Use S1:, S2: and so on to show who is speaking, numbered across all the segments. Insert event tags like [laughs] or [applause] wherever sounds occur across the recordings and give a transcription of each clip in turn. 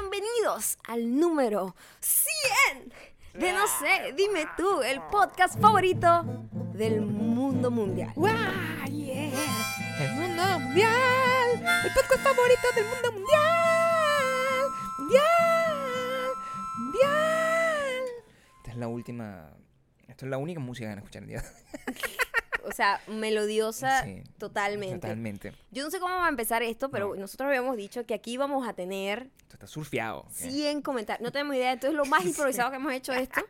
S1: bienvenidos al número 100 de No sé, dime tú, el podcast favorito del mundo mundial.
S2: ¡Wow! ¡Yeah! ¡El mundo mundial! ¡El podcast favorito del mundo mundial! ¡Mundial! ¡Mundial! Esta es la última. Esto es la única música que van a escuchar el día. de hoy.
S1: O sea, melodiosa
S2: Sí,
S1: totalmente.
S2: Totalmente.
S1: Yo no sé cómo va a empezar esto, pero nosotros habíamos dicho que aquí vamos a tener
S2: Esto está surfeado. ¿ok?
S1: 100 comentarios. No tenemos idea, entonces
S2: [laughs]
S1: lo más improvisado que hemos hecho esto,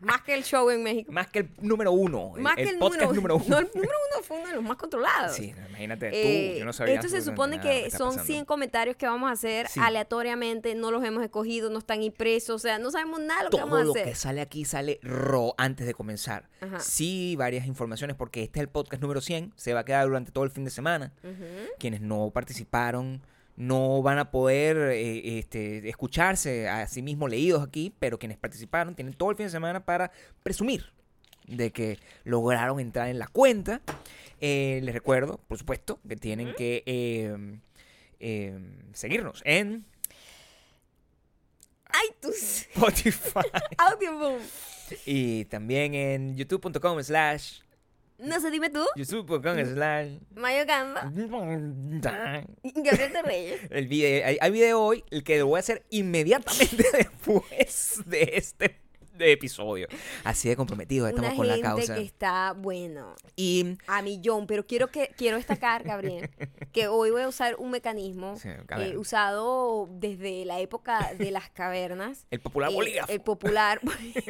S1: más que el show en México.
S2: Más que el número uno.
S1: Más que el
S2: podcast número,
S1: No,
S2: uno.
S1: el número uno fue uno de los más controlados.
S2: Sí, imagínate tú.
S1: Eh,
S2: yo no sabía.
S1: esto se
S2: absolutamente
S1: supone
S2: nada de lo
S1: que
S2: está
S1: son
S2: pasando.
S1: 100 comentarios que vamos a hacer
S2: Sí.
S1: aleatoriamente, no los hemos escogido, no están impresos, o sea, no sabemos nada de lo que
S2: Todo
S1: vamos a
S2: lo
S1: hacer.
S2: que sale aquí sale ro antes de comenzar.
S1: Ajá.
S2: Sí, varias informaciones, porque este es el podcast número 100. Se va a quedar durante todo el fin de semana.
S1: Ujú.
S2: quienes no participaron no van a poder eh, este, escucharse a sí mismos leídos aquí, pero quienes participaron tienen todo el fin de semana para presumir de que lograron entrar en la cuenta. Eh, les recuerdo, por supuesto, que tienen que eh, eh, seguirnos en [laughs]
S1: [laughs] iTunes,
S2: Spotify
S1: Audioboom.
S2: y también en youtube.com slash
S1: No sé, dime tú,
S2: youtube.com slash
S1: Mayo Gamba,
S2: Mm.
S1: Gabriel de Reyes.
S2: El video, hay, hay video hoy, el que lo voy a hacer inmediatamente [laughs] después de este de episodio. Así de comprometido estamos
S1: Una
S2: con la
S1: gente
S2: causa.
S1: que está, bueno,
S2: Y
S1: a millón, pero quiero, que, quiero destacar,
S2: [laughs]
S1: Gabriel, que hoy voy a usar un mecanismo
S2: Sí,
S1: eh,
S2: caverna.
S1: usado desde la época de las cavernas.
S2: el popular
S1: el-
S2: bolígrafo.
S1: El, popular,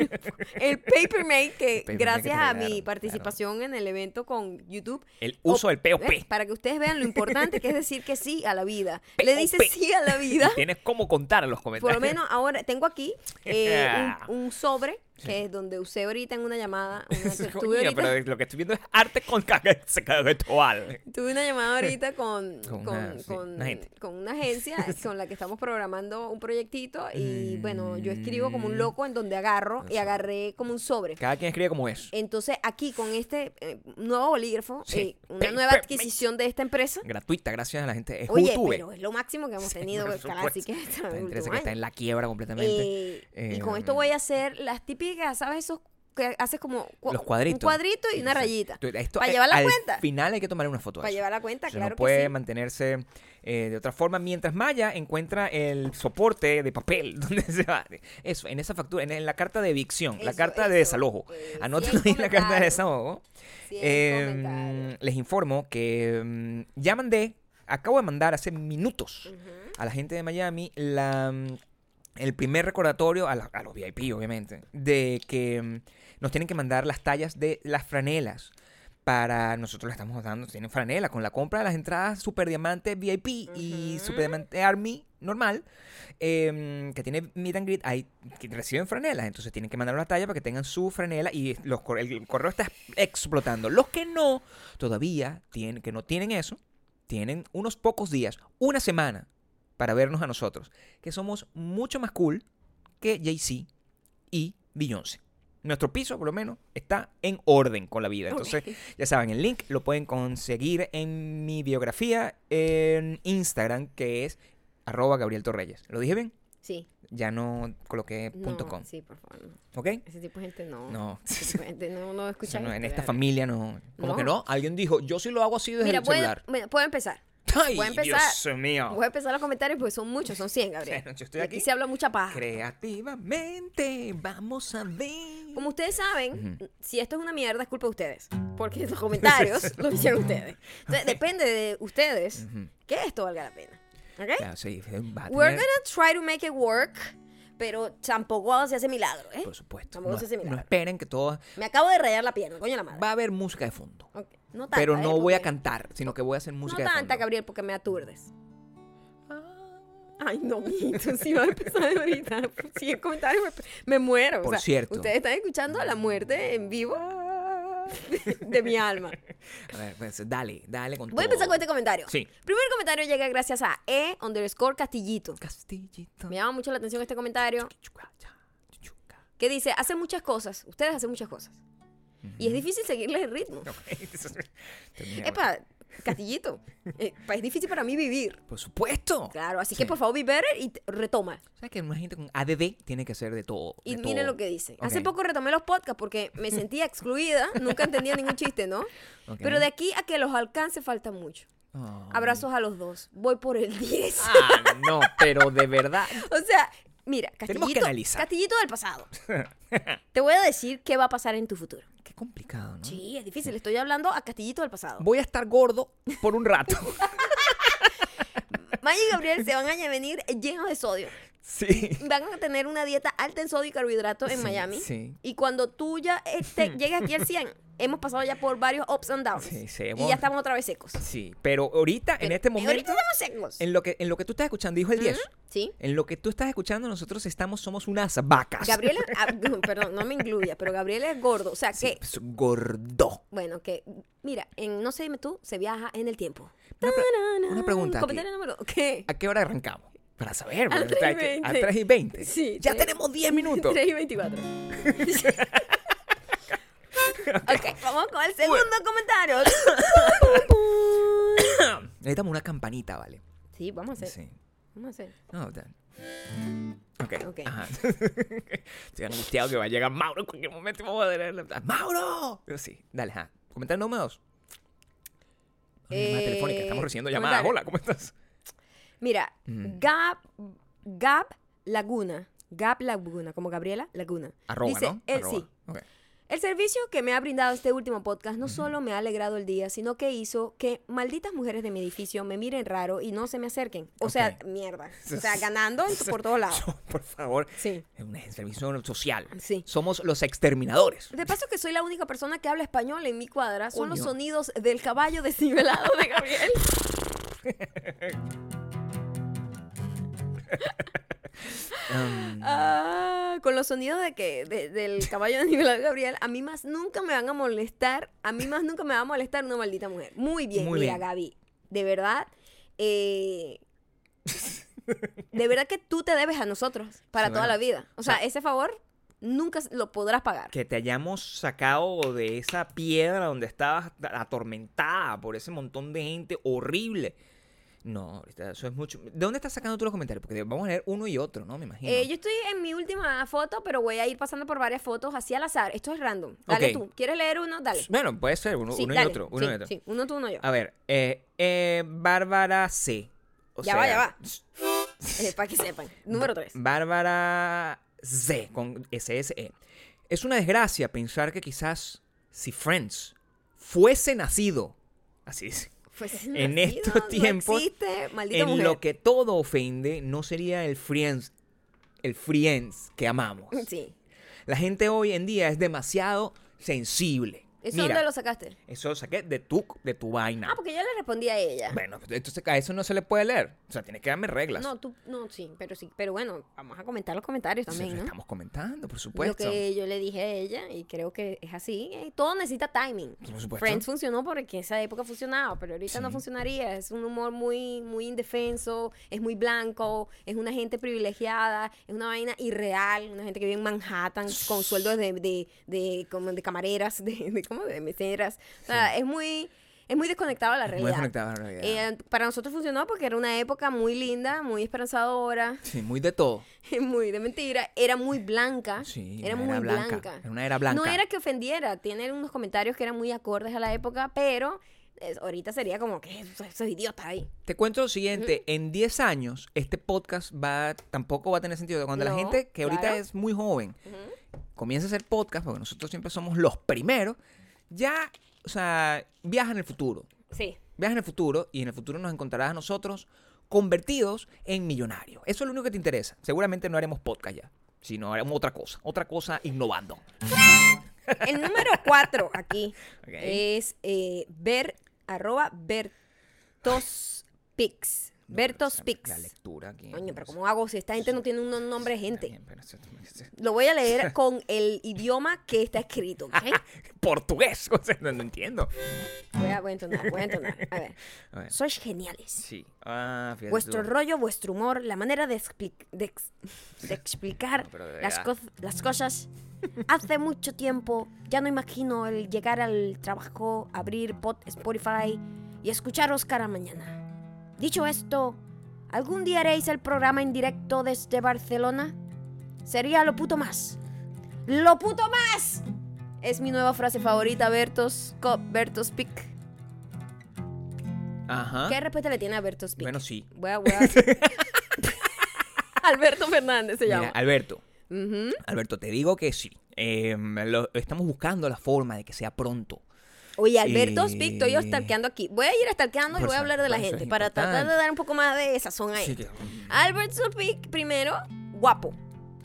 S1: [laughs] el Papermate, que
S2: Papermate que
S1: gracias a mi
S2: regalaron,
S1: participación en el evento con YouTube.
S2: El uso del POP.
S1: ¿ves? Para que ustedes vean lo importante que es decir que sí a la vida. Le dice
S2: POP.
S1: sí a la
S2: [laughs]
S1: vida.
S2: Tienes cómo contar en los
S1: Por
S2: comentarios.
S1: lo menos ahora tengo aquí eh,
S2: [laughs]
S1: un, un sobre que es donde usé ahorita en una llamada. una- tuve,
S2: Coño,
S1: ahorita,
S2: pero lo que estoy viendo es arte con caga- se caga de toal.
S1: tuve una
S2: [laughs]
S1: llamada ahorita con,
S2: Con
S1: con,
S2: una- sí,
S1: con-
S2: una gente.
S1: con una
S2: [laughs]
S1: agencia con la que estamos programando un proyectito. Y bueno, yo escribo como
S2: Mm.
S1: un loco en donde agarro y agarré como un sobre.
S2: Cada quien escribe como es.
S1: Entonces, aquí con este eh, nuevo bolígrafo,
S2: Sí.
S1: eh, una
S2: Paper
S1: nueva
S2: Mate.
S1: adquisición de esta empresa.
S2: Gratuita, gracias a la gente. Es
S1: Oye,
S2: YouTube.
S1: pero es lo máximo que hemos
S2: Sí,
S1: tenido,
S2: por
S1: claro, así que
S2: supuesto.
S1: está
S2: Esta
S1: el
S2: empresa
S1: último
S2: que está
S1: año.
S2: en la quiebra completamente.
S1: Eh, y con
S2: Eh,
S1: esto voy a hacer las típicas, ¿sabes? Esos que haces como cua-
S2: los cuadritos.
S1: un cuadrito y una
S2: Sí.
S1: rayita.
S2: Tú- esto-
S1: Para
S2: eh,
S1: llevar la
S2: al
S1: cuenta.
S2: final hay que tomar una foto. de
S1: Para
S2: eso.
S1: llevar la cuenta,
S2: O sea,
S1: claro
S2: no puede
S1: que sí.
S2: mantenerse eh, de otra forma mientras Maya encuentra el soporte de papel [laughs] donde se va. Eso, en esa factura, en, en la carta de evicción, la
S1: Eso,
S2: carta de
S1: eso.
S2: desalojo.
S1: Eh,
S2: Anoten
S1: cien
S2: [laughs] ahí la carta de
S1: comentarios,
S2: desalojo.
S1: cien
S2: Eh,
S1: comentarios.
S2: les informo que mm, ya mandé, acabo de mandar hace minutos a la gente de Miami la, mm, el primer recordatorio, a, la- a los VIP obviamente, de que mm, nos tienen que mandar las tallas de las franelas. Para nosotros le estamos dando, tienen franela con la compra de las entradas Super Diamante VIP y Super Diamante Army normal, em, que tiene meet and greet, ahí que reciben franelas, entonces tienen que mandar una talla para que tengan su franela y los, cor- el correo está explotando. Los que no, todavía tienen, que no tienen eso, tienen unos pocos días, una semana, para vernos a nosotros, que somos mucho más cool que Jay-Z y Beyoncé. Nuestro piso, por lo menos, está en orden con la vida. Entonces, ya saben, el link lo pueden conseguir en mi biografía en Instagram, que es arroba Gabriel Torreyes. ¿Lo dije bien?
S1: Sí.
S2: ya no coloqué
S1: No,
S2: punto .com,
S1: Sí, por favor. no.
S2: ¿ok?
S1: Ese tipo de gente no. [laughs]
S2: No,
S1: Ese tipo de gente no, no
S2: [laughs] eso
S1: escucha
S2: no, en
S1: esto,
S2: esta
S1: ¿verdad?
S2: familia no. Como
S1: No.
S2: que no, alguien dijo, yo sí lo hago así desde
S1: Mira,
S2: el
S1: pueden-
S2: celular.
S1: bueno, puedo empezar.
S2: ¡Ay,
S1: puede empezar-
S2: Dios mío!
S1: Voy a empezar los comentarios porque son muchos, son 100, Gabriel.
S2: Bueno, yo estoy
S1: Y
S2: aquí.
S1: se habla mucha paja.
S2: Creativamente, vamos a ver.
S1: Como ustedes saben, si esto es una mierda, es culpa de ustedes. Porque los
S2: [laughs]
S1: comentarios los hicieron ustedes. Entonces, depende de ustedes
S2: Ujú.
S1: que esto valga la pena. ¿Ok?
S2: Claro, sí, eh, va a
S1: We're
S2: tener-
S1: gonna try to make it work, pero tampoco se hace milagro, ¿eh?
S2: Por supuesto.
S1: Tampoco
S2: No,
S1: se hace
S2: no
S1: milagro.
S2: esperen que todo...
S1: Me acabo de rayar la pierna, coño la madre.
S2: Pues Va a haber música de fondo.
S1: Ok, No tanta,
S2: Pero
S1: ¿eh?
S2: no voy a
S1: Porque-
S2: cantar, sino que voy a hacer música
S1: No
S2: de
S1: tanta,
S2: fondo.
S1: Gabriel, porque me aturdes. Ay, no, [laughs] mijito, si va a empezar ahorita. Si en comentarios me, me muero. o
S2: Por
S1: sea,
S2: cierto.
S1: Ustedes están escuchando la muerte en vivo [laughs] de mi alma.
S2: A ver, pues, dale, dale con
S1: Voy a
S2: todo.
S1: empezar con este comentario.
S2: Sí.
S1: Primer comentario llega gracias a E underscore Castillito.
S2: Castillito.
S1: Me llama mucho la atención este comentario
S2: Chuchucacha, chuchuca. [laughs]
S1: que dice, hacen muchas cosas, ustedes hacen muchas cosas. Y es difícil seguirles el ritmo.
S2: Ok, eso es- Terminamos.
S1: Epa, Castillito. Eh, país difícil para mí vivir.
S2: Por supuesto.
S1: Claro, así
S2: Sí.
S1: que por favor, be better y t- retoma.
S2: ¿Sabes que una gente con ADD tiene que hacer de todo?
S1: Y
S2: de
S1: miren
S2: todo?
S1: lo que dicen.
S2: Ok.
S1: Hace poco retomé los podcasts porque me
S2: [laughs]
S1: sentía excluida, nunca entendía ningún chiste, ¿no?
S2: Ok.
S1: Pero de aquí a que los alcance falta mucho.
S2: Oh.
S1: Abrazos a los dos. Voy por el 10.
S2: Ah, no, pero de verdad.
S1: [laughs] O sea, mira,
S2: Tenemos que
S1: Castillito,
S2: analizar.
S1: Castillito del
S2: [laughs]
S1: pasado. Te voy a decir qué va a pasar en tu futuro.
S2: Qué complicado, ¿no?
S1: Sí, es difícil. Estoy hablando a Castillito del pasado.
S2: Voy a estar gordo por un rato. [laughs]
S1: Maya y Gabriel se van a venir llenos de sodio.
S2: sí.
S1: Van a tener una dieta alta en sodio y carbohidratos en
S2: Sí,
S1: Miami.
S2: sí.
S1: Y cuando tú ya
S2: [laughs]
S1: este, llegues aquí al 100, hemos pasado ya por varios ups and downs.
S2: Sí, sí,
S1: y
S2: hemos-
S1: ya estamos otra vez secos.
S2: Sí, pero ahorita, en
S1: Pero-
S2: este
S1: y Ahorita
S2: momento,
S1: estamos secos.
S2: en lo, que, en lo que tú estás escuchando, dijo el 10. [laughs]
S1: Sí.
S2: En lo que tú estás escuchando, nosotros estamos, somos unas vacas.
S1: Gabriela, ah, perdón, no me incluya, pero Gabriela es gordo. O sea, que
S2: Es gordo.
S1: Bueno, que mira, en No sé dime tú, se viaja en el tiempo.
S2: Una, pre-
S1: Tararán.
S2: una pregunta aquí.
S1: Comentario número. ¿Qué? [laughs]
S2: ¿A qué hora arrancamos? Para saber,
S1: A
S2: porque
S1: las
S2: está-
S1: 3:20.
S2: a 3 y 20.
S1: Sí,
S2: ya
S1: tres-
S2: tenemos 10 minutos.
S1: 3 y 24.
S2: [laughs]
S1: ok, vamos con el segundo
S2: [laughs]
S1: comentario.
S2: Necesitamos una campanita, ¿vale?
S1: sí, vamos a hacer.
S2: Sí.
S1: Vamos a hacer.
S2: No, da- Ok.
S1: Ok.
S2: Ajá. [laughs] Estoy angustiado que va a llegar Mauro en cualquier momento. y Vamos a darle la- ¡Mauro! Yo sí, dale, ajá. Comentario número dos. Una llamada
S1: Eh,
S2: telefónica. Estamos recibiendo llamadas.
S1: comentario.
S2: Hola, ¿cómo estás?
S1: Mira,
S2: Mm.
S1: Gab, Gab Laguna. Gab Laguna, como Gabriela Laguna.
S2: Arroba,
S1: Dice,
S2: ¿no?
S1: él
S2: Arroba.
S1: sí.
S2: Ok.
S1: El servicio que me ha brindado este último podcast no solo me ha alegrado el día, sino que hizo que malditas mujeres de mi edificio me miren raro y no se me acerquen. O sea,
S2: Ok.
S1: mierda.
S2: [laughs]
S1: O sea, ganando en- por todos lados.
S2: Por favor.
S1: Sí.
S2: Es un servicio social.
S1: Ah. Sí.
S2: Somos
S1: [laughs]
S2: los exterminadores.
S1: De paso que soy la única persona que habla español en mi cuadra, son los
S2: Coño.
S1: sonidos del caballo desnivelado de Gabriel.
S2: Um,
S1: Ah, con los sonidos de que de- del caballo desnivelado de [laughs] Gabriel, a mí más nunca me van a molestar, a mí más nunca me va a molestar una maldita mujer. Muy bien,
S2: Muy
S1: mira
S2: bien.
S1: Gaby, de verdad, eh, de verdad que tú te debes a nosotros para
S2: Sí,
S1: toda
S2: bueno.
S1: la vida. O sea, ese favor nunca lo podrás pagar.
S2: que te hayamos sacado de esa piedra donde estabas atormentada por ese montón de gente horrible. No, ahorita eso es mucho. ¿De dónde estás sacando tú los comentarios? Porque vamos a leer uno y otro, ¿no? Me imagino.
S1: Eh, yo estoy en mi última foto, pero voy a ir pasando por varias fotos así al azar. Esto es random. Dale
S2: Ok.
S1: tú. ¿Quieres leer uno? Dale.
S2: Bueno, puede ser uno,
S1: Sí,
S2: uno y
S1: dale.
S2: otro. Uno
S1: Sí,
S2: y otro.
S1: sí. uno tú, uno yo. [laughs]
S2: A ver, eh, eh, Bárbara C. O
S1: Ya va,
S2: sea,
S1: ya va. Eh, para que
S2: [laughs]
S1: sepan. Número tres.
S2: Bárbara Z con SSE. Es una desgracia pensar que quizás si Friends fuese nacido, así dice,
S1: Pues,
S2: En
S1: nacido,
S2: estos
S1: no
S2: tiempos,
S1: existe, maldita
S2: en
S1: mujer.
S2: lo que todo ofende, no sería el Friends, el Friends que
S1: [laughs]
S2: amamos.
S1: Sí.
S2: La gente hoy en día es demasiado sensible.
S1: ¿Eso
S2: Mira,
S1: dónde lo sacaste?
S2: eso lo saqué de tu, de tu vaina.
S1: Ah, porque yo le respondí a ella.
S2: Bueno, entonces a eso no se le puede leer. O sea, tienes que darme reglas.
S1: No, tú, no, sí, pero sí, pero bueno, vamos a comentar los comentarios
S2: Eso
S1: también,
S2: lo
S1: ¿no?
S2: estamos comentando, por
S1: Lo
S2: supuesto.
S1: que yo le dije a ella, y creo que es así, eh, todo necesita timing.
S2: Por supuesto.
S1: Friends funcionó porque en esa época funcionaba, pero ahorita no
S2: Pues, Sí.
S1: funcionaría. Es un humor muy, muy indefenso, es muy blanco, es una gente privilegiada, es una vaina irreal, una gente que vive en Manhattan con sueldos de, de, de, como de camareras, [laughs] de, de, ¿cómo? de meseras. O sea, es muy, es muy desconectado a la
S2: Muy
S1: realidad.
S2: desconectado a la realidad.
S1: Eh, para nosotros funcionó porque era una época muy linda, muy esperanzadora,
S2: Sí, muy de todo.
S1: [laughs] muy de mentira. Era muy blanca.
S2: Sí,
S1: era
S2: una
S1: muy
S2: era
S1: blanca.
S2: blanca, era una era blanca.
S1: No era que ofendiera. Tiene unos comentarios que eran muy acordes a la época, pero eh, ahorita sería como que eso, eso es idiota ahí.
S2: Te cuento lo siguiente, en 10 años este podcast va tampoco va a tener sentido. Cuando
S1: No,
S2: la gente que ahorita
S1: claro.
S2: es muy joven comienza a hacer podcast, porque nosotros siempre somos los primeros, ya, o sea, viaja en el futuro.
S1: Sí.
S2: Viaja en el futuro y en el futuro nos encontrarás a nosotros convertidos en millonarios. Eso es lo único que te interesa. Seguramente no haremos podcast ya, sino haremos otra cosa, otra cosa innovando.
S1: El número
S2: [laughs]
S1: cuatro aquí
S2: Ok.
S1: es eh, ver, arroba Bertos Pix. Bertos Pix.
S2: La lectura aquí.
S1: Coño, pero ¿cómo hago si esta gente no tiene un nombre de
S2: Está
S1: gente?
S2: bien, pero eso-
S1: Lo voy a
S2: [laughs]
S1: leer con el idioma que está escrito, ¿ok?
S2: Portugués, [laughs] o sea, no, no entiendo.
S1: Voy a, voy a entonar, voy a entonar. A
S2: [laughs]
S1: ver.
S2: A ver.
S1: Sois geniales.
S2: Sí. Ah, fíjate
S1: Vuestro
S2: tú.
S1: rollo, vuestro humor, la manera de, expli- de ex-
S2: [laughs]
S1: de explicar
S2: No, pero de
S1: las,
S2: verdad.
S1: co- las cosas. Hace mucho tiempo ya no imagino el llegar al trabajo, abrir pot Spotify, y escucharos cara mañana. Dicho esto, ¿algún día haréis el programa en directo desde Barcelona? Sería lo puto más. ¡Lo puto más! Es mi nueva frase favorita, Bertos, Co- Bertos Pic.
S2: Ajá.
S1: ¿Qué respeto le tiene a Bertos Pic?
S2: Bueno, sí.
S1: Voy a- voy a- [laughs] Alberto Fernández se
S2: Mira,
S1: llama.
S2: Alberto,
S1: Ujú.
S2: Alberto, te digo que sí. Eh, lo- estamos buscando la forma de que sea pronto.
S1: Oye, Alberto
S2: Eh,
S1: Spic, estoy yo stalkeando aquí. Voy a ir stalkeando y
S2: por
S1: voy a
S2: eso-
S1: hablar de la
S2: por eso
S1: gente
S2: es
S1: para tratar de
S2: importante.
S1: dar un poco más de sazón ahí.
S2: Sí que-
S1: Albert Spic, primero, guapo.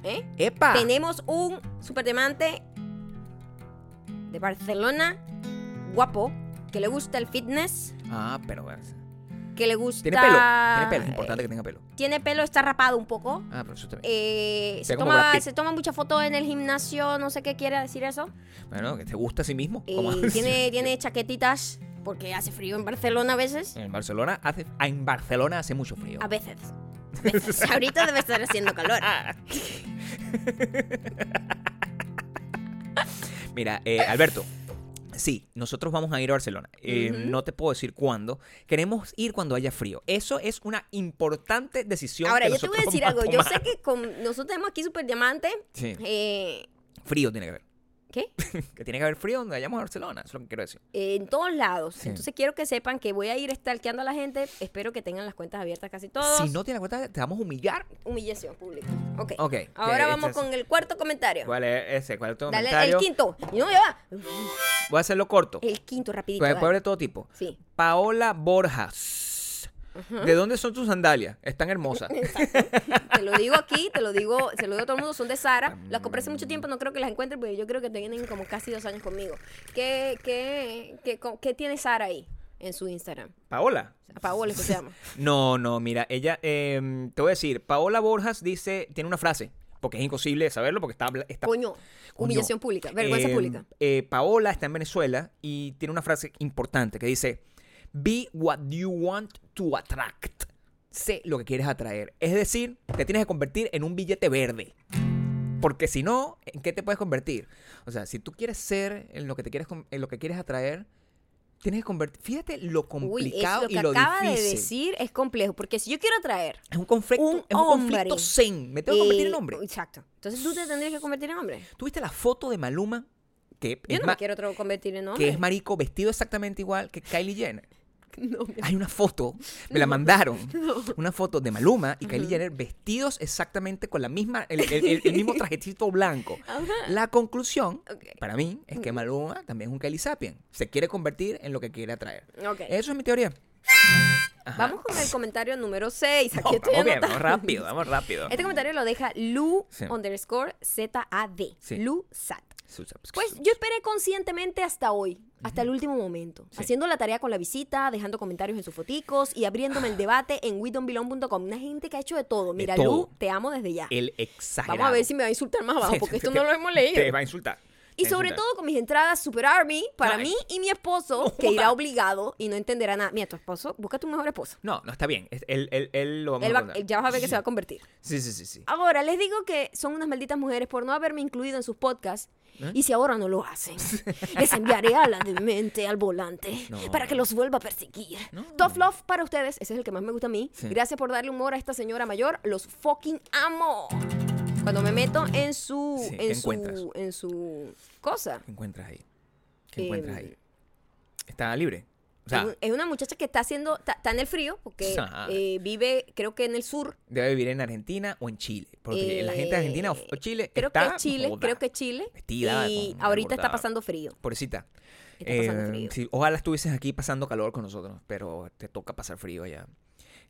S1: ¿eh?
S2: ¡Epa!
S1: Tenemos un superdiamante de Barcelona, guapo, que le gusta el fitness,
S2: Ah, pero. bueno,
S1: que le gusta. eh,
S2: Tiene pelo. Tiene pelo. Es importante que tenga pelo.
S1: Tiene pelo, está rapado un poco.
S2: Ah, pero eso también.
S1: Eh, se,
S2: Sea como
S1: toma,
S2: Brad Pitt.
S1: se toma muchas fotos en el gimnasio, no sé qué quiere decir eso.
S2: Bueno, que te gusta a sí mismo.
S1: Eh,
S2: como- [laughs]
S1: tiene, tiene chaquetitas porque hace frío en Barcelona a veces.
S2: En Barcelona hace. ah, En Barcelona hace mucho frío.
S1: A veces. A veces.
S2: [laughs]
S1: Ahorita debe estar haciendo calor.
S2: [laughs] Mira, eh, Alberto. Sí, nosotros vamos a ir a Barcelona. Eh,
S1: Ujú.
S2: No te puedo decir cuándo. Queremos ir cuando haya frío. Eso es una importante decisión.
S1: Ahora,
S2: que
S1: yo te voy a
S2: nosotros
S1: decir algo.
S2: [laughs] vamos
S1: Yo sé
S2: tomar.
S1: que con, nosotros tenemos aquí Super Diamante.
S2: Sí.
S1: eh,
S2: Frío tiene que haber.
S1: ¿Qué?
S2: Que tiene que haber frío donde vayamos a Barcelona. Eso es lo que quiero decir.
S1: Eh, en todos lados.
S2: Sí.
S1: Entonces quiero que sepan que voy a ir stalkeando a la gente. Espero que tengan las cuentas abiertas casi todos.
S2: Si no tienes cuenta, te vamos a humillar.
S1: Humillación pública. Ok.
S2: Ok, que
S1: Ahora vamos
S2: este es-
S1: con el cuarto comentario.
S2: ¿Cuál es ese? ¿Cuál es tu
S1: Dale,
S2: comentario?
S1: el quinto. No, ya va.
S2: Voy a hacerlo corto.
S1: El quinto, rapidito.
S2: Pues,
S1: dale.
S2: pueblo de todo tipo.
S1: Sí.
S2: Paola Borjas. ¿De dónde son tus sandalias? Están hermosas. [laughs]
S1: Te lo digo aquí, te lo digo, se lo digo a todo el mundo, son de Sara. Las compré hace mucho tiempo, no creo que las encuentre, porque yo creo que tienen como casi dos años conmigo. ¿Qué, qué, qué, co- qué tiene Sara ahí en su Instagram?
S2: Paola.
S1: A Paola es que se
S2: [laughs]
S1: llama.
S2: No, no, mira, ella, eh, te voy a decir, Paola Borjas dice, tiene una frase, porque es imposible saberlo, porque está... habla- está
S1: Coño, humillación
S2: Coño.
S1: pública, vergüenza
S2: Eh,
S1: pública.
S2: eh, Paola está en Venezuela y tiene una frase importante que dice, Be what you want to attract. Sé lo que quieres atraer. Es decir, te tienes que convertir en un billete verde. Porque si no, ¿en qué te puedes convertir? O sea, si tú quieres ser en lo que te quieres con- en lo que quieres atraer, tienes que convertir. Fíjate lo
S1: Uy, eso
S2: complicado
S1: lo que
S2: y lo
S1: acaba
S2: difícil.
S1: de decir es complejo, porque si yo quiero traer.
S2: Es un conflicto,
S1: Un
S2: es un conflicto
S1: hombre.
S2: zen. Me tengo que convertir en hombre.
S1: Exacto. Entonces tú te tendrías que convertir en hombre.
S2: ¿Tuviste la foto de Maluma? Que,
S1: Yo
S2: es,
S1: no
S2: ma-
S1: me quiero otro convertir en hombre.
S2: que es marico vestido exactamente igual que Kylie Jenner.
S1: [laughs] No, mi-
S2: Hay una foto, me
S1: [laughs]
S2: la mandaron, una foto de Maluma y Kylie Jenner vestidos exactamente con la misma, el, el- el-
S1: [laughs]
S2: el mismo trajecito blanco. La conclusión,
S1: Ok.
S2: para mí, es que Maluma también es un Kylie Sapien. Se quiere convertir en lo que quiere atraer.
S1: Ok.
S2: Eso es mi teoría. Ajá.
S1: Vamos con el comentario número 6. Aquí
S2: [laughs] No,
S1: estoy
S2: vamos, bien,
S1: anotando.
S2: vamos rápido, vamos rápido.
S1: Este comentario lo deja Lu
S2: Sí.
S1: underscore ZAD.
S2: Sí.
S1: Lu Sat. Pues yo esperé conscientemente hasta hoy, hasta el último momento,
S2: Sí.
S1: haciendo la tarea con la visita, dejando comentarios en sus foticos y abriéndome el debate en widonbelong.com. Una gente que ha hecho de todo. Mira, Lu,
S2: Ah. todo.
S1: te amo desde ya.
S2: el exagerado.
S1: Vamos a ver si me va a insultar más abajo,
S2: Sí,
S1: porque
S2: sí,
S1: esto
S2: te-
S1: no lo hemos leído.
S2: Te va a insultar.
S1: Y
S2: Te va a
S1: sobre
S2: insultar.
S1: todo con mis entradas Super Army para
S2: Ay.
S1: mí y mi
S2: [laughs]
S1: esposo, que irá obligado y no entenderá nada. Mira, tu esposo, busca tu mejor esposo.
S2: No, no está bien. Es- Él, él- él lo vamos
S1: Él
S2: a
S1: va-
S2: contar.
S1: él ya vas a ver
S2: [laughs]
S1: que se va a convertir.
S2: Sí, sí, sí, sí.
S1: Ahora, les digo que son unas malditas mujeres por no haberme incluido en sus podcasts.
S2: ¿Eh?
S1: Y si ahora no lo hacen, [laughs] les enviaré a la demente al volante
S2: No.
S1: para que los vuelva a perseguir.
S2: No.
S1: Tough love para ustedes, ese es el que más me gusta a mí.
S2: Sí.
S1: Gracias por darle humor a esta señora mayor, los fucking amo. Cuando me meto en su
S2: Sí,
S1: en
S2: ¿qué encuentras?
S1: su en su cosa.
S2: ¿Qué encuentras ahí? ¿Qué
S1: Eh,
S2: encuentras ahí? ¿Está libre? O
S1: es,
S2: sea,
S1: un- es una muchacha que está haciendo está, está en el frío porque
S2: Ajá.
S1: eh, vive creo que en el sur
S2: debe vivir en Argentina o en Chile. Porque la gente de Argentina o o Chile
S1: Eh, creo
S2: está
S1: que es Chile,
S2: joda.
S1: creo que es Chile.
S2: Vestida
S1: y
S2: con-
S1: ahorita está
S2: alborotada.
S1: pasando frío.
S2: Pobrecita.
S1: Está pasando
S2: Eh,
S1: frío.
S2: sí, ojalá estuvieses aquí pasando calor con nosotros, pero te toca pasar frío allá.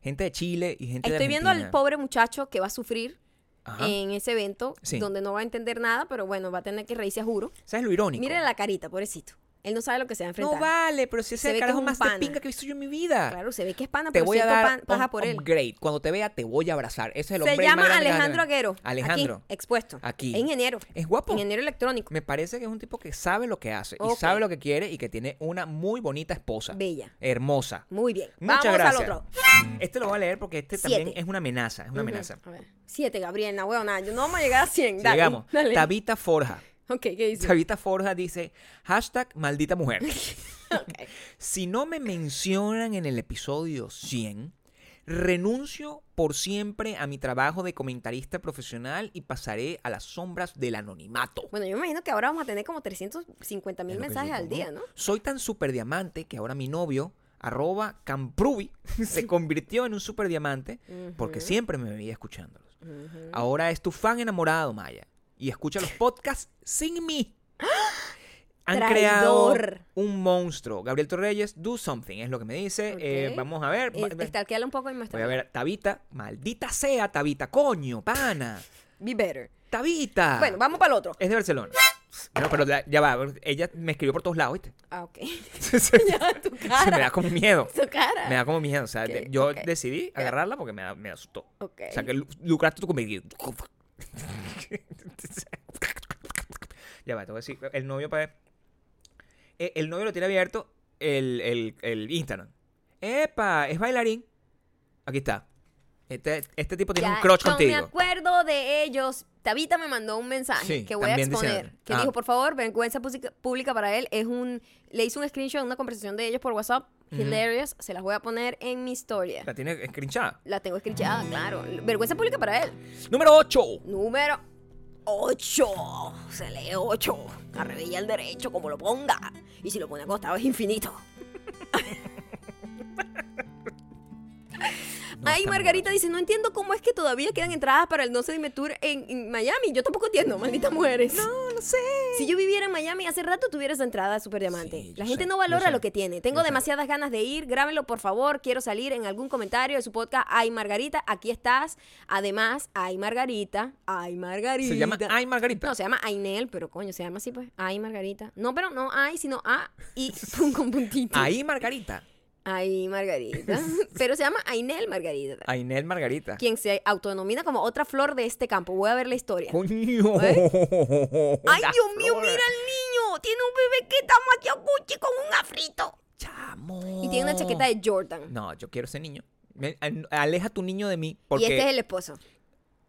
S2: Gente de Chile y gente de
S1: Estoy viendo
S2: Argentina.
S1: al eh, pobre muchacho que va a sufrir
S2: Ajá.
S1: en ese evento,
S2: Sí.
S1: donde no va a entender nada, pero bueno, va a tener que reírse a juro.
S2: ¿Sabes lo irónico?
S1: Mire la carita, pobrecito. Él no sabe lo que se va a enfrentar.
S2: no vale, pero si
S1: Se
S2: ese es
S1: ve
S2: el
S1: que es
S2: carajo
S1: un
S2: más
S1: pana.
S2: de pinga que he visto yo en mi vida.
S1: Claro, se ve que es pana,
S2: te
S1: pero
S2: voy a
S1: siento
S2: dar
S1: pan- paja
S2: un
S1: por él.
S2: upgrade. Cuando te vea, te voy a abrazar. Ese es el
S1: Se
S2: upgrade más
S1: llama
S2: grande que vas a
S1: Alejandro
S2: tener.
S1: Aguero.
S2: Alejandro.
S1: Aquí, expuesto.
S2: Aquí.
S1: Es ingeniero.
S2: Es guapo.
S1: Ingeniero electrónico.
S2: Me parece que es un tipo que sabe lo que hace y
S1: Ok.
S2: sabe lo que quiere y que tiene una muy bonita esposa.
S1: Bella.
S2: Hermosa.
S1: Muy bien.
S2: Muchas
S1: Vamos
S2: gracias.
S1: al otro.
S2: Este lo voy a leer porque este
S1: Siete.
S2: también es una amenaza. Es una amenaza.
S1: A ver. Siete, Gabriel, no, huevona, yo No vamos a llegar a 100. Dale,
S2: Llegamos.
S1: [laughs] dale.
S2: Tabita Forja.
S1: Ok, ¿qué dice?
S2: Tabita Forja dice hashtag maldita mujer.
S1: [laughs] Ok.
S2: Si no me mencionan en el episodio 100, renuncio por siempre a mi trabajo de comentarista profesional y pasaré a las sombras del anonimato.
S1: Bueno, yo me imagino que ahora vamos a tener como 350
S2: Es
S1: mil
S2: lo que yo
S1: mensajes al
S2: supongo.
S1: día, ¿no?
S2: Soy tan super diamante que ahora mi novio, arroba Camprubi, [laughs] se convirtió en un super diamante porque siempre me veía escuchándolos.
S1: Ujú.
S2: Ahora es tu fan enamorado, Maya, y escucha los podcasts sin mí. Han creado
S1: Traidor.
S2: un monstruo. Gabriel Torreyes, do something, es lo que me dice. Eh,
S1: Ok.
S2: vamos a ver.
S1: Es- Estalquéala un poco y
S2: Voy
S1: muestra.
S2: a ver, Tabita, maldita sea, Tabita, coño, pana.
S1: Be better.
S2: Tabita.
S1: Bueno, vamos para el otro.
S2: Es de Barcelona. No, pero la- ya va, ella me escribió por todos lados, ¿viste?
S1: Ah, ok. [laughs]
S2: [laughs] Se
S1: ya, tu
S2: me da
S1: cara.
S2: como miedo.
S1: Tu cara.
S2: Me da como miedo. O sea,
S1: Ok,
S2: de- yo
S1: ok.
S2: decidí agarrarla porque me, da- me asustó.
S1: Ok.
S2: O sea, que lu- lucraste tú conmigo. [laughs] ya va, te voy a decir. El novio para. Eh, El novio lo tiene abierto el, el, el Instagram. ¡Epa! Es bailarín. Aquí está. Este, este tipo tiene
S1: Ya,
S2: un crush
S1: yo
S2: contigo.
S1: me acuerdo de ellos. Tabita me mandó un mensaje
S2: Sí,
S1: que voy a
S2: también
S1: exponer.
S2: diciendo.
S1: Que
S2: Ah.
S1: dijo, por favor, vergüenza púsica- pública para él. Es un, le hice un screenshot de una conversación de ellos por WhatsApp.
S2: Ujú.
S1: Hilarious. Se las voy a poner en mi historia.
S2: La tiene escrinchada.
S1: La tengo screenshada, claro. Vergüenza pública para él.
S2: Número 8.
S1: Número 8. Se lee 8. Arrebilla el derecho como lo ponga. Y si lo pone acostado es infinito. Ay, Margarita dice, no entiendo cómo es que todavía quedan entradas para el No se dime tour en, en Miami. Yo tampoco entiendo, malditas mujeres.
S2: No, no sé.
S1: Si yo viviera en Miami, hace rato tuviera esa entrada de Super Diamante.
S2: Sí, yo
S1: La gente
S2: sé,
S1: no
S2: yo
S1: valora
S2: sé,
S1: lo que tiene. Tengo
S2: yo sé.
S1: demasiadas ganas de ir. Grábenlo, por favor. Quiero salir en algún comentario de su podcast. Ay, Margarita, aquí estás. Además, ay, Margarita. Ay, Margarita.
S2: Se llama Ay Margarita.
S1: No, se llama Ainel, pero coño, se llama así, pues. Ay, Margarita. No, pero no ay, sino A
S2: [laughs]
S1: y pum, con puntito.
S2: Ahí Margarita.
S1: Ay,
S2: [laughs]
S1: Margarita. pero se llama Ainel Margarita.
S2: Ainel Margarita.
S1: Quien se autodenomina como otra flor de este campo. Voy a ver la historia.
S2: Coño.
S1: ¿Eh?
S2: [laughs]
S1: Ay,
S2: La
S1: Dios mío,
S2: flor.
S1: mira el niño. Tiene un bebé que está maquiado Gucci con un afrito.
S2: Chamo.
S1: Y tiene una chaqueta de Jordan.
S2: No, yo quiero ese niño. Ven, an- Aleja a tu niño de mí.
S1: Y
S2: Porque...
S1: este es el esposo.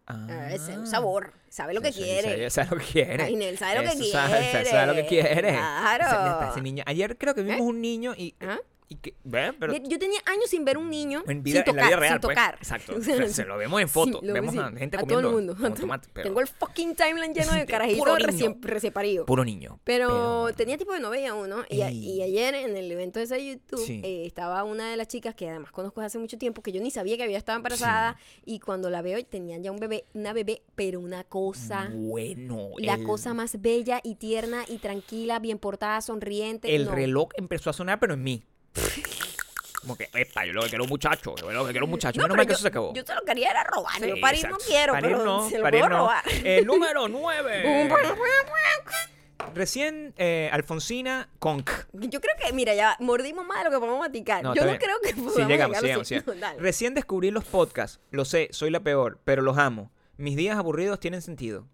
S2: Ah.
S1: Ah, ese Es un sabor. Sabe lo que
S2: Eso-
S1: quiere.
S2: eso- eso es lo que quiere.
S1: Ay, Nel, sabe lo que
S2: Eso Sabe, eso sabe lo que
S1: quiere.
S2: quiere.
S1: Claro. ¿Eh?
S2: Ese- ya está, ese niño. Ayer creo que vimos un niño y...
S1: Ajá.
S2: y que, ve, pero
S1: ¿Ah? Yo tenía años sin ver un niño
S2: en, vida-
S1: sin tocar,
S2: en la vida real,
S1: sin
S2: pues.
S1: tocar. [laughs]
S2: Exacto.
S1: O
S2: O
S1: sea,
S2: sea, se lo vemos en
S1: sí,
S2: foto.
S1: lo
S2: vemos
S1: sí,
S2: a gente
S1: a
S2: comiendo
S1: todo el mundo.
S2: como tomate, pero
S1: Tengo el fucking timeline lleno de
S2: [laughs] De
S1: carajito
S2: puro niño.
S1: recién, recién parido.
S2: puro niño.
S1: Pero, tenía tipo de novia uno. Y, a-
S2: Ey.
S1: y ayer en el evento de ese YouTube
S2: Sí.
S1: eh, estaba una de las chicas que además conozco desde hace mucho tiempo, que yo ni sabía que había estado embarazada. Y cuando la veo, tenían ya un bebé, una bebé, pero una cosa.
S2: bueno,
S1: La
S2: el-
S1: cosa más bella y tierna y tranquila, bien portada, sonriente.
S2: El
S1: no.
S2: reloj empezó a sonar, pero
S1: [laughs]
S2: en mí. Como que, epa, yo lo que quiero un muchacho, yo lo que quiero un muchacho.
S1: No,
S2: Menos
S1: pero
S2: mal que
S1: yo-
S2: eso se acabó.
S1: Yo se lo quería era robar.
S2: Sí,
S1: yo parir no
S2: exacto.
S1: quiero,
S2: Parir
S1: pero
S2: no,
S1: se lo
S2: parir
S1: puedo
S2: no. [laughs] Eh.
S1: robar.
S2: El
S1: [laughs]
S2: número
S1: Un-
S2: 9. Recién eh, Alfonsina
S1: [laughs]
S2: Conk.
S1: Yo creo que, mira, ya mordimos más de lo que podemos maticar.
S2: No,
S1: yo
S2: está
S1: no
S2: bien.
S1: creo que podamos
S2: Sí, llegamos,
S1: llegar a
S2: llegamos,
S1: sí.
S2: llegamos.
S1: No, [laughs] dale.
S2: Recién descubrí los podcasts. Lo sé, soy la peor, pero los amo. Mis días aburridos tienen sentido.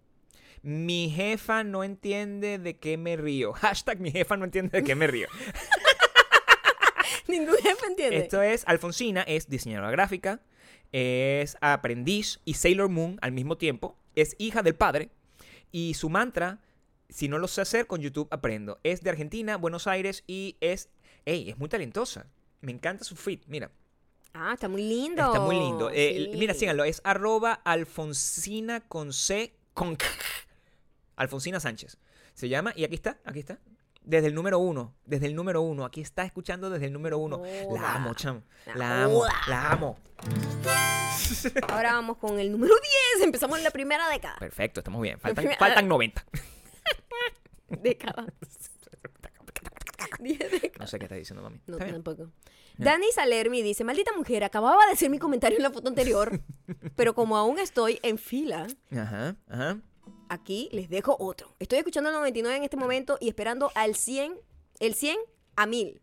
S2: Mi jefa no entiende de qué me río. [laughs] Hashtag mi jefa no entiende de qué me río.
S1: Ningún [laughs] jefe entiende.
S2: Esto es, Alfonsina es diseñadora gráfica, es aprendiz y Sailor Moon al mismo tiempo, es hija del padre y su mantra, si no lo sé hacer, con YouTube aprendo. Es de Argentina, Buenos Aires y es, ey, es muy talentosa. Me encanta su feed, mira.
S1: Ah, está muy lindo.
S2: Está muy lindo. Eh,
S1: sí.
S2: Mira, síganlo. Es arroba alfonsina con C con K. Alfonsina Sánchez. Se llama. Y aquí está, aquí está. Desde el número uno. Desde el número uno. Aquí está escuchando desde el número uno.
S1: Joda.
S2: La amo, chamo.
S1: La
S2: La amo.
S1: joda.
S2: La amo.
S1: Ahora vamos con el número 10. Empezamos en la primera
S2: [laughs]
S1: década.
S2: Perfecto, estamos bien.
S1: [laughs]
S2: Faltan,
S1: primera-
S2: faltan 90.
S1: Década. 10 décadas.
S2: No sé qué está diciendo mami.
S1: No,
S2: Está bien.
S1: tampoco.
S2: Ya.
S1: Dani Salermi dice, maldita mujer, acababa de hacer mi comentario en la foto
S2: [laughs]
S1: anterior, pero como aún estoy en fila,
S2: Ajá, ajá.
S1: aquí les dejo otro. Estoy escuchando el 99 en este momento y esperando al 100, el 100 a 1000.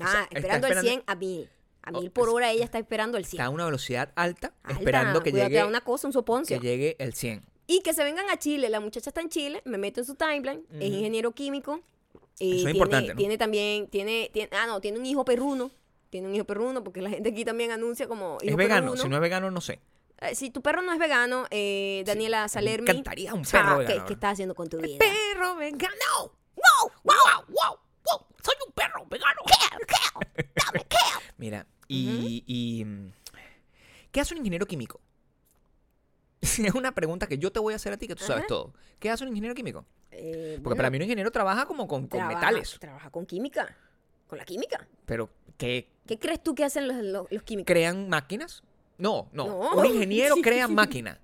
S1: Ah,
S2: O sea, está
S1: esperando el
S2: esperando-
S1: 100 a 1000. A
S2: Oh,
S1: 1000 por
S2: es-
S1: hora ella está esperando el 100.
S2: Está a una velocidad alta,
S1: Alta,
S2: esperando que
S1: cuidado, te
S2: llegue,
S1: da una cosa, un
S2: que
S1: soponcio.
S2: llegue el 100.
S1: Y que se vengan a Chile. La muchacha está en Chile, me meto en su timeline, es ingeniero químico. eh,
S2: Eso es
S1: tiene,
S2: importante, ¿no?
S1: Tiene también, tiene, tiene, ah, no, tiene un hijo perruno. Tiene un hijo perruno, porque la gente aquí también anuncia como hijo
S2: es vegano.
S1: perruno.
S2: Si no es vegano, no sé.
S1: Eh, si tu perro no es vegano, eh, Daniela Salermi.
S2: Me encantaría un
S1: chao,
S2: perro
S1: ¿qué,
S2: vegano.
S1: ¿Qué
S2: ¿verdad?
S1: estás haciendo con tu vida?
S2: perro vegano. ¡Wow! ¡Wow! ¡Wow! wow, soy un perro vegano. [laughs] Mira, y, y, mm, ¿qué hace un ingeniero químico? [laughs] es una pregunta que yo te voy a hacer a ti, que tú sabes
S1: Ajá.
S2: todo. ¿Qué hace un ingeniero químico?
S1: Eh,
S2: Porque
S1: bueno,
S2: para mí un ingeniero trabaja como con, con
S1: trabaja-
S2: metales.
S1: Trabaja con química, con la química.
S2: Pero, ¿qué?
S1: ¿Qué crees tú que hacen los, los- los químicos?
S2: ¿Crean máquinas? No, no.
S1: No. [laughs]
S2: Un ingeniero crea máquina.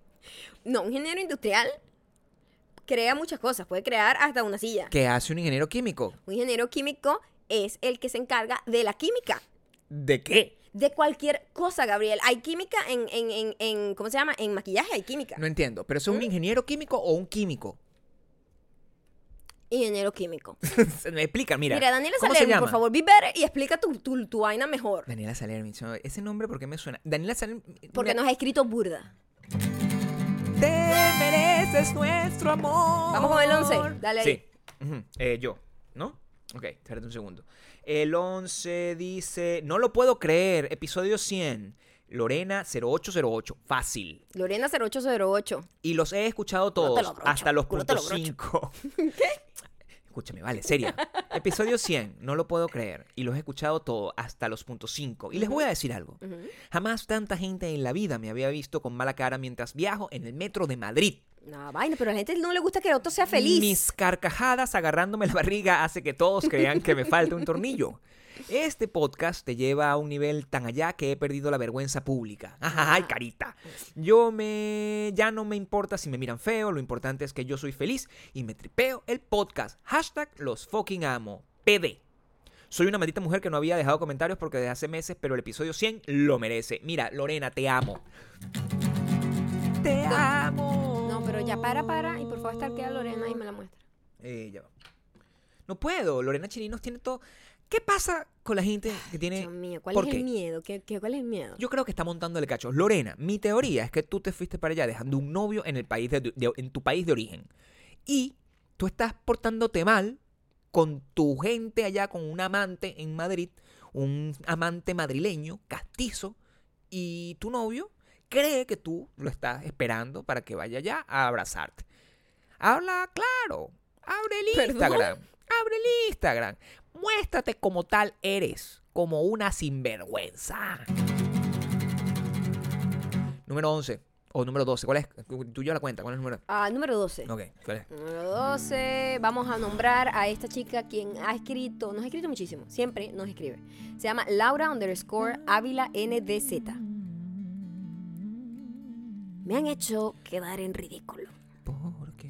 S1: No, un ingeniero industrial crea muchas cosas, puede crear hasta una silla.
S2: ¿Qué hace un ingeniero químico?
S1: Un ingeniero químico es el que se encarga de la química.
S2: ¿De qué?
S1: De cualquier cosa, Gabriel. Hay química en, en, en, en- ¿cómo se llama? En maquillaje hay química.
S2: No entiendo. ¿Pero eso
S1: ¿Mm?
S2: es un ingeniero químico o un químico? [laughs]
S1: Ingeniero químico.
S2: Se me explica, mira.
S1: Mira, Daniela
S2: ¿Cómo se
S1: Salerno,
S2: llama?
S1: por favor, be better y explica tu, tu, tu vaina mejor.
S2: Daniela Salermi. so- Ese nombre, ¿por qué me suena? Daniela Salermi.
S1: Porque
S2: mira,
S1: nos ha escrito burda.
S2: Te mereces nuestro amor.
S1: Vamos con el 11. Dale ahí.
S2: Sí. Ujú. Eh, yo, ¿no? Ok, espérate un segundo. El 11 dice, no lo puedo creer, episodio 100, Lorena 0808, fácil.
S1: Lorena 0808.
S2: Y los he escuchado todos,
S1: lo abrocho,
S2: hasta los
S1: culo te lo
S2: puntos
S1: [laughs]
S2: 5. ¿Qué? Escúchame, vale, seria. Episodio 100, no lo puedo creer. Y los he escuchado todos, hasta los puntos 5. Y les voy a decir algo. Jamás tanta gente en la vida me había visto con mala cara mientras viajo en el metro de Madrid.
S1: No, vaina, pero a la gente no le gusta que el otro sea feliz.
S2: Mis carcajadas agarrándome la barriga hace que todos crean que me falta un tornillo. Este podcast te lleva a un nivel tan allá que he perdido la vergüenza pública. [laughs] Ajá, ay, carita. Yo me ya no me importa si me miran feo, lo importante es que yo soy feliz y me tripeo el podcast. Hashtag los fucking amo. PD. Soy una maldita mujer que no había dejado comentarios porque desde hace meses, pero el episodio 100 lo merece. Mira, Lorena, te amo. Te amo.
S1: No, pero ya para, para. Y por favor, estarquea a Lorena y me la muestra.
S2: Eh, ya va. No puedo. Lorena Chirinos tiene todo. ¿Qué pasa con la gente que tiene.?
S1: Dios mío, ¿cuál
S2: Eh, ¿Por
S1: es
S2: qué?
S1: el miedo? ¿Qué, qué, cuál es el miedo?
S2: Yo creo que está montándole cacho. Lorena, mi teoría es que tú te fuiste para allá dejando un novio en, el país de, de- en tu país de origen. Y tú estás portándote mal con tu gente allá, con un amante en Madrid, un amante madrileño, castizo, y tu novio cree que tú lo estás esperando para que vaya allá a abrazarte. Habla claro. Abre el
S1: ¿Perdón?
S2: Instagram. Abre el Instagram. Muéstrate como tal eres, como una sinvergüenza. Número 11 o número 12. ¿Cuál es? Tú llevas la cuenta. ¿Cuál es el número?
S1: Ah, número 12.
S2: Ok, ¿cuál es?
S1: Número 12, vamos a nombrar a esta chica quien ha escrito, nos ha escrito muchísimo, siempre nos escribe. Se llama Laura underscore Ávila NDZ. Me han hecho quedar en ridículo.
S2: Porque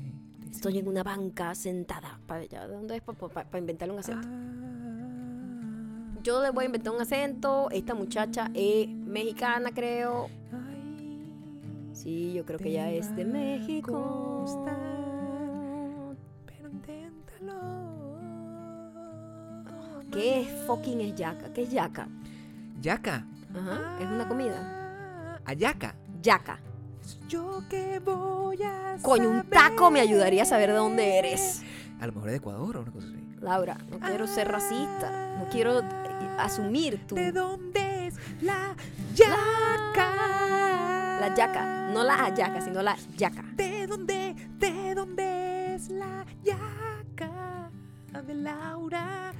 S1: Estoy en una banca sentada. Pa- ya, ¿de ¿Dónde es? Para inventar un acento. Yo le voy a inventar un acento. Esta muchacha es mexicana, creo. Sí, yo creo que ella es de México.
S2: pero inténtalo.
S1: ¿Qué es fucking es yaca? ¿Qué es yaca?
S2: Yaca.
S1: Ajá, es una comida.
S2: Ayaca.
S1: Yaca.
S2: Pues Yo que voy a
S1: Coño, un taco me ayudaría a saber de dónde eres.
S2: A lo mejor es de Ecuador o una cosa así.
S1: Laura, no quiero ser racista. No quiero eh, asumir tu.
S2: dónde es la yaca?
S1: La yaca. No la ayaca, sino la yaca.
S2: ¿De dónde, de dónde es la yaca de Laura?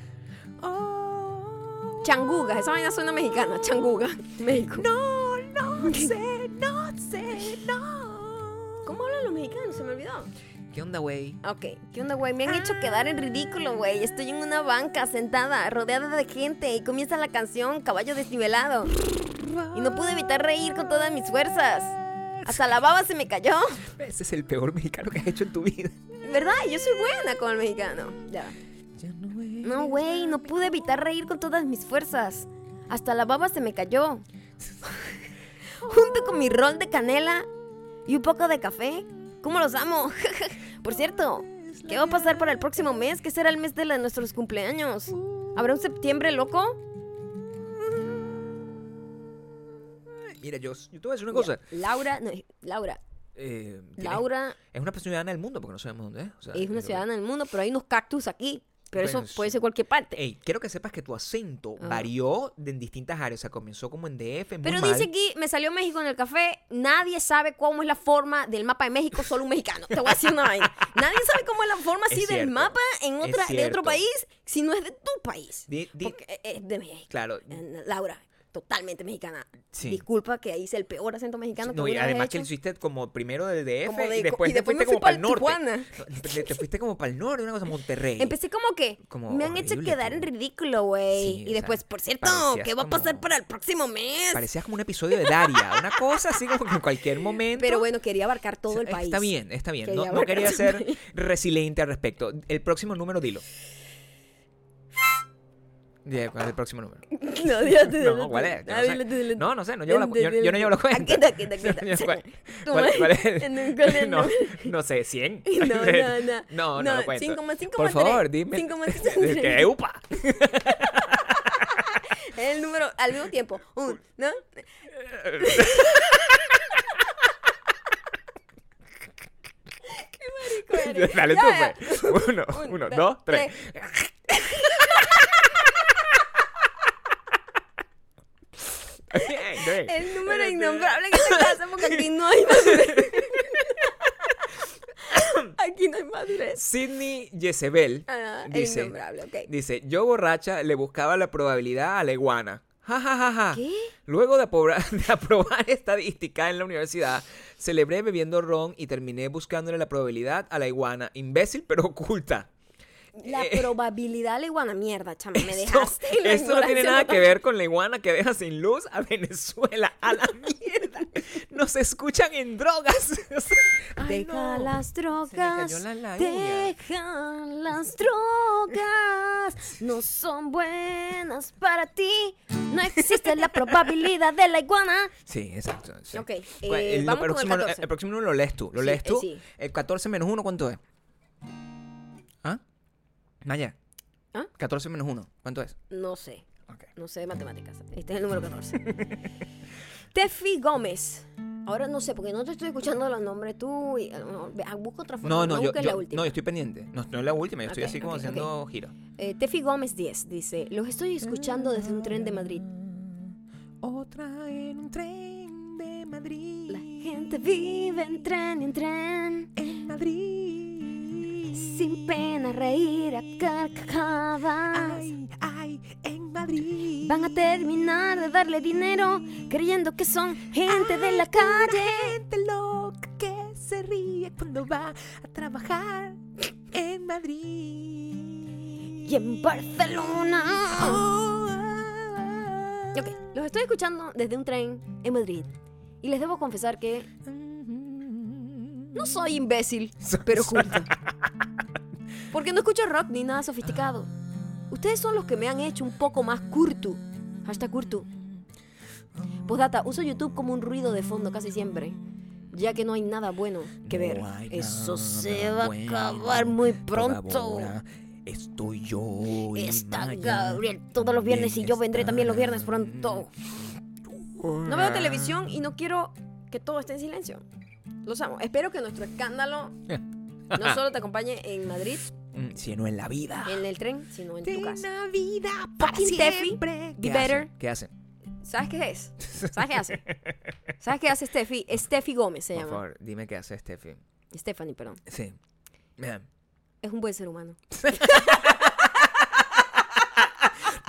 S2: Oh.
S1: Changuga. Esa vaina suena mexicana. Changuga. [laughs] México.
S2: No, no
S1: [laughs]
S2: sé, no sé, no.
S1: ¿Cómo hablan los mexicanos? Se me olvidó.
S2: ¿Qué onda, güey?
S1: Ok, ¿qué onda, güey? Me han hecho quedar en ridículo, güey. Estoy en una banca sentada, rodeada de gente, y comienza la canción Caballo Desnivelado. Y no pude evitar reír con todas mis fuerzas. Hasta la baba se me cayó.
S2: Ese es el peor mexicano que has hecho en tu vida.
S1: ¿Verdad? Yo soy buena con el mexicano. Ya. No, güey, no pude evitar reír con todas mis fuerzas. Hasta la baba se me cayó. [laughs] Junto con mi rol de canela y un poco de café. ¿Cómo los amo? [laughs] Por cierto, ¿qué va a pasar para el próximo mes? ¿Qué será el mes de la- nuestros cumpleaños? ¿Habrá un septiembre loco?
S2: Mira, yo, yo te voy a decir una cosa.
S1: Laura, no, Laura,
S2: Eh, tienes-
S1: Laura
S2: Es una ciudadana del mundo porque no sabemos dónde es. o sea,
S1: es una ciudadana del mundo, pero hay unos cactus aquí. Pero eso
S2: Pues,
S1: puede ser cualquier parte.
S2: Ey, quiero que sepas que tu acento
S1: Ah.
S2: varió de- en distintas áreas. O sea, comenzó como en DF, muy
S1: Pero
S2: mal.
S1: dice aquí, me salió México en el café, nadie sabe cómo es la forma del mapa de México, solo un mexicano. Te voy a decir una vaina. Nadie sabe cómo es la forma así
S2: Es
S1: del
S2: cierto,
S1: mapa en
S2: es
S1: otra, de otro
S2: cierto.
S1: país, si no es de tu país.
S2: Di- di-
S1: Porque eh, es de México.
S2: Claro.
S1: Eh, Laura, totalmente mexicana.
S2: Sí.
S1: Disculpa que hice el peor acento mexicano que
S2: No, y
S1: alguna vez he
S2: además que
S1: hecho.
S2: lo hiciste como primero del DF
S1: Como de-
S2: y después
S1: y
S2: te
S1: después
S2: fuiste
S1: me fui
S2: como para
S1: pa'l
S2: el norte.
S1: Tijuana.
S2: Te, te fuiste como para el norte, una cosa Monterrey.
S1: Empecé como que
S2: Como
S1: me han hecho
S2: horrible,
S1: quedar en
S2: tú.
S1: ridículo, güey.
S2: Sí,
S1: y
S2: o sea,
S1: después, por cierto,
S2: parecías
S1: ¿qué va a pasar
S2: como-
S1: para el próximo mes?
S2: Parecías como un episodio de Daria, una cosa así como que en cualquier momento.
S1: Pero bueno, quería abarcar todo
S2: O sea,
S1: el país.
S2: Está bien, está bien.
S1: Quería
S2: No, no
S1: abarcar
S2: quería
S1: todo el
S2: ser
S1: país.
S2: resiliente al respecto. El próximo número, dilo. Ya, ¿Cuál es el próximo número?
S1: [laughs] No, ya te
S2: [laughs]
S1: Ah,
S2: No, ¿cuál es? Yo no, sé. no, no sé, no llevo la, cu- yo, yo no llevo la cuenta.
S1: Aquí está, aquí está, aquí
S2: [laughs] No,
S1: está.
S2: yo- ¿Cuál,
S1: Tú
S2: cuál-
S1: me-
S2: cuál es? el-
S1: en un- ¿cuál es el [laughs]
S2: [laughs] no,
S1: nombre?
S2: no sé, ¿100?
S1: [laughs]
S2: [laughs]
S1: No, no, no.
S2: No, no lo cuento.
S1: 5,5
S2: Por
S1: más tres.
S2: favor, dime. [laughs]
S1: 5,5.
S2: Que, upa.
S1: El número al mismo tiempo. Un,
S2: [laughs]
S1: ¿no? Qué marico eres.
S2: [laughs] Dale
S1: Ya,
S2: tú,
S1: ya. [laughs]
S2: pues. Uno, uno, dos, tres. Bien, bien.
S1: El número innombrable que te pasa porque aquí no
S2: [laughs]
S1: hay madurez. [laughs] Aquí no hay madurez.
S2: Sidney Jezebel
S1: Ah, el
S2: dice,
S1: innombrable, ok.
S2: dice, yo borracha le buscaba la probabilidad a la iguana. Ja, ja, ja, ja.
S1: ¿Qué?
S2: Luego de, apobra- [laughs] de aprobar estadística en la universidad, celebré bebiendo ron y terminé buscándole la probabilidad a la iguana, imbécil pero oculta.
S1: La
S2: Eh,
S1: probabilidad le iguana mierda, chama.
S2: [laughs]
S1: Me
S2: Esto,
S1: dejaste. en la
S2: esto no tiene
S1: ignorancia
S2: nada que
S1: total.
S2: ver con la iguana que deja sin luz a Venezuela. A la mierda. Nos escuchan en drogas. [laughs] Ay,
S1: Deja
S2: no.
S1: las
S2: me cayó
S1: drogas,
S2: la labia.
S1: deja las drogas, no son buenas para ti, no existe la probabilidad de la iguana.
S2: Sí, exacto. [laughs] sí.
S1: Ok,
S2: Cu-
S1: eh,
S2: lo
S1: vamos con el
S2: próximo,
S1: 14.
S2: el próximo número lo lees tú. Lo
S1: Sí,
S2: lees
S1: eh,
S2: tú.
S1: sí.
S2: El 14 menos 1, ¿cuánto es? ¿Ah? Maya.
S1: ¿Ah?
S2: 14 menos 1, ¿cuánto es?
S1: No sé,
S2: Ok.
S1: no sé de matemáticas, este es el número 14. [laughs] Tefi Gómez, ahora no sé, porque no te estoy escuchando los nombres tú, y, no, ve, ah, busca otra forma,
S2: No, no, yo,
S1: busques
S2: yo-
S1: la
S2: no,
S1: última.
S2: yo estoy pendiente. No, no es la última, yo estoy
S1: Ok,
S2: así como
S1: ok,
S2: haciendo giro.
S1: Eh, Tefi Gómez 10 dice, los estoy escuchando desde un tren de Madrid.
S2: Otra en un tren de Madrid.
S1: La gente vive en tren, en tren.
S2: en Madrid.
S1: Sin pena reír a carcajadas.
S2: ay, en Madrid.
S1: ah, Van a terminar de darle dinero creyendo que son gente de la calle.
S2: gente loca que se ríe cuando va a trabajar en Madrid. Oh, ah,
S1: Y en Barcelona. Ok, los estoy escuchando desde un tren en Madrid. Y les debo confesar que no soy imbécil,
S2: [laughs]
S1: pero culta. Porque no escucho rock ni nada sofisticado. Ustedes son los que me han hecho un poco más curtu. Hashtag curtu. Postdata, uso YouTube como un ruido de fondo casi siempre. Ya que no hay nada bueno que ver.
S2: No hay
S1: Eso
S2: nada
S1: se va
S2: bueno
S1: a acabar muy pronto.
S2: Ahora Estoy yo. y
S1: Está
S2: Maya.
S1: Gabriel todos los viernes y yo vendré también los viernes pronto.
S2: Mm,
S1: No veo televisión y no quiero que todo esté en silencio. Los amo. Espero que nuestro
S2: [laughs]
S1: escándalo no solo te acompañe en Madrid,
S2: Mm, Sino en la vida.
S1: en el tren, sino en tu casa.
S2: la vida
S1: Fucking Steffi, be better.
S2: ¿Qué hacen?
S1: ¿Sabes qué es? ¿Sabes qué
S2: [laughs]
S1: hace? ¿Sabes qué hace Steffi? Steffi Gómez se
S2: Por
S1: llama.
S2: favor, dime qué hace Steffi.
S1: Stephanie, perdón.
S2: Sí. Vean.
S1: Es un buen ser humano.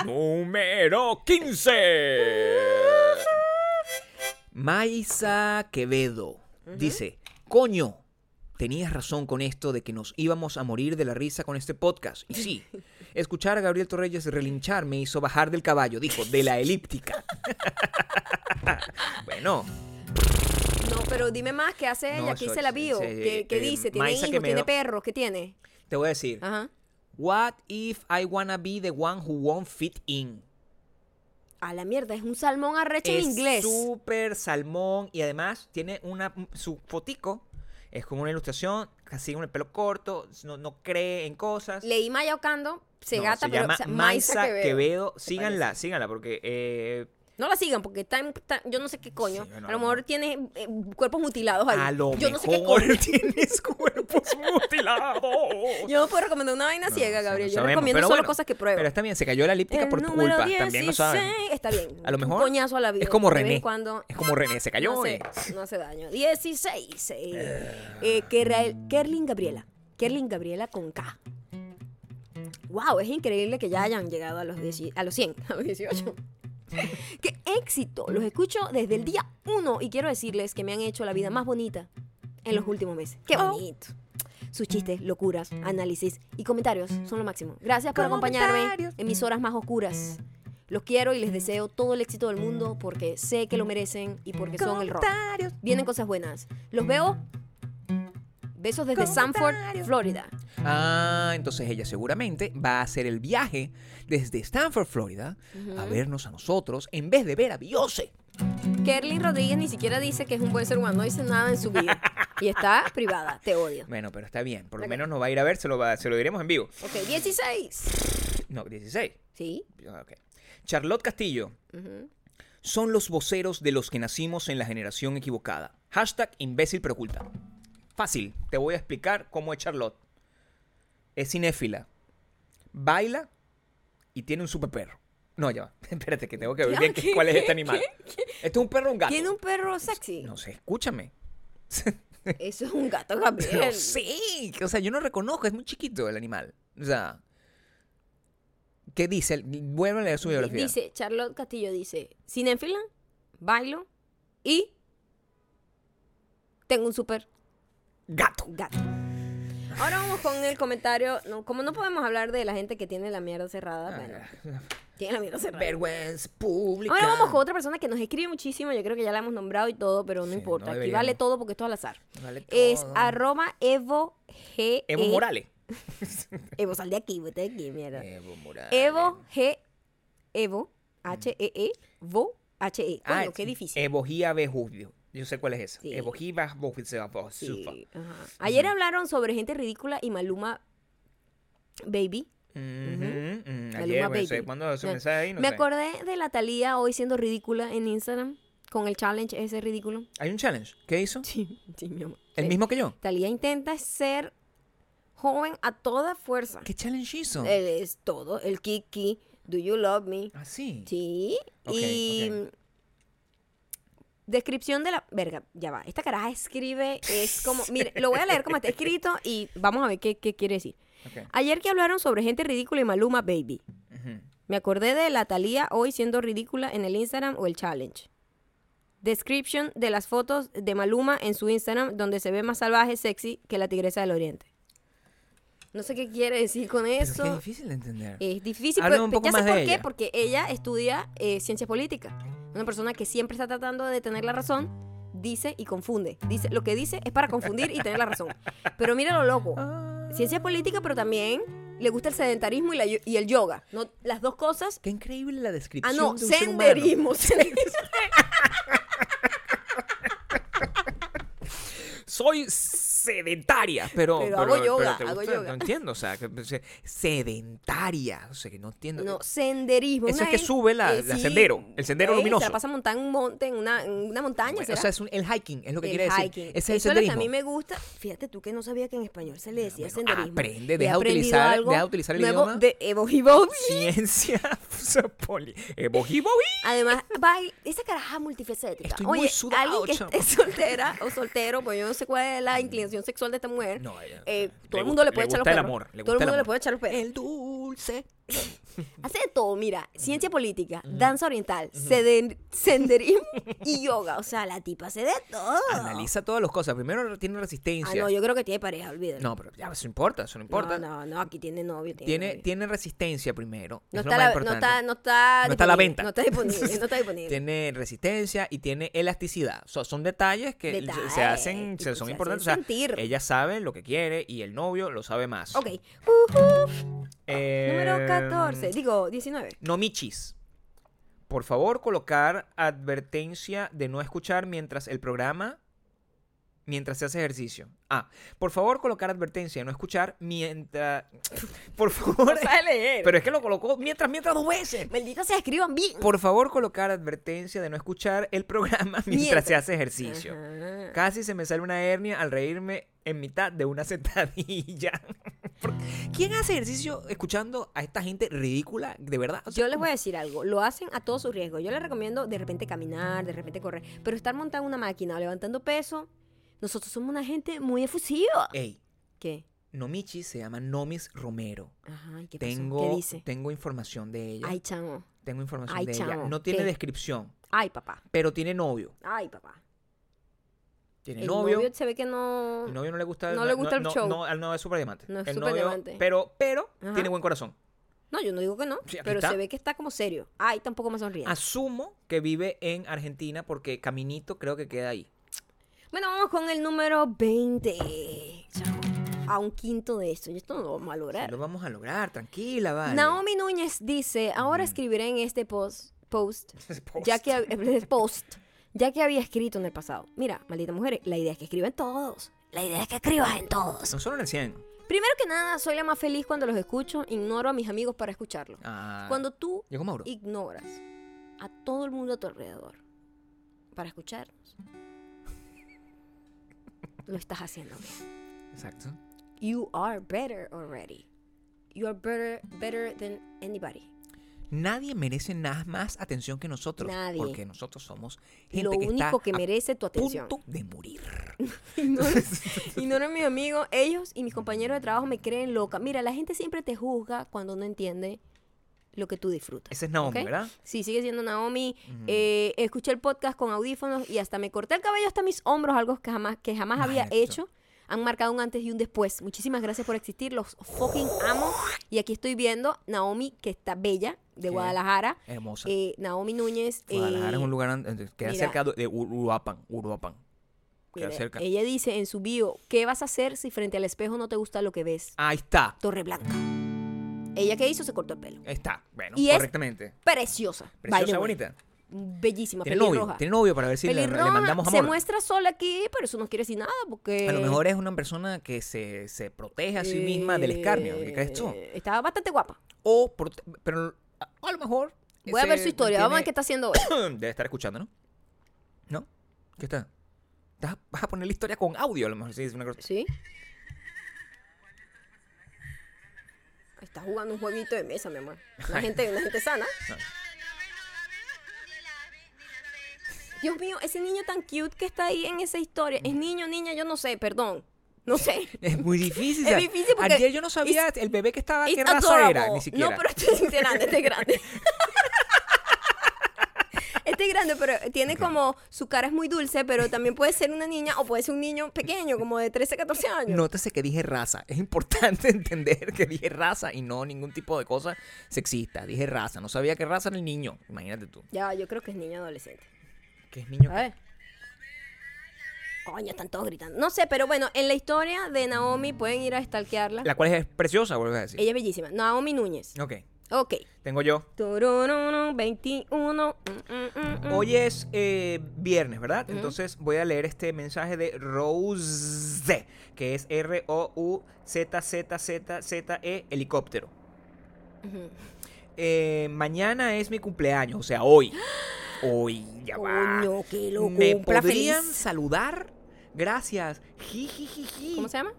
S2: Número 15. Maisa Quevedo dice, coño, tenías razón con esto de que nos íbamos a morir de la risa con este podcast. Y sí, escuchar a Gabriel Torreyes relinchar me hizo bajar del caballo, dijo, de la elíptica. bueno,
S1: No, pero dime más, ¿qué hace
S2: No,
S1: ella? ¿Qué
S2: eso
S1: dice la
S2: es-
S1: bio?
S2: ese,
S1: ¿Qué, qué
S2: eh,
S1: dice? ¿Tiene
S2: Maisa
S1: hijos?
S2: Quevedo.
S1: ¿Tiene perros? ¿Qué tiene?
S2: te voy a decir,
S1: Ajá.
S2: what if I wanna be the one who won't fit in?
S1: A la mierda, es un salmón arrecho en inglés.
S2: súper salmón y además tiene una su fotico es como una ilustración así con el pelo corto no, no cree en cosas
S1: Leí Maya Ocando, se
S2: No,
S1: gata, pero
S2: llama
S1: o sea,
S2: Maisa Quevedo, síganla
S1: parece?
S2: síganla porque eh, [laughs]
S1: No la sigan porque están, están- yo no sé qué coño.
S2: Sí, bueno,
S1: a lo mejor tiene eh, cuerpos mutilados ahí.
S2: A lo
S1: yo no sé qué
S2: mejor
S1: coño.
S2: [laughs] tienes cuerpos mutilados.
S1: [laughs] Yo no puedo recomendar una vaina
S2: No,
S1: ciega,
S2: sí, no
S1: Gabriel. yo
S2: sabemos,
S1: recomiendo
S2: pero
S1: solo
S2: bueno,
S1: cosas que pruebo.
S2: Pero está bien, se cayó la elíptica
S1: El
S2: por tu
S1: número
S2: culpa. También lo saben.
S1: 16, Está bien.
S2: A lo mejor
S1: Un coñazo a la vida.
S2: es como
S1: de vez en
S2: René.
S1: cuando-
S2: Es como René, se cayó.
S1: No,
S2: eh.
S1: sé, no hace daño. 16. Eh, eh, Kerra- Kerlin Gabriela. Kerlin Gabriela con K. Wow, es increíble que ya hayan llegado a los, 10 a los 100, a los
S2: [laughs]
S1: 18. ¡Qué éxito! Los escucho desde el día 1 y quiero decirles que me han hecho la vida más bonita en los últimos meses. ¡Qué
S2: Oh.
S1: bonito! Sus chistes, locuras, análisis y comentarios son lo máximo. Gracias por acompañarme
S2: Comentarios.
S1: en mis horas más oscuras. Los quiero y les deseo todo el éxito del mundo porque sé que lo merecen y porque son el rock.
S2: Comentarios.
S1: Vienen cosas buenas. Los veo. Besos desde Sanford,
S2: Comentarios.
S1: Florida.
S2: Ah, entonces ella seguramente va a hacer el viaje desde Stanford, Florida, a vernos a nosotros en vez de ver a Beyoncé.
S1: Kerlin Rodríguez ni siquiera dice que es un buen ser humano, no dice nada en su vida. Y
S2: [laughs]
S1: está privada, te odio.
S2: Bueno, pero está bien. Por lo
S1: Ok.
S2: menos nos va a ir a ver, se lo, va- se lo diremos en vivo.
S1: Ok, 16.
S2: No, 16.
S1: Sí.
S2: Ah, ok. Charlotte Castillo.
S1: ujú.
S2: Son los voceros de los que nacimos en la generación equivocada. Hashtag imbécil pero oculta. Fácil. Te voy a explicar cómo es Charlotte. Es cinéfila. Baila y tiene un super perro. No, ya va. [laughs] Espérate que tengo que ver
S1: Ya,
S2: bien qué-
S1: ¿qué,
S2: cuál es
S1: qué,
S2: este animal. ¿Esto es un perro o un gato?
S1: Tiene un perro sexy.
S2: No sé, escúchame.
S1: Eso es un gato, Gabriel.
S2: Pero sí, o sea, yo no reconozco, es muy chiquito el animal. O sea, ¿qué dice? Vuelve a leer su biografía.
S1: Dice, Charlotte Castillo dice, cinéfila, bailo y tengo un súper
S2: Gato.
S1: gato. Ahora vamos con el comentario. No, como no podemos hablar de la gente que tiene la mierda cerrada, bueno, tiene la mierda cerrada.
S2: Ah, Vergüenza pública.
S1: Ahora vamos con otra persona que nos escribe muchísimo. Yo creo que ya la hemos nombrado y todo, pero no
S2: Sí, no
S1: importa. Aquí
S2: deberíamos.
S1: vale todo porque esto es al azar.
S2: Vale
S1: Es
S2: todo.
S1: arroba Evo G.
S2: Evo
S1: E-
S2: Morales.
S1: Evo, sal de aquí, vete de aquí, mierda.
S2: Evo Morales.
S1: Evo G. Evo H-E-E. Vo H-E.
S2: Ah,
S1: Coño, qué difícil.
S2: Evogía Bejubio. Yo sé cuál es esa.
S1: Sí.
S2: Evogía Bejubio.
S1: Sí, ajá. Ayer hablaron sobre gente ridícula y Maluma Baby.
S2: Mm-hmm, Ayer,
S1: Maluma
S2: bueno, sé
S1: Baby.
S2: cuándo ese
S1: No.
S2: mensaje ahí, no
S1: Me
S2: sé.
S1: acordé de la Thalía hoy siendo ridícula en Instagram con el challenge ese ridículo.
S2: Hay un challenge. ¿Qué hizo?
S1: [laughs] Sí, sí, mi amor.
S2: El
S1: Sí.
S2: mismo que yo.
S1: Talía intenta ser joven a toda fuerza.
S2: ¿Qué challenge hizo? Ah,
S1: Él es todo, el Kiki, Do You Love Me.
S2: Así.
S1: Sí.
S2: Ok,
S1: y
S2: ok.
S1: descripción de la verga, ya va. Esta caraja escribe
S2: [laughs]
S1: es como, mire, lo voy a leer como está escrito y vamos a ver qué, qué quiere decir.
S2: Ok.
S1: Ayer que hablaron sobre gente ridícula y Maluma Baby.
S2: Ujú.
S1: Me acordé de la Thalía hoy siendo ridícula en el Instagram o el challenge. Description de las fotos de Maluma en su Instagram donde se ve más salvaje, sexy que la tigresa del oriente. No sé qué quiere decir con
S2: Pero qué
S1: eso.
S2: difícil de entender.
S1: Es difícil,
S2: Háblame
S1: pero
S2: un poco
S1: ya sé
S2: más de
S1: por qué,
S2: ella.
S1: porque ella estudia eh, ciencia política. Una persona que siempre está tratando de tener la razón, dice y confunde. Dice, lo que dice es para confundir y tener la razón. Pero mira lo loco.
S2: Ah.
S1: Ciencia política, pero también le gusta el sedentarismo y, la yo- y el yoga. No, las dos cosas.
S2: Qué increíble la
S1: Ah,
S2: descripción.
S1: no,
S2: de un ser humano.
S1: senderismo.
S2: [laughs]
S1: senderismo.
S2: Soy sedentaria, pero.
S1: Pero hago yoga,
S2: te
S1: hago
S2: gusta,
S1: yoga.
S2: No entiendo, o sea, que, o sea, sedentaria. O sea, que no entiendo.
S1: No, senderismo.
S2: Eso
S1: Una
S2: es que
S1: gen-
S2: sube la- la sendero, el sendero
S1: Ey,
S2: luminoso.
S1: Se la pasa montada en un monte, en una, en una montaña.
S2: Bueno, o
S1: ¿será?
S2: sea, es un- el hiking, es lo que
S1: El
S2: quiere
S1: hiking.
S2: decir. Ese es
S1: Eso
S2: el
S1: es lo que a
S2: senderismo. Ah,
S1: mí me gusta. Fíjate tú que no sabía que en español se le decía
S2: bueno,
S1: senderismo.
S2: aprende,
S1: Y he
S2: deja
S1: aprendido
S2: utilizar-
S1: algo
S2: deja utilizar el
S1: nuevo
S2: idioma.
S1: de Evo Hibobi.
S2: Ciencia [laughs] poli. eh, bojí, bojí.
S1: Además, bail- esa caraja multifacética.
S2: Estoy muy
S1: Oye,
S2: sudado,
S1: alguien que
S2: chamo.
S1: esté [laughs] soltera o soltero, pues yo no sé cuál es la inclinación sexual de esta mujer.
S2: No, ella-
S1: eh,
S2: le
S1: todo el
S2: gusta-
S1: mundo le
S2: le
S1: puede echar los
S2: gusta el
S1: perros.
S2: amor,
S1: todo el
S2: le gusta el
S1: mundo le
S2: amor.
S1: puede echar los perros.
S2: El dulce.
S1: [laughs] Hace de todo, mira, ciencia política, danza oriental, seden- senderismo [laughs] y yoga. O sea, la tipa hace de todo.
S2: Analiza todas las cosas. Primero tiene
S1: Ah,
S2: resistencia.
S1: no, yo creo que tiene pareja, olvídalo.
S2: No, pero ya, eso no importa, eso no importa.
S1: No, no, no, aquí tiene novio. Tiene,
S2: Tiene,
S1: novio.
S2: tiene resistencia primero.
S1: No
S2: es
S1: está,
S2: lo más
S1: la, no,
S2: importante.
S1: está, no está
S2: No está a la
S1: disponible,
S2: venta.
S1: No está disponible.
S2: [laughs]
S1: No está disponible.
S2: tiene resistencia y tiene elasticidad. O sea, son detalles que se- se
S1: Detalles,
S2: hacen,
S1: y
S2: se-
S1: que
S2: son
S1: se
S2: importantes.
S1: hacen
S2: O sea,
S1: sentir.
S2: ella sabe lo que quiere y el novio lo sabe más.
S1: Ok. Ujú.
S2: Eh,
S1: Número 14. Digo, 19.
S2: No michis. Por favor, colocar advertencia de no escuchar mientras el programa mientras se hace ejercicio. Ah, por favor colocar advertencia, no escuchar mientras... [laughs] Por favor...
S1: No sabe leer.
S2: Pero es que lo colocó mientras, mientras dos veces.
S1: Maldito se escriban bien.
S2: Por favor colocar advertencia de no escuchar el programa [laughs] mientras,
S1: Mientras.
S2: se hace ejercicio.
S1: Ajá.
S2: Casi se me sale una hernia al reírme en mitad de una [laughs] sentadilla. [laughs] Porque, ¿Quién hace ejercicio escuchando a esta gente ridícula? De verdad. O sea,
S1: Yo les voy a decir algo, lo hacen a todo su riesgo. Yo les recomiendo de repente caminar, de repente correr, pero estar montando en una máquina o levantando peso, nosotros somos una gente muy efusiva.
S2: Ey,
S1: ¿Qué?
S2: Nomichi se llama Nomis Romero.
S1: Ajá, ¿y ¿qué pasó?
S2: Tengo,
S1: ¿Qué dice?
S2: tengo información de ella.
S1: Ay, chamo.
S2: tengo información
S1: ay,
S2: de ella.
S1: chamo,
S2: No tiene
S1: ¿qué?
S2: descripción,
S1: Ay, papá.
S2: pero tiene novio.
S1: Ay, papá.
S2: Tiene
S1: El
S2: novio.
S1: novio, se ve que no...
S2: El novio no le gusta
S1: no le gusta el show.
S2: No, al novio es súper diamante.
S1: No es
S2: El
S1: súper
S2: novio-
S1: diamante.
S2: Pero, pero
S1: Ajá.
S2: tiene buen corazón.
S1: No, yo no digo que no,
S2: Sí, aquí
S1: pero
S2: está. Ah,
S1: se ve que está como serio. Ay, tampoco me sonríe.
S2: Asumo que vive en Argentina porque Caminito creo que queda ahí.
S1: Bueno, vamos con el número 20. Chamo. A un quinto de esto. Y esto no lo vamos a lograr.
S2: Lo vamos a lograr, tranquila, vale. [laughs] Mm.
S1: Naomi Núñez dice, ahora escribiré en este post, post,
S2: Post.
S1: ya que hab- [laughs] eh, post, ya que había escrito en el pasado. Mira, maldita mujer, la idea es que escriben todos. La idea es que escribas en todos.
S2: No solo en el 100.
S1: Primero que nada, soy la más feliz cuando los escucho, ignoro a mis amigos para escucharlos.
S2: Ah,
S1: Cuando tú
S2: Llegó Mauro.
S1: ignoras a todo el mundo a tu alrededor para
S2: [laughs]
S1: escucharnos, lo estás haciendo bien.
S2: Exacto.
S1: You are better already. You are better, better than anybody.
S2: Nadie merece nada más atención que nosotros.
S1: Nadie.
S2: Porque nosotros somos gente
S1: lo
S2: que está
S1: único que
S2: a
S1: merece tu
S2: [laughs]
S1: atención.
S2: punto
S1: [laughs]
S2: de morir. [laughs]
S1: Ignora, ignora a mis amigos, ellos y mis compañeros de trabajo me creen loca. Mira, la gente siempre te juzga cuando no entiende lo que tú disfrutas.
S2: Ese es Naomi,
S1: ¿ok?
S2: ¿verdad?
S1: Sí, sigue siendo Naomi. Eh, escuché el podcast con audífonos y hasta me corté el cabello hasta mis hombros, algo que jamás, que jamás había
S2: Maestro.
S1: hecho. Han marcado un antes y un después. Muchísimas gracias por existir. Los fucking amo. Y aquí estoy viendo Naomi, que está bella, de
S2: Sí.
S1: Guadalajara.
S2: Hermosa.
S1: Eh, Naomi Núñez. eh,
S2: Guadalajara es un lugar donde queda
S1: mira.
S2: cerca de Uruapan. Uruapan. Queda
S1: mira,
S2: cerca.
S1: Ella dice en su bio, ¿qué vas a hacer si frente al espejo no te gusta lo que ves?
S2: Ahí está.
S1: Torre Blanca. Ella que hizo se cortó el pelo.
S2: Ahí Está. Bueno,
S1: Y es-
S2: correctamente.
S1: Preciosa. by the
S2: Preciosa,
S1: way.
S2: bonita.
S1: Bellísima,
S2: Tiene novio.
S1: pelirroja.
S2: Tiene novio para ver si le, le
S1: Pelirroja,
S2: mandamos
S1: se
S2: amor.
S1: muestra sola aquí, pero eso no quiere decir nada porque...
S2: A lo mejor es una persona que se, se protege a sí misma del escarnio. ¿Qué crees tú?
S1: Eh, Estaba bastante guapa.
S2: O, prote- pero a, a lo mejor.
S1: Voy a
S2: ese
S1: ver su historia, vamos a ver qué
S2: tiene-
S1: está haciendo hoy.
S2: [coughs] Debe estar escuchando, ¿no? ¿No? ¿Qué está? ¿Estás- Vas a poner la historia con audio, a lo mejor. Sí, es una cosa.
S1: ¿Sí? Está jugando un jueguito de mesa, mi amor. Una gente, una gente sana. Dios mío, ese niño tan cute que está ahí en esa historia. Es niño, niña, yo no sé, perdón. No sé.
S2: Es muy difícil.
S1: Es
S2: o sea,
S1: difícil porque
S2: Ayer yo no sabía el bebé que estaba, Ah, qué
S1: It's
S2: raza era,
S1: adorable.
S2: ni siquiera.
S1: No, pero este es grande, este es grande. Este es grande, pero tiene como su cara es muy dulce, pero también puede ser una niña o puede ser un niño pequeño, como de 13, 14 años.
S2: Nótese que dije raza. Es importante [laughs] entender que dije raza y no ningún tipo de cosa sexista. Dije raza. No sabía qué raza era el niño. Imagínate tú.
S1: Ya, yo creo que es niño adolescente.
S2: Que es niño.
S1: A ver. Coño, están todos gritando. No sé, pero bueno, en la historia de Naomi pueden ir a stalkearla.
S2: La cual es preciosa, vuelves a decir.
S1: Ella es bellísima. Naomi Núñez.
S2: Ok.
S1: Ok.
S2: Tengo yo.
S1: Turururu, 21. Mm, mm, mm, mm.
S2: Hoy es eh, viernes, ¿verdad? Entonces voy a leer este mensaje de Rose, que es R-O-U-Z-Z-Z-Z-E, E, helicóptero.
S1: Ujú.
S2: Eh, mañana es mi cumpleaños, o sea, hoy. Hoy, ya va.
S1: Coño, que lo
S2: ¿Me
S1: cumpla
S2: podrían
S1: feliz.
S2: saludar? Gracias. Jijijiji.
S1: ¿Cómo se llama?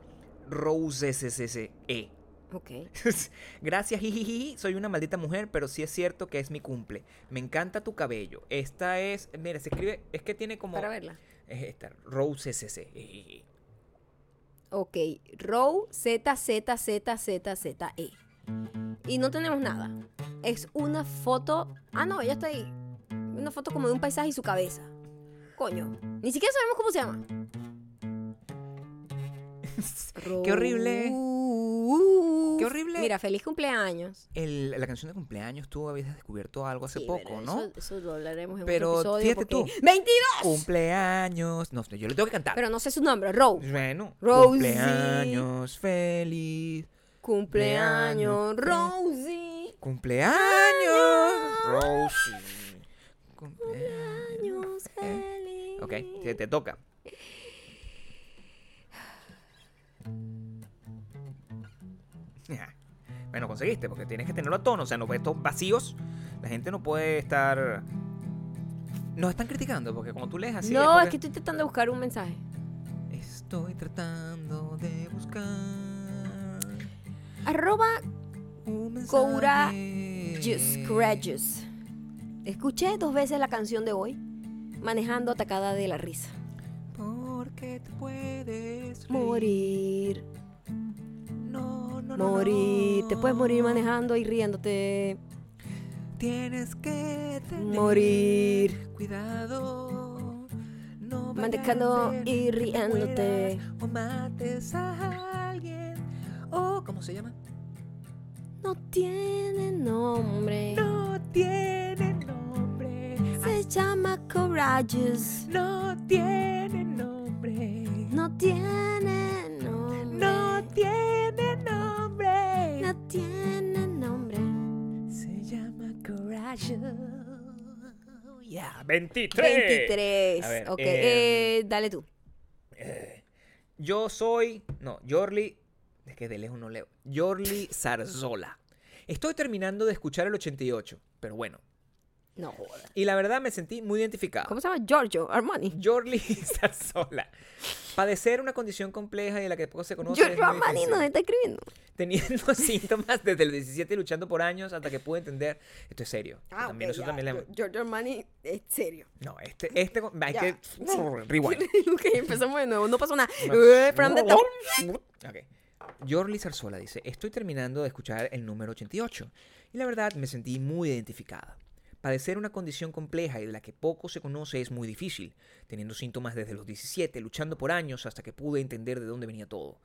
S2: Rose S-S-S-E.
S1: Ok.
S2: [laughs] Gracias, jijijiji. Soy una maldita mujer, pero sí es cierto que es mi cumple. Me encanta tu cabello. Esta es. Mira, se escribe. Es que tiene como.
S1: Para verla.
S2: Es esta, Rose SC.
S1: Ok, row Z Z Z Z Z E. Y no tenemos nada. Es una foto. Ah, no, ella está ahí. Una foto como de un paisaje y su cabeza. Coño. Ni siquiera sabemos cómo se llama.
S2: [laughs] Qué horrible.
S1: Rose.
S2: Qué horrible.
S1: Mira, feliz cumpleaños.
S2: El- la canción de cumpleaños, tú habías descubierto algo hace
S1: Sí,
S2: poco,
S1: pero
S2: ¿no?
S1: Eso, eso lo hablaremos en
S2: Pero
S1: otro episodio.
S2: fíjate
S1: porque-
S2: tú.
S1: ¡22!
S2: Cumpleaños. No, yo le tengo que cantar.
S1: Pero no sé su nombre. Row.
S2: bueno,
S1: Rosie.
S2: cumpleaños feliz.
S1: Cumpleaños.
S2: Cumpleaños.
S1: Rosie.
S2: Cumpleaños, Rosie. Cumpleaños. Eh,
S1: Cumpleaños feliz.
S2: Ok, te, te toca. Ajá. Ah, Bueno, conseguiste, porque tienes que tenerlo a tono. O sea, no, estos vacíos, la gente no puede estar. Nos están criticando, porque como tú lees así.
S1: no,
S2: porque-
S1: es que estoy tratando de buscar un mensaje.
S2: Estoy tratando de buscar.
S1: Arroba
S2: Un mensaje.
S1: Coura
S2: Eh,
S1: Juice, Courageous. Escuché dos veces la canción de hoy, manejando atacada de la risa.
S2: Porque te puedes reír.
S1: Morir,
S2: No, no, no,
S1: morir. Te puedes morir
S2: no.
S1: manejando y riéndote.
S2: Tienes que tener
S1: Morir.
S2: Cuidado. No vayas a
S1: Manejando
S2: hacer
S1: y
S2: que te
S1: riéndote.
S2: mueras O mates a alguien. O, ¿cómo se llama?
S1: No tiene nombre.
S2: No tiene nombre.
S1: Se llama Courageous.
S2: No tiene nombre.
S1: No tiene nombre.
S2: No tiene nombre.
S1: No tiene nombre.
S2: Se llama Courage. Yeah, 23.
S1: 23.
S2: A ver,
S1: ok,
S2: eh,
S1: eh, dale tú.
S2: Yo soy. No, Jorli. Es que de lejos no leo. Jorli Zarzola. Estoy terminando de escuchar el 88, pero bueno.
S1: No joda.
S2: Y la verdad me sentí muy identificado.
S1: ¿Cómo se llama? Giorgio Armani.
S2: Jorli [laughs] Zarzola. Padecer una condición compleja y de la que poco se conoce. es
S1: Giorgio
S2: muy
S1: Armani
S2: difícil.
S1: nos está escribiendo.
S2: teniendo [laughs] síntomas desde el 17 y luchando por años hasta que pude entender. Esto es serio.
S1: Ah,
S2: también nosotros también le-
S1: Giorgio Armani, [laughs] en serio.
S2: No, este, este hay
S1: Ya. [laughs]
S2: que rewind.
S1: ok, empezamos de nuevo. No pasó nada.
S2: No.
S1: Eh, from the top.
S2: Ok. Jorli Zarzola dice, estoy terminando de escuchar el número 88 y la verdad me sentí muy identificada. Padecer una condición compleja y de la que poco se conoce es muy difícil, teniendo síntomas desde los 17, luchando por años hasta que pude entender de dónde venía todo.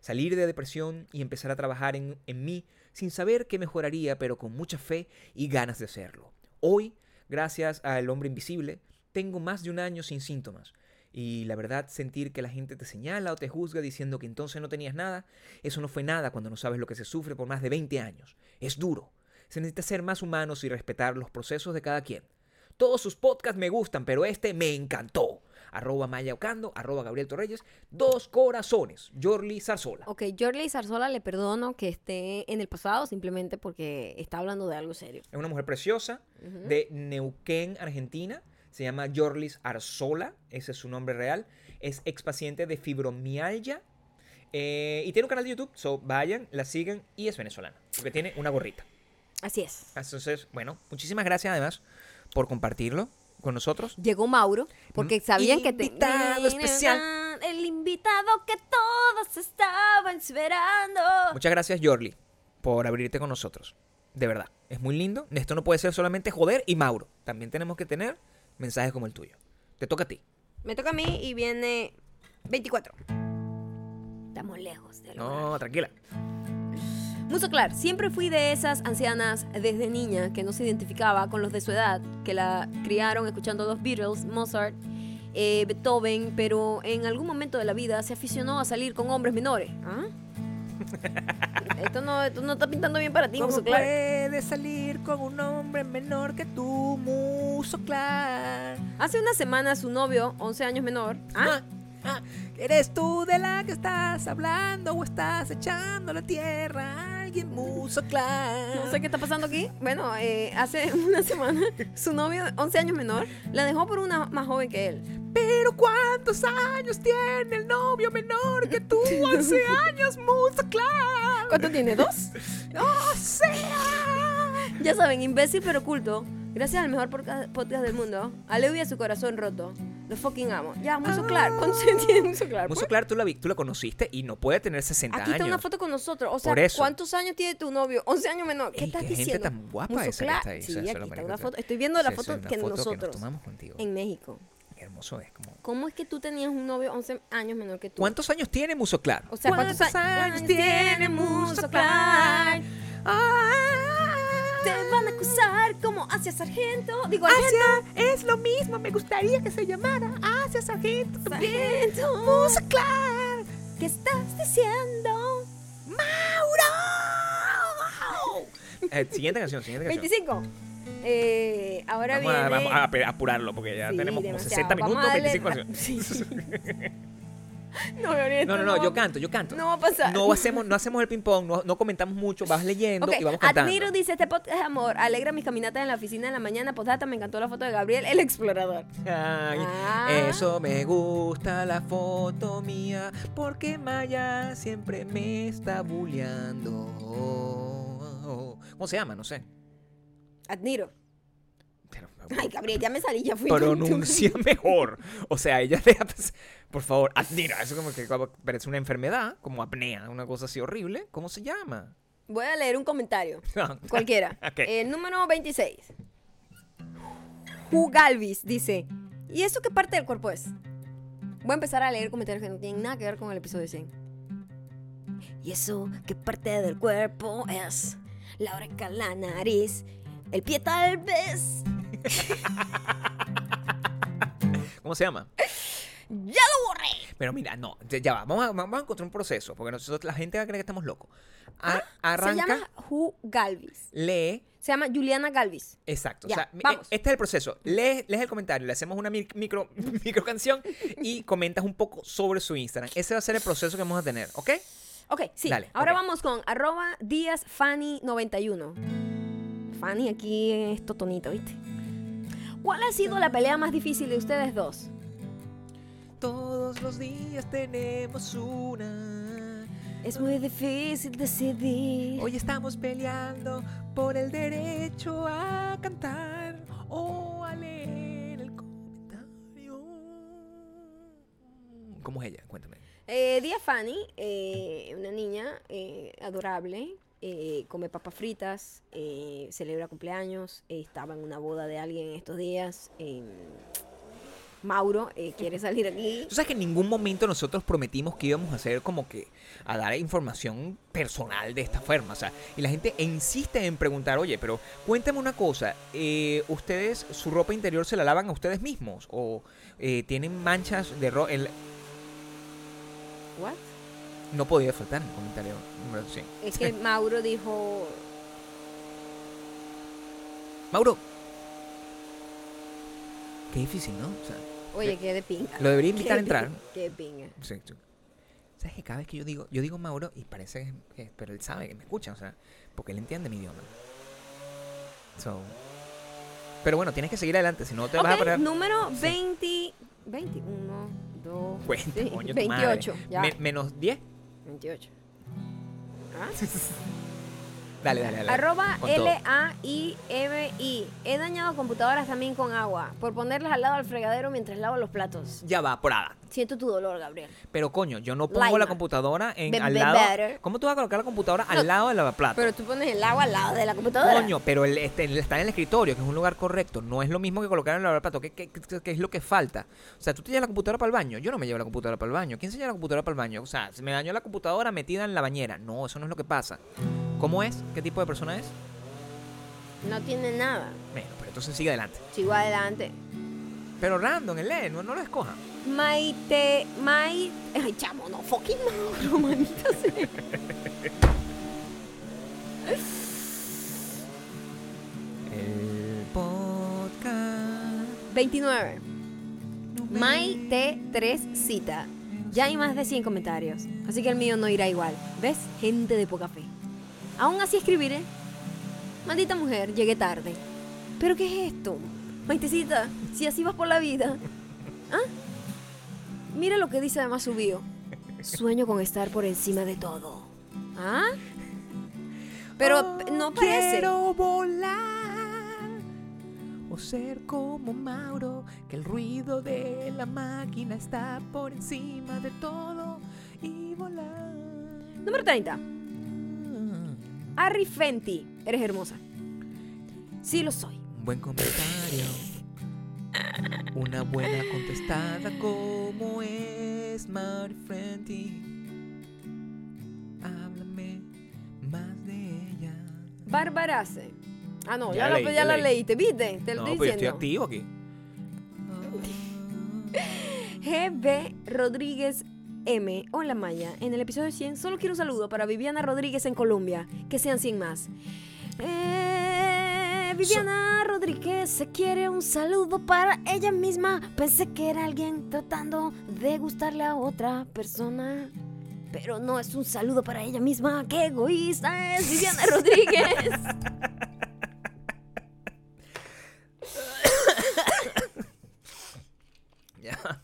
S2: Salir de depresión y empezar a trabajar en, en mí sin saber que mejoraría, pero con mucha fe y ganas de hacerlo. Hoy, gracias al hombre invisible, tengo más de un año sin síntomas. Y la verdad, sentir que la gente te señala o te juzga diciendo que entonces no tenías nada, eso no fue nada cuando no sabes lo que se sufre por más de 20 años. Es duro. Se necesita ser más humanos y respetar los procesos de cada quien. Todos sus podcasts me gustan, pero este me encantó. Arroba Maya Ocando, arroba Gabriel Torreyes, dos corazones, Jorli Zarzola.
S1: Ok, Jorley Zarzola le perdono que esté en el pasado simplemente porque está hablando de algo serio.
S2: Es una mujer preciosa de Neuquén, Argentina. Se llama Jorlis Arzola, ese es su nombre real. Es expaciente de fibromialgia. eh, y tiene un canal de YouTube, so vayan, la sigan y es venezolana, porque tiene una gorrita.
S1: Así es.
S2: Entonces, bueno, muchísimas gracias además por compartirlo con nosotros.
S1: Llegó Mauro, porque sabían que te...
S2: Invitado especial.
S1: El invitado que todos estaban esperando.
S2: Muchas gracias, Jorli, por abrirte con nosotros. De verdad, es muy lindo. Esto no puede ser solamente joder y Mauro. También tenemos que tener mensajes como el tuyo. Te toca a ti.
S1: Me toca a mí y viene 24. Estamos lejos de lograr.
S2: No, tranquila.
S1: Mucho claro, siempre fui de esas ancianas desde niña que no se identificaba con los de su edad, que la criaron escuchando a los Beatles, Mozart, eh, Beethoven, pero en algún momento de la vida se aficionó a salir con hombres menores.
S2: [laughs]
S1: ¿Ah? esto, no, esto no está pintando bien para ti,
S2: ¿Cómo
S1: Muso Clark.
S2: puedes salir con un hombre menor que tú, Muso Clark?
S1: Hace una semana su novio, 11 años menor, ¿ah?
S2: Ah, ¿Eres tú de la que estás hablando o estás echando la tierra a alguien, Muso Clark?
S1: No sé qué está pasando aquí. Bueno, eh, hace [laughs] una semana su novio, 11 años menor, la dejó por una más joven que él.
S2: Pero ¿cuántos años tiene el novio menor que tú,
S1: [laughs]
S2: 11 años, Muso Clark?
S1: ¿Cuánto tiene? ¿Dos?
S2: ¡O sea!
S1: [laughs] Ya saben, imbécil pero culto. Gracias al mejor porca- podcast del mundo. A Leo y a su corazón roto. Lo fucking amo. Ya, Muso Clark. [laughs] ¿Cuánto tiene Muso Clark?
S2: Muso Clark, tú la, vi- tú la conociste y no puede tener 60
S1: Aquí está
S2: años.
S1: una foto con nosotros. O sea,
S2: Por eso.
S1: ¿cuántos años tiene tu novio? 11 años menor. ¿Qué
S2: Ey,
S1: estás
S2: qué gente
S1: diciendo?
S2: tan guapa
S1: Muso
S2: esa que
S1: Clark.
S2: está ahí,
S1: Sí,
S2: esa es la
S1: aquí está
S2: marica
S1: una
S2: que-
S1: foto. Estoy viendo la
S2: Sí, esa
S1: foto
S2: es una
S1: que
S2: foto que nos
S1: nosotros.
S2: tomamos contigo.
S1: En México.
S2: Qué hermoso es. Como...
S1: ¿Cómo es que tú tenías un novio 11 años menor que tú?
S2: ¿Cuántos años tiene Muso Clark?
S1: O sea, ¿cuántos, a-
S2: Clark?
S1: Te van a acusar como hacia sargento. Digo, Asia
S2: es lo mismo, me gustaría que se llamara Asia Sargento
S1: Sargento.
S2: Muso Clark.
S1: ¿Qué estás diciendo?
S2: ¡Mauro! Eh, siguiente
S1: [laughs]
S2: canción, siguiente canción.
S1: 25. Eh, ahora
S2: Vamos,
S1: viene.
S2: a, vamos a ape- apurarlo porque ya
S1: Sí,
S2: tenemos como
S1: demasiado.
S2: 60 [laughs]
S1: Vamos [laughs]
S2: minutos,
S1: a darle
S2: 25
S1: ra-
S2: canciones.
S1: Sí. [laughs] No, Gabriel,
S2: No, no,
S1: esto
S2: no, yo
S1: va-
S2: canto, yo canto.
S1: No va a pasar.
S2: No hacemos, no hacemos el ping-pong, no, no comentamos mucho, vas leyendo
S1: Ok,
S2: y vamos cantando.
S1: Admiro, dice este podcast, amor. Alegra mis caminatas en la oficina en la mañana. Postdata, me encantó la foto de Gabriel, el explorador.
S2: Ay,
S1: Ah.
S2: Eso me gusta la foto mía, porque Maya siempre me está bulleando. ¿Cómo se llama? No sé.
S1: Admiro.
S2: Pero,
S1: Ay, Gabriel, ya me salí, ya fui. [laughs]
S2: pronuncia mejor. O sea, ella deja. Por favor, admira. Eso como que como- parece una enfermedad, como apnea, una cosa así horrible. ¿Cómo se llama? [laughs]
S1: Voy a leer un comentario. Cualquiera.
S2: Ok.
S1: El número 26. Jugalvis dice: ¿Y eso qué parte del cuerpo es? Voy a empezar a leer comentarios que no tienen nada que ver con el episodio 100. ¿Y eso qué parte del cuerpo es? La oreja, la nariz, el pie tal vez.
S2: ¿Cómo se llama?
S1: ¡Ya lo borré!
S2: Pero mira, no, ya- ya va. Vamos a, vamos a encontrar un proceso, porque nosotros, la gente va a creer que estamos locos. A-
S1: Se
S2: arranca,
S1: llama Ju Galvis.
S2: lee.
S1: Se llama Juliana Galvis.
S2: Exacto.
S1: Ya,
S2: o sea, mi-
S1: vamos.
S2: Este es el proceso. Lees, lees el comentario, le hacemos una mic- micro, [laughs] micro canción y comentas un poco sobre su Instagram. Ese va a ser el proceso que vamos a tener, ¿ok?
S1: Ok, sí.
S2: Dale,
S1: Ahora
S2: ok.
S1: vamos con arroba DíazFanny91. Fanny aquí es totonito, ¿viste? ¿Cuál ha sido la pelea más difícil de ustedes dos?
S2: Todos los días tenemos una.
S1: Es muy difícil decidir.
S2: Hoy estamos peleando por el derecho a cantar o a leer el comentario. ¿Cómo es ella? Cuéntame.
S1: Eh, Díaz Fanny, eh, una niña eh, adorable, eh, come papas fritas, eh, celebra cumpleaños, eh, estaba en una boda de alguien estos días. eh, Mauro eh, quiere salir aquí.
S2: Tú sabes que en ningún momento nosotros prometimos que íbamos a hacer como que a dar información personal de esta forma. O sea, y la gente insiste en preguntar, oye, pero cuéntame una cosa, eh, ¿ustedes su ropa interior se la lavan a ustedes mismos? ¿O eh, tienen manchas de ropa?
S1: ¿What?
S2: No podía faltar en el comentario número 100.
S1: Es que Mauro dijo,
S2: Mauro. Qué difícil, ¿no? O sea,
S1: Oye, qué de pinga.
S2: lo debería
S1: Qué
S2: invitar a
S1: de-
S2: entrar.
S1: [laughs] Qué de pinga.
S2: Sí, sí. ¿Sabes que cada vez que yo digo, yo digo Mauro y parece que, que- pero él sabe que me escucha, o sea, porque él entiende mi idioma. So. Pero bueno, tienes que seguir adelante, si no te vas a
S1: Ok,
S2: parar.
S1: número
S2: Sí.
S1: 20, 21, 2,
S2: [laughs] Cuenta,
S1: sí,
S2: coño, tu madre.
S1: 28, ya,
S2: Me- menos 10.
S1: 28. Ah.
S2: Dale, dale, dale.
S1: Arroba
S2: Con todo.
S1: L-A-I-M-I. He dañado computadoras también con agua por ponerlas al lado del fregadero mientras lavo los platos.
S2: Ya va, por ahora.
S1: Siento tu dolor, Gabriel.
S2: Pero coño, yo no pongo la
S1: Laima.
S2: computadora en
S1: Be-
S2: al
S1: be-
S2: lado.
S1: better.
S2: ¿Cómo tú vas a colocar la computadora
S1: No,
S2: al lado del lavaplato?
S1: Pero tú pones el agua al lado de la computadora.
S2: Coño, pero el, este, el estar en el escritorio, que es un lugar correcto, no es lo mismo que colocar en el lavaplato. ¿Qué, qué, qué- qué es lo que falta? O sea, tú te llevas la computadora para el baño. Yo no me llevo la computadora para el baño. ¿Quién se lleva la computadora para el baño? O sea, se me dañó la computadora metida en la bañera. No, eso no es lo que pasa. ¿Cómo es? ¿Qué tipo de persona es?
S1: No tiene nada.
S2: Bueno, pero entonces sigue adelante.
S1: Sigo adelante.
S2: Pero random, el no, no lo escojan.
S1: Maite, Maite. Ay, chamo, no, fucking [laughs] Mauro, manita sea.
S2: El podcast.
S1: 29. Maite 3 cita. Ya hay más de 100 comentarios, así que el mío no irá igual. ¿Ves? Gente de poca fe. Aún así escribiré. Maldita mujer, llegué tarde. ¿Pero qué es esto? Maitecita, si así vas por la vida. ¿Ah? Mira lo que dice además su bio. Sueño con estar por encima de todo. ¿Ah? Pero p- no parece.
S2: Ah, Oh, Quiero volar o ser como Mauro, que el ruido de la máquina está por encima de todo y volar.
S1: Número 30. Harry Fenty, eres hermosa. Sí lo soy.
S2: Buen comentario. [laughs] Una buena contestada como es Mary Frenty. Háblame más de ella.
S1: Barbarace. Ah, no, ya,
S2: Ya la
S1: la,
S2: leí,
S1: ya
S2: ya
S1: la
S2: leí. pues
S1: leíste, ¿viste? Te lo estoy diciendo.
S2: activo aquí. Ah.
S1: [laughs] GB Rodríguez M. Hola Maya. En el episodio 100 solo quiero un saludo para Viviana Rodríguez en Colombia. Que sean 100 más. Eh, Viviana Rodríguez quiere un saludo para ella misma. Pensé que era alguien tratando de gustarle a otra persona. Pero no es un saludo para ella misma. ¡Qué egoísta es Viviana [laughs] Rodríguez!
S2: [laughs] Ya. O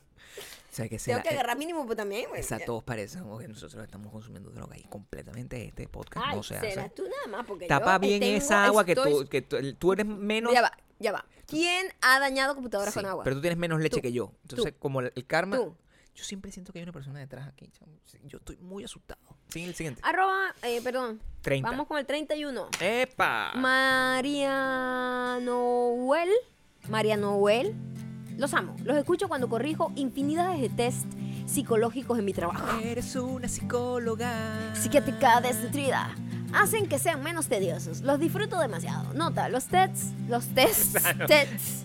S2: sea, que se
S1: Tengo
S2: la-
S1: que agarrar mínimo pues, también, güey.
S2: Esa todos parecen como que nosotros estamos consumiendo droga y completamente este podcast
S1: Ay,
S2: no se
S1: serás
S2: hace.
S1: tú nada más porque
S2: Tapa
S1: yo
S2: bien
S1: tengo-
S2: esa agua que,
S1: estoy-
S2: tú, que tú, el- tú eres menos.
S1: Ya va, ya va. ¿Quién ha dañado computadoras
S2: Sí,
S1: con agua?
S2: Pero tú tienes menos leche
S1: Tú,
S2: que yo. Entonces, como el, el karma.
S1: Tú.
S2: Yo siempre siento que hay una persona detrás aquí. chamo. Yo estoy muy asustado. Sigue el siguiente.
S1: Arroba, eh, perdón.
S2: 30.
S1: Vamos con el 31.
S2: ¡Epa!
S1: María Noel. María Noel. Los amo. Los escucho cuando corrijo infinidades de test psicológicos en mi trabajo.
S2: Eres una psicóloga.
S1: Psiquiátrica desnutrida. Hacen que sean menos tediosos. Los disfruto demasiado. Nota, los tests, los tests, tests,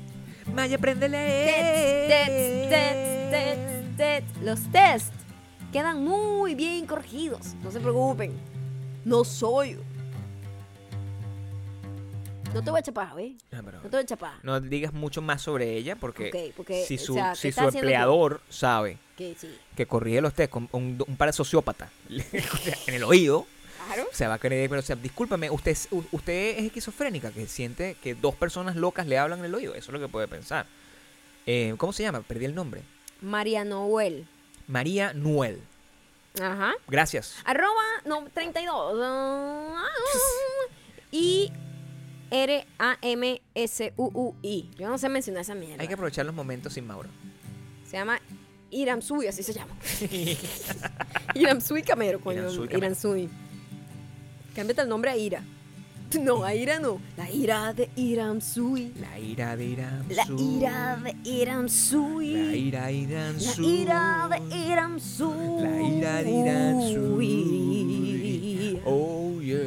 S2: Maya, prende
S1: tests, tests, tests, tests, tests. Los tests quedan muy bien corregidos. No se preocupen. No soy. No te voy a chapar, ¿eh? No te voy a chapar.
S2: No digas mucho más sobre ella porque,
S1: Ok, porque,
S2: si
S1: o
S2: su,
S1: sea, ¿qué
S2: si
S1: está
S2: su
S1: haciendo tú?
S2: empleador sabe
S1: Que sí.
S2: que corrige los test con un, un par de sociópatas [laughs] en el oído,
S1: Claro.
S2: se va a querer, pero o sea, discúlpame, usted, es- u- usted es esquizofrénica que siente que dos personas locas le hablan en el oído, eso es lo que puede pensar. Eh, ¿Cómo se llama? Perdí el nombre.
S1: María Noel.
S2: María Nuel.
S1: Ajá.
S2: Gracias.
S1: Arroba no, 32. [laughs] Ah, Y R-A-M-S-U-U-I. Yo no sé mencionar esa mierda.
S2: Hay que aprovechar los momentos
S1: [laughs]
S2: sin Mauro.
S1: Se llama Iramsui, así se llama. [laughs] Iramsui Camero, coño.
S2: Iramsui
S1: Iramsui.
S2: Camero.
S1: Cámbiate el nombre a Ira. [laughs] No, a Ira no. La ira de Iramsui.
S2: La ira de Irán.
S1: La
S2: Sur.
S1: ira de Iramsui.
S2: La ira de Irán.
S1: La
S2: Sur.
S1: ira de Irán
S2: La ira de Irán. Sur. Oh, yeah.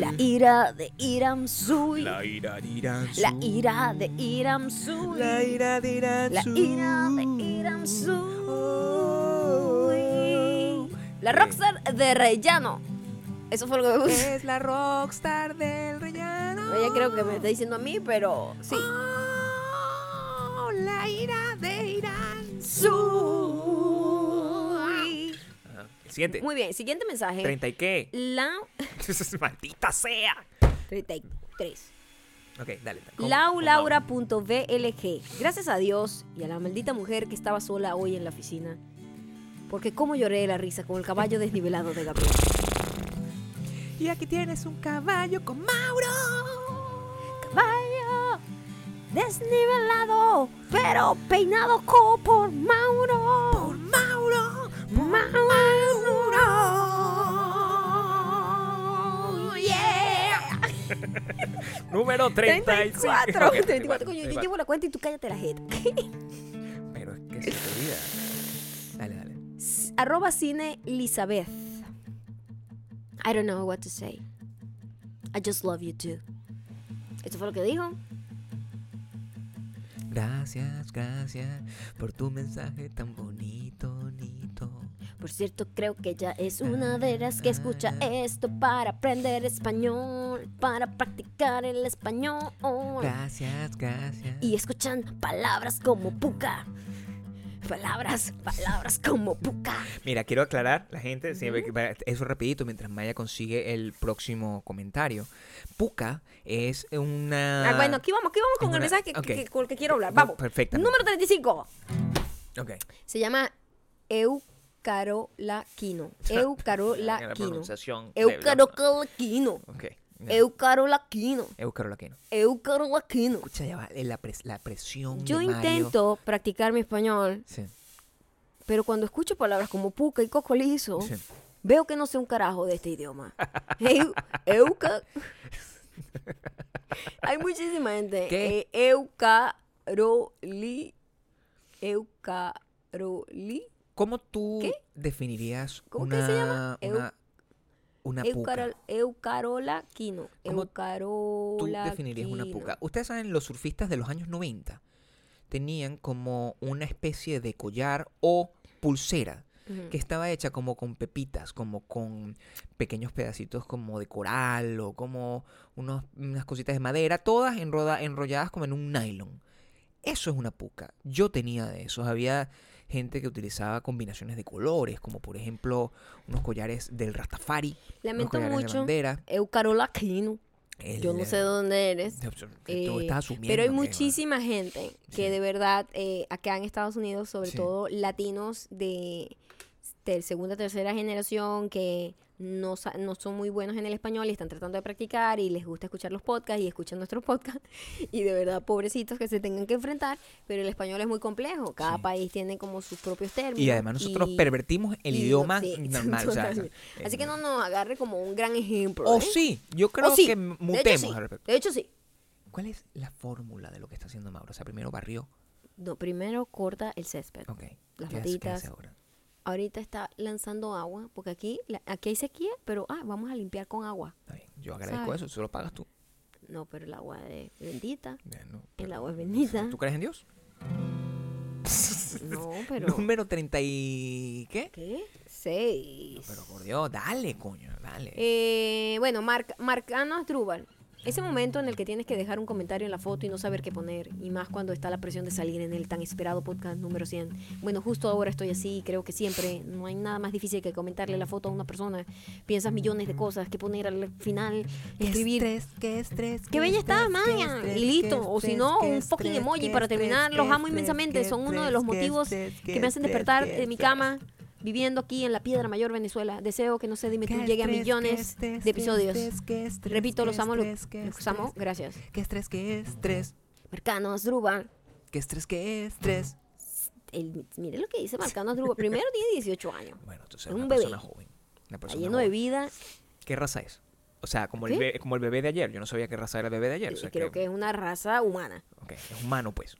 S1: La ira de Irán Sui.
S2: La ira de Irán.
S1: La
S2: Sur.
S1: ira de Irán Sui.
S2: La ira de Irán.
S1: La
S2: Sur.
S1: ira de Irán
S2: Oh.
S1: Sui. La rockstar de Rellano. Eso fue lo que me gustó.
S2: Es la rockstar del rellano.
S1: Ella creo que me está diciendo a mí, pero sí.
S2: Oh, la ira de Irán.
S1: Sui.
S2: Ajá. El siguiente.
S1: Muy bien, siguiente mensaje.
S2: ¿30 y qué? [laughs]
S1: La
S2: Maldita sea.
S1: 33.
S2: Ok, dale. con- con Mauro.
S1: laulaura.blg. Gracias a Dios y a la maldita mujer que estaba sola hoy en la oficina. Porque cómo lloré de la risa con el caballo desnivelado de Gabriel.
S2: Y aquí tienes un caballo con Mauro.
S1: Caballo desnivelado, pero peinado como por Mauro. Por Mauro. Mauro. Yeah.
S2: Número 35.
S1: 34.
S2: Ok,
S1: 34. Coño, yo
S2: 34.
S1: llevo la cuenta y tú cállate la jeta.
S2: Pero es que se te olvida. Dale, dale.
S1: [laughs] arroba cine Elizabeth. I don't know what to say. I just love you too. Esto fue lo que dijo.
S2: Gracias, gracias por tu mensaje tan bonito, bonito.
S1: Por cierto, creo que ella es una de las que escucha esto para aprender español, para practicar el español.
S2: Gracias, gracias.
S1: Y escuchan palabras como puca. Palabras, palabras como puca.
S2: Mira, quiero aclarar, la gente, siempre que- para- eso rapidito mientras Maya consigue el próximo comentario. Puca es una...
S1: Ah, bueno, aquí vamos, aquí vamos con
S2: Una-
S1: el mensaje que,
S2: ok.
S1: que- con el que quiero hablar.
S2: No,
S1: Vamos.
S2: perfectamente.
S1: Número 35.
S2: Ok.
S1: Se llama
S2: [laughs]
S1: Eucarolaquino.
S2: La
S1: Eucarolaquino.
S2: pronunciación.
S1: Eucarolaquino.
S2: Ok.
S1: Eucarolaquino.
S2: Eucarolaquino.
S1: Eucarolaquino.
S2: Escucha, ya va, eh, la, pres- la presión
S1: Yo
S2: de Mario.
S1: intento practicar mi español,
S2: Sí,
S1: pero cuando escucho palabras como puca y cocolizo,
S2: sí.
S1: veo que no sé un carajo de este idioma. [laughs] Eu-
S2: [laughs]
S1: euca. Hay muchísima gente.
S2: ¿Qué?
S1: Eh, eucaroli. Eucaroli.
S2: ¿Cómo tú
S1: ¿Qué?
S2: definirías
S1: ¿Cómo
S2: una,
S1: que se llama? Eu-
S2: una, una puca?
S1: Eucarol- Eucarola Quino.
S2: ¿Cómo
S1: Eucarola
S2: ¿Tú definirías una
S1: Quino.
S2: puca? Ustedes saben, los surfistas de los años 90 tenían como una especie de collar o pulsera
S1: Ujú.
S2: que estaba hecha como con pepitas, como con pequeños pedacitos como de coral o como unos- unas cositas de madera, todas enroda- enrolladas como en un nylon. Eso es una puca. Yo tenía de esos. Había gente que utilizaba combinaciones de colores, como por ejemplo unos collares del Rastafari, unos
S1: Lamento
S2: collares de
S1: mucho.
S2: bandera.
S1: Eucarol Aquino.
S2: el-
S1: Yo no sé de dónde eres.
S2: que tú
S1: Eh,
S2: estás asumiendo
S1: Pero hay
S2: que es-
S1: muchísima gente que
S2: Sí.
S1: de verdad, eh, acá en Estados Unidos, sobre
S2: Sí.
S1: todo latinos de ter- segunda, tercera generación, que no, sa- no son muy buenos en el español y están tratando de practicar y les gusta escuchar los podcasts y escuchan nuestros podcasts. [laughs] Y de verdad, pobrecitos que se tengan que enfrentar, pero el español es muy complejo. Cada
S2: Sí.
S1: país tiene como sus propios términos.
S2: Y además nosotros
S1: y-
S2: pervertimos el
S1: y lo-
S2: idioma
S1: sí, [laughs]
S2: normal. o sea,
S1: totalmente.
S2: eh,
S1: Así que no nos agarre como un gran ejemplo.
S2: O
S1: ¿eh?
S2: sí, yo
S1: O
S2: creo
S1: sí,
S2: que
S1: de hecho
S2: mutemos
S1: sí,
S2: al respecto.
S1: De hecho, sí.
S2: ¿Cuál es la fórmula de lo que está haciendo Mauro? O sea, primero barrió.
S1: No, primero corta el césped.
S2: Ok.
S1: Las
S2: ¿Qué hace- qué hace
S1: ratitas.
S2: ahora?
S1: Ahorita está lanzando agua, porque aquí, la- aquí hay sequía, pero ah, vamos a limpiar con agua.
S2: Está bien, Yo agradezco
S1: ¿Sabe?
S2: eso, eso lo pagas tú.
S1: No, pero el agua es bendita.
S2: Ya, no,
S1: El
S2: pero-
S1: agua es bendita.
S2: ¿Tú crees en Dios?
S1: No, pero.
S2: Número 30 y... ¿qué?
S1: ¿Qué? Seis.
S2: Pero por Dios, dale, coño, dale.
S1: Eh, bueno, Marc- Marcano Asdrúbal. Ese momento en el que tienes que dejar un comentario en la foto y no saber qué poner, y más cuando está la presión de salir en el tan esperado podcast número 100. Bueno, justo ahora estoy así, creo que siempre no hay nada más difícil que comentarle la foto a una persona. Piensas millones de cosas, qué poner al final, escribir.
S3: Estrés, qué estrés.
S1: ¡Qué bella estás, Maya! Y listo. O si no, un fucking emoji para terminar. Los amo inmensamente. Son uno de los motivos que me hacen despertar de mi cama viviendo aquí en la Piedra Mayor, Venezuela. Deseo que No sé, dime tú llegue a millones de episodios. Repito, los amo, lo- los amo. Gracias.
S3: Qué estrés, qué estrés.
S1: Marcano Asdrúbal.
S3: Qué estrés, qué estrés.
S1: El- mire lo que dice Marcano
S3: [laughs]
S1: Asdrúbal. Primero tiene 18 años.
S2: Bueno, tú eres
S1: un
S2: una
S1: bebé.
S2: persona joven. Pues Una
S1: Está
S2: persona
S1: lleno de
S2: joven.
S1: vida.
S2: ¿Qué raza es? O sea, como el,
S1: ¿Qué?
S2: bebé, como el bebé de ayer. Yo no sabía qué raza era el bebé de ayer.
S1: y
S2: o sea,
S1: creo que es una raza humana.
S2: ok, es humano, pues.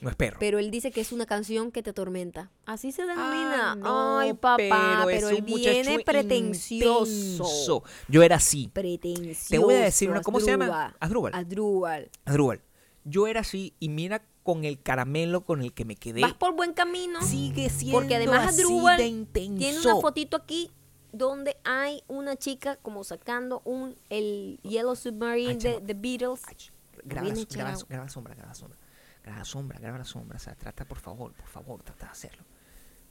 S2: No es perro.
S1: Pero él dice que es una canción que te atormenta. Así se
S2: Ah,
S1: denomina.
S2: no,
S1: Ay, papá, pero,
S2: es
S1: él
S2: un muchacho
S1: viene pretencioso.
S2: intenso. Yo era así.
S1: Pretencioso.
S2: Te voy a decir una- ¿cómo se llama?
S1: Asdrúbal.
S2: Asdrúbal.
S1: Asdrúbal.
S2: Adrúbal, yo era así y mira con el caramelo con el que me quedé.
S1: Vas por buen camino.
S2: Sigue siendo
S1: Porque además
S2: así
S1: Asdrúbal
S2: de
S1: tiene
S2: intenso.
S1: una fotito aquí donde hay una chica como sacando un el Yellow Submarine
S2: Ay,
S1: de
S2: chamo.
S1: The Beatles.
S2: Ay, ch- graba, la,
S1: Viene
S2: so- graba la
S1: echado.
S2: so- graba la sombra, graba la sombra. Graba la sombra, graba la sombra. O sea, trata, por favor, por favor, trata de hacerlo.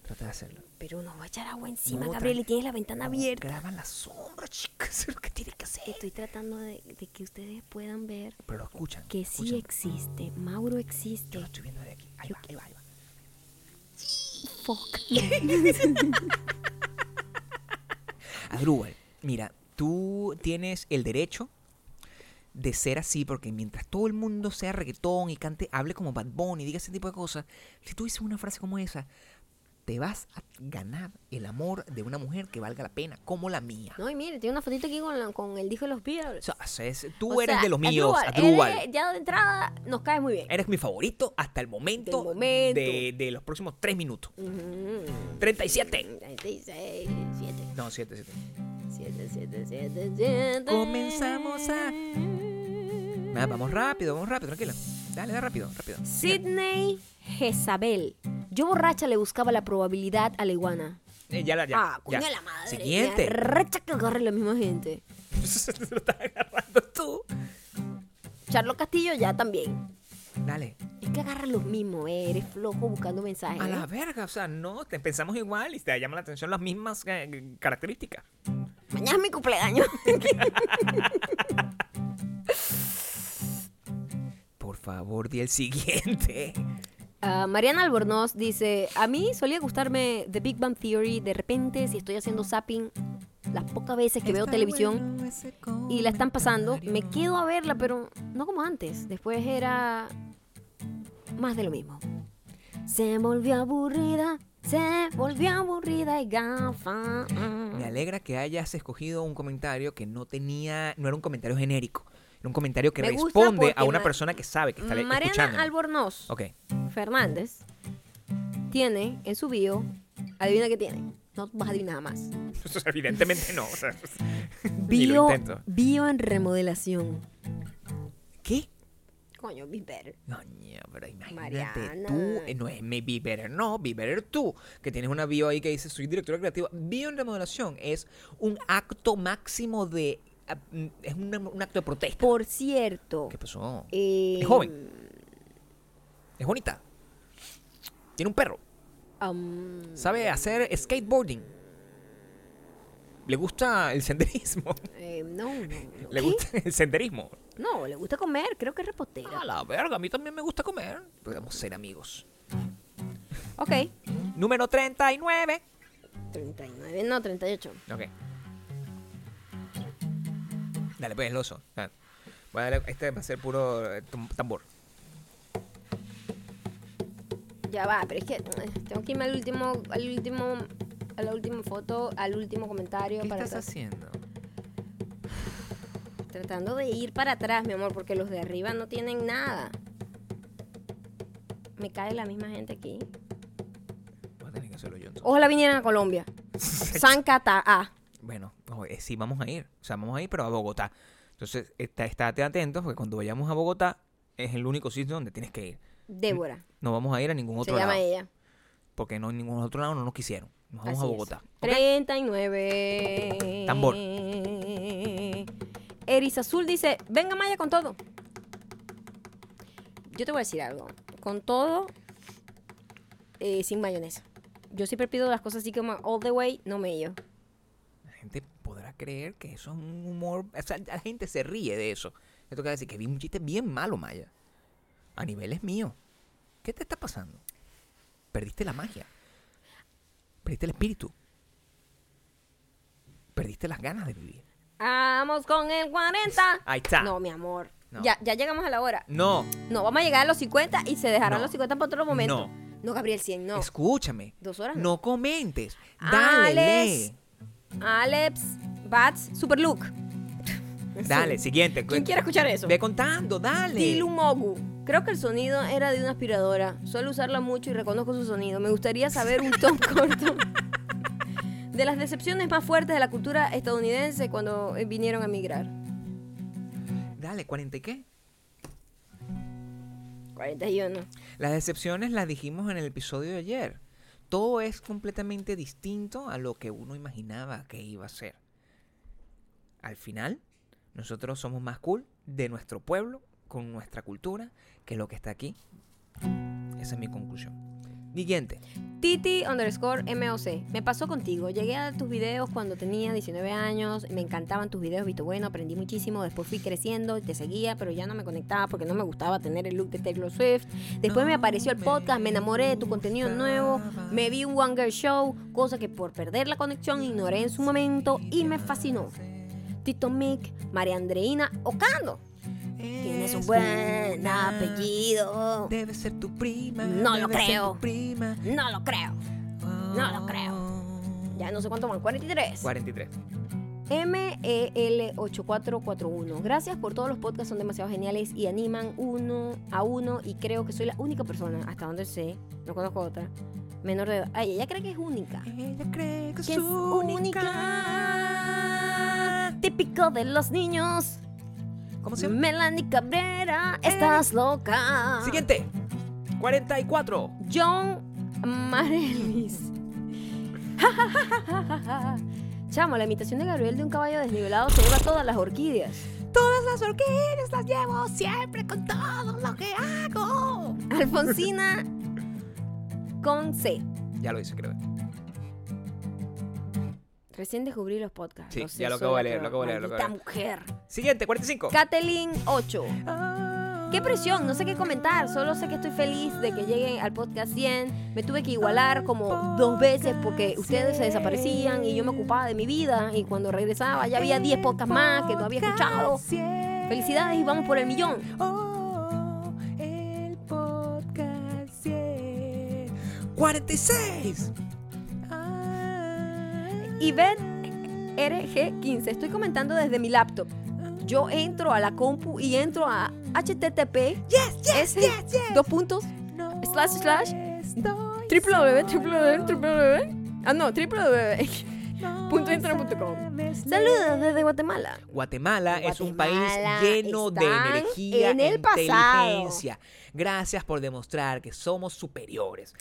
S2: Trata de hacerlo.
S1: Pero no va a echar agua encima,
S2: No,
S1: Gabriel, y
S2: tranqui-
S1: tienes la ventana
S2: no,
S1: abierta.
S2: Graba la sombra, chicas. [laughs] Es lo que tiene que hacer.
S1: Estoy tratando de, de que ustedes puedan ver
S2: Pero lo escuchan.
S1: que sí
S2: escuchan.
S1: existe. Mauro
S2: Yo
S1: existe.
S2: lo estoy viendo de aquí. Ahí va, ahí va, ahí va.
S1: Fuck.
S2: Adrúbal, mira, tú tienes el derecho de ser así, porque mientras todo el mundo sea reggaetón y cante, hable como Bad Bunny, diga ese tipo de cosas, si tú dices una frase como esa, te vas a ganar el amor de una mujer que valga la pena, como la mía.
S1: [laughs] No, y mire, tiene una fotito aquí con, la- con el disco de los
S2: O
S1: Beatles.
S2: sea, eso es- tú
S1: O
S2: eres
S1: sea,
S2: de los míos,
S1: Asdrúbal,
S2: Adrúbal.
S1: eres- ya de entrada nos cae muy bien.
S2: Eres mi favorito hasta el momento,
S1: Del momento.
S2: De, de los próximos tres minutos.
S1: Ujú.
S2: 37.
S1: 36, 7.
S2: No, 7, 7.
S1: Siete, siete, siete, siete.
S2: Comenzamos a- Nada, vamos rápido, vamos rápido, tranquila. Dale, dale rápido, rápido.
S1: Sidney Jezabel. Yo borracha le buscaba la probabilidad a la iguana.
S2: Eh, ya la, ya.
S1: ah, coño
S2: ya.
S1: de la madre.
S2: Siguiente.
S1: me
S2: [laughs]
S1: arrecha que agarre la misma gente.
S2: Lo estás agarrando tú.
S1: Charlo Castillo ya también.
S2: Dale.
S1: Es que agarra los mismos, eh, eres flojo buscando mensajes.
S2: A
S1: ¿eh?
S2: la verga, o sea, no, te pensamos igual y te llaman la atención las mismas eh, características.
S1: Mañana es mi cumpleaños.
S2: Por favor, di
S1: [laughs]
S2: el siguiente.
S1: [laughs] Ah, Mariana Albornoz dice, a mí solía gustarme The Big Bang Theory. De repente, si estoy haciendo zapping, las pocas veces que veo televisión, y la están pasando. Me quedo a verla, pero no como antes. Después era más de lo mismo. Se volvió aburrida, se volvió aburrida y gafa.
S2: Me alegra que hayas escogido un comentario que no tenía, no era un comentario genérico, era un comentario que
S1: Me gusta
S2: responde a
S1: porque
S2: una
S1: Ma-
S2: persona que sabe que está le-
S1: Mariana
S2: escuchándonos.
S1: Albornoz
S2: Ok, [laughs]
S1: Fernández tiene en su bio, adivina qué tiene, no vas a adivinar más.
S2: Entonces, evidentemente no. o sea, [laughs] ni lo
S1: Bio,
S2: intento.
S1: bio en remodelación.
S2: ¿Qué?
S1: Coño, be better.
S2: Coño, pero imagínate tú,
S1: Mariana.
S2: eh, no es me be better, no, be better tú, que tienes una bio ahí que dice soy directora creativa. Bio en remodelación es un acto máximo de, ah, mm, es un, un acto de protesta.
S1: Por cierto.
S2: ¿Qué pasó?
S1: eh,
S2: Es joven. Es bonita. Tiene un perro.
S1: um,
S2: Sabe hacer skateboarding. Le gusta el senderismo. [laughs]
S1: eh, no, no, no. ¿Qué?
S2: Le gusta el senderismo.
S1: No, le gusta comer. Creo que es repostera.
S2: A la verga, a mí también me gusta comer. Podemos ser amigos.
S1: Ok.
S2: Número 39.
S1: 39, no, 38.
S2: Ok. Dale, pues, el oso. Ah. Voy a darle- este va a ser puro eh, tum- tambor.
S1: Ya va, pero es que eh, tengo que irme al último, al último, a la última foto, al último comentario para atrás.
S2: haciendo?
S1: Tratando de ir para atrás, mi amor, porque los de arriba no tienen nada. Me cae la misma gente aquí.
S2: Voy a tener que hacerlo yo. entonces.
S1: Ojalá vinieran a
S2: [laughs]
S1: Colombia. San Cata A.
S2: Bueno, no, eh, sí vamos a ir. O sea, vamos a ir, pero a Bogotá. Entonces, está, estate atentos porque cuando vayamos a Bogotá es el único sitio donde tienes que ir.
S1: Débora.
S2: No vamos a ir a ningún
S1: Se
S2: otro
S1: llama
S2: lado.
S1: ella.
S2: Porque no, en ningún otro lado no nos quisieron. Nos vamos
S1: Así
S2: a
S1: es.
S2: Bogotá. ¿ok?
S1: 39.
S2: Tambor.
S1: Eris Azul dice, venga Maya con todo. Yo te voy a decir algo. Con todo, eh, sin mayonesa. Yo siempre pido las cosas así como all the way, no mello.
S2: La gente podrá creer que eso es un humor. O sea, la gente se ríe de eso. Me toca decir que vi un chiste bien malo, Maya. A niveles mío. ¿Qué te está pasando? Perdiste la magia. Perdiste el espíritu. Perdiste las ganas de vivir.
S1: Vamos con el 40.
S2: Ahí está.
S1: Ah, No, mi amor.
S2: No.
S1: Ya, ya llegamos a la hora.
S2: No,
S1: No, vamos a llegar a los 50 y se dejarán
S2: No.
S1: los 50 para otro momento.
S2: No.
S1: Gabriel, 100, no.
S2: escúchame.
S1: Dos horas,
S2: No comentes. Dale,
S1: Alex.
S2: lee.
S1: Alex, Bats, Super Look.
S2: Dale, siguiente.
S1: ¿Quién quiere escuchar eso?
S2: Ve contando, dale.
S1: Dilumogu. Creo que el sonido era de una aspiradora. Suelo usarla mucho y reconozco su sonido. Me gustaría saber un top corto de las decepciones más fuertes de la cultura estadounidense cuando eh, vinieron a emigrar.
S2: Dale, ¿cuarenta y qué?
S1: 41.
S2: Las decepciones las dijimos en el episodio de ayer. Todo es completamente distinto a lo que uno imaginaba que iba a ser. Al final, nosotros somos más cool de nuestro pueblo, con nuestra cultura, que lo que está aquí. Esa es mi conclusión. Siguiente.
S1: Titi underscore MOC. Me pasó contigo. Llegué a tus videos cuando tenía 19 años. Me encantaban tus videos, visto bueno. Aprendí muchísimo. Después fui creciendo. Te seguía, pero ya no me conectaba porque no me gustaba tener el look de Taylor Swift. Después me apareció el podcast. Me enamoré de tu contenido nuevo. Me vi un One Girl Show, cosa que por perder la conexión ignoré en su momento y me fascinó. Tito Mick, María Andreina Ocando. Tienes un buen apellido.
S3: Debe ser tu prima.
S1: No lo
S3: debe ser
S1: creo.
S3: tu prima.
S1: No lo creo. No lo
S3: creo.
S1: Ya no sé cuánto van. 43.
S2: 43.
S1: E MEL8441. Gracias por todos los podcasts, son demasiado geniales y animan uno a uno y creo que soy la única persona, hasta donde sé, no conozco otra, menor de edad. Ay, ella cree que es única.
S3: Ella cree que es
S1: Que es única. Típico de los niños.
S2: ¿Cómo
S1: Mm.
S2: se llama?
S1: Melanie Cabrera, estás loca.
S2: Siguiente. 44.
S1: John Marelis. Ja, ja, ja, ja, ja, ja. Chamo, la imitación de Gabriel de un caballo desnivelado se lleva todas las orquídeas.
S3: Todas las orquídeas las llevo siempre con todo lo que hago.
S1: Alfonsina con C.
S2: Ya lo hice, creo.
S1: Recién descubrí los podcasts.
S2: Sí,
S1: los
S2: ya lo
S1: hizo
S2: acabo de
S1: la
S2: leer, lo acabo de leer, lo
S1: maldita
S2: acabo de
S1: mujer.
S2: Siguiente, 45.
S1: Kathleen 8. Qué presión, no sé qué comentar, solo sé que estoy feliz de que lleguen al podcast 100. Me tuve que igualar como dos veces porque ustedes se desaparecían y yo me ocupaba de mi vida y cuando regresaba ya había 10 podcasts más que no había escuchado. Felicidades y vamos por el millón.
S3: Oh, el podcast 100.
S2: 46.
S3: Ah,
S1: Yvette RG15. Estoy comentando desde mi laptop. Yo entro a la compu y entro a http
S3: Yes, yes,
S1: S,
S3: yes, yes.
S1: dos puntos
S3: No
S1: slash, slash,
S3: estoy
S1: triple w
S3: solo.
S1: triple w [laughs] triple w ah no triple w Puntoentero.com. Saludos desde Guatemala.
S2: Guatemala, es un país
S1: Guatemala,
S2: lleno de
S1: están
S2: energía
S1: en el
S2: e inteligencia. Gracias por demostrar que somos superiores.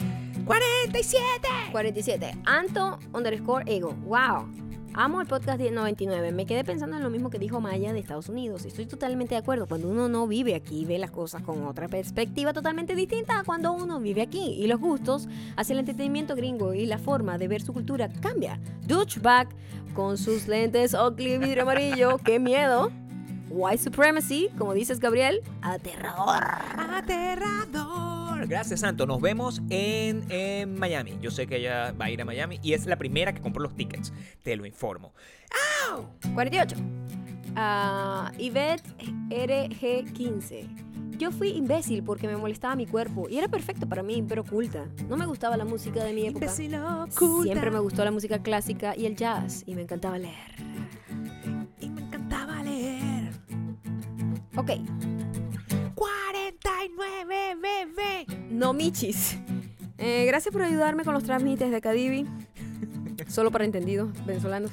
S3: 47.
S1: 47. Anto underscore ego. Wow. Amo el podcast 1099. Me quedé pensando en lo mismo que dijo Maya de Estados Unidos. Estoy totalmente de acuerdo. Cuando uno no vive aquí, ve las cosas con otra perspectiva totalmente distinta a cuando uno vive aquí. Y los gustos hacia el entretenimiento gringo y la forma de ver su cultura cambia. Dutchback con sus lentes Oakley vidrio amarillo. ¡Qué miedo! White Supremacy, como dices Gabriel, aterrador.
S2: Aterrador. Gracias, Santo. Nos vemos en, en Miami. Yo sé que ella va a ir a Miami y es la primera que compró los tickets. Te lo informo.
S1: 48. Ah, Yvette RG15. Yo fui imbécil porque me molestaba mi cuerpo y era perfecto para mí, pero oculta. No me gustaba la música de mi época.
S3: Imbécil oculta.
S1: Siempre me gustó la música clásica y el jazz y me encantaba leer.
S3: Y me encantaba leer.
S1: Ok,
S3: 49 bebé.
S1: no michis. Eh, gracias por ayudarme con los trámites de Cadivi. Solo para entendidos venezolanos.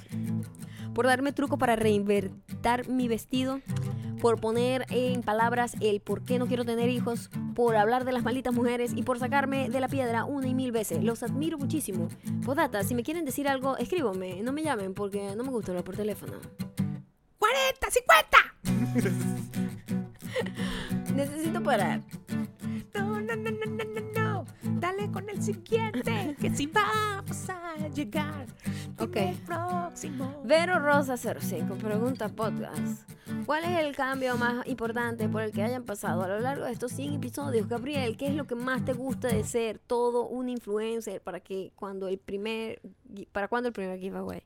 S1: Por darme truco para reinventar mi vestido. Por poner en palabras el por qué no quiero tener hijos. Por hablar de las malditas mujeres. Y por sacarme de la piedra una y mil veces. Los admiro muchísimo. Podata, si me quieren decir algo, escríbanme. No me llamen porque no me gusta hablar por teléfono.
S3: 40, 50.
S1: Necesito parar.
S3: No, no, no, no, no, no, no. Dale con el siguiente, que si vamos a llegar. Dime
S1: Ok.
S3: El próximo.
S1: Vero Rosa 05 pregunta podcast. ¿Cuál es el cambio más importante por el que hayan pasado a lo largo de estos 100 episodios? Gabriel, ¿qué es lo que más te gusta de ser todo un influencer para que cuando el primer gui- para cuando el primer giveaway?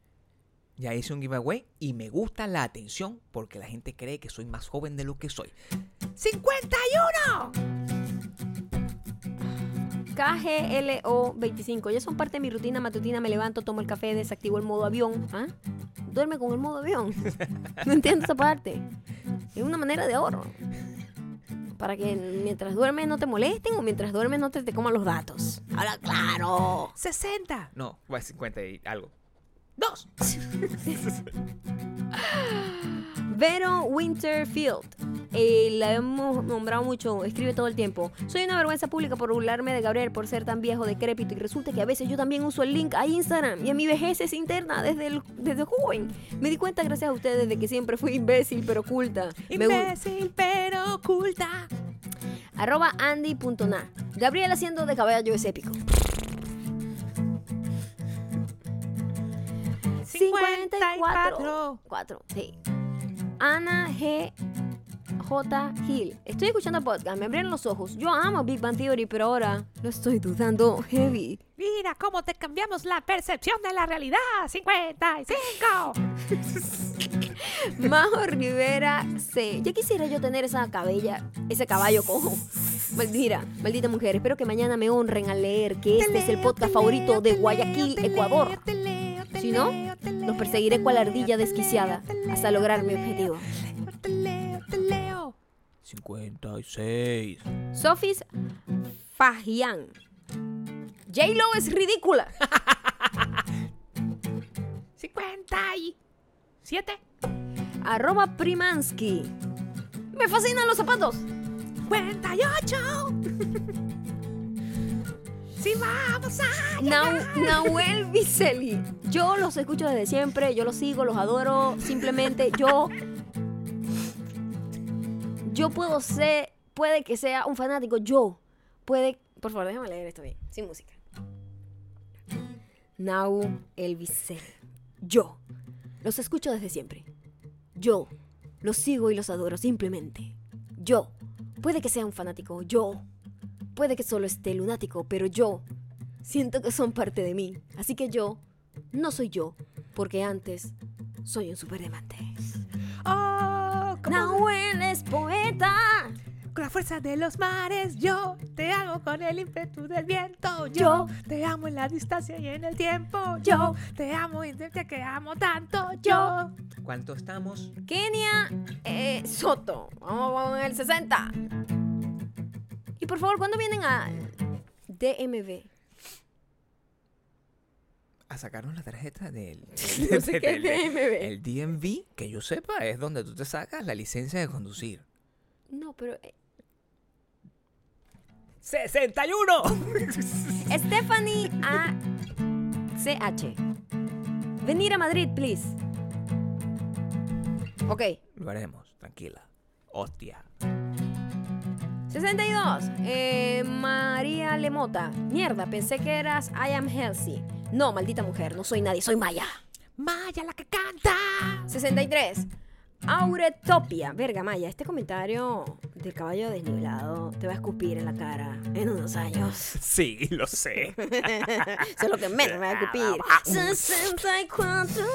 S2: Ya hice un giveaway y me gusta la atención porque la gente cree que soy más joven de lo que soy.
S3: 51.
S1: KGLO25. Ya son parte de mi rutina matutina. Me levanto, tomo el café, desactivo el modo avión. ¿Ah? Duerme con el modo avión. No entiendo esa parte. Es una manera de ahorro. Para que mientras duermes no te molesten o mientras duermes no te, te coman los datos. Ahora, claro.
S3: 60.
S2: No, pues 50 y algo.
S3: Dos.
S1: Vero Winterfield. Eh, la hemos nombrado mucho, escribe todo el tiempo. Soy una vergüenza pública por burlarme de Gabriel por ser tan viejo, decrépito. Y resulta que a veces yo también uso el link a Instagram. Y a mi vejez es interna desde, el, desde joven. Me di cuenta gracias a ustedes de que siempre fui imbécil pero oculta. Me gu-
S3: Imbécil, pero oculta.
S1: Arroba andy.na. Gabriel haciendo de caballo es épico.
S3: 54.
S1: 4, sí. Ana G. J. Hill. Estoy escuchando podcast, me abrieron los ojos. Yo amo Big Bang Theory, pero ahora lo estoy dudando heavy. [laughs]
S3: Mira cómo te cambiamos la percepción de la realidad. 55.
S1: Majo Rivera C. Ya quisiera yo tener esa cabella, ese caballo cojo. [laughs] Maldita, maldita mujer, espero que mañana me honren al leer que este es el podcast favorito de Guayaquil, Ecuador. Si no, los perseguiré cual ardilla desquiciada hasta lograr mi objetivo.
S3: Te leo, te leo.
S2: 56.
S1: Sofis Fajian. J-Lo es ridícula.
S3: 57.
S1: Arroba Primansky. Me fascinan los zapatos.
S3: [laughs] 58. Si vamos a
S1: Nau- Nahuel Viceli. Yo los escucho desde siempre, yo los sigo, los adoro. Simplemente yo. Yo puedo ser. Puede que sea un fanático. Yo. Puede. Por favor, déjame leer esto bien. Sin música. Nau El Viceli. Yo. Los escucho desde siempre. Yo. Los sigo y los adoro. Simplemente. Yo. Puede que sea un fanático. Yo. Puede que solo esté lunático, pero yo siento que son parte de mí. Así que yo no soy yo, porque antes soy un superdemante.
S3: Oh, como
S1: Nahuel es poeta.
S3: con la fuerza de los mares, yo te amo con el ímpetu del viento.
S1: Yo.
S3: Yo, te amo en la distancia y en el tiempo. Yo te amo y te que amo tanto. Yo.
S2: ¿Cuánto estamos?
S1: Kenia eh, Soto. Vamos con el 60. Y por favor, ¿cuándo vienen a DMV?
S2: a sacarnos la
S1: [laughs]
S2: tarjeta del,
S1: No sé qué DMV.
S2: el DMV, que yo sepa, es donde tú te sacas la licencia de conducir.
S1: No, pero. eh,
S2: ¡61!
S1: Stephanie A. CH. Venir a Madrid, please. Ok.
S2: [laughs] Lo haremos, tranquila. Hostia.
S1: 62. Eh, María Lemota. Mierda, pensé que eras I am healthy. No, maldita mujer, no soy nadie, soy Maya.
S3: Maya la que canta.
S1: 63. Auretopia. Verga, Maya, este comentario del caballo desnivelado te va a escupir en la cara en unos años. [laughs]
S2: Sí, lo sé.
S1: Eso es lo que menos me va a escupir. 64.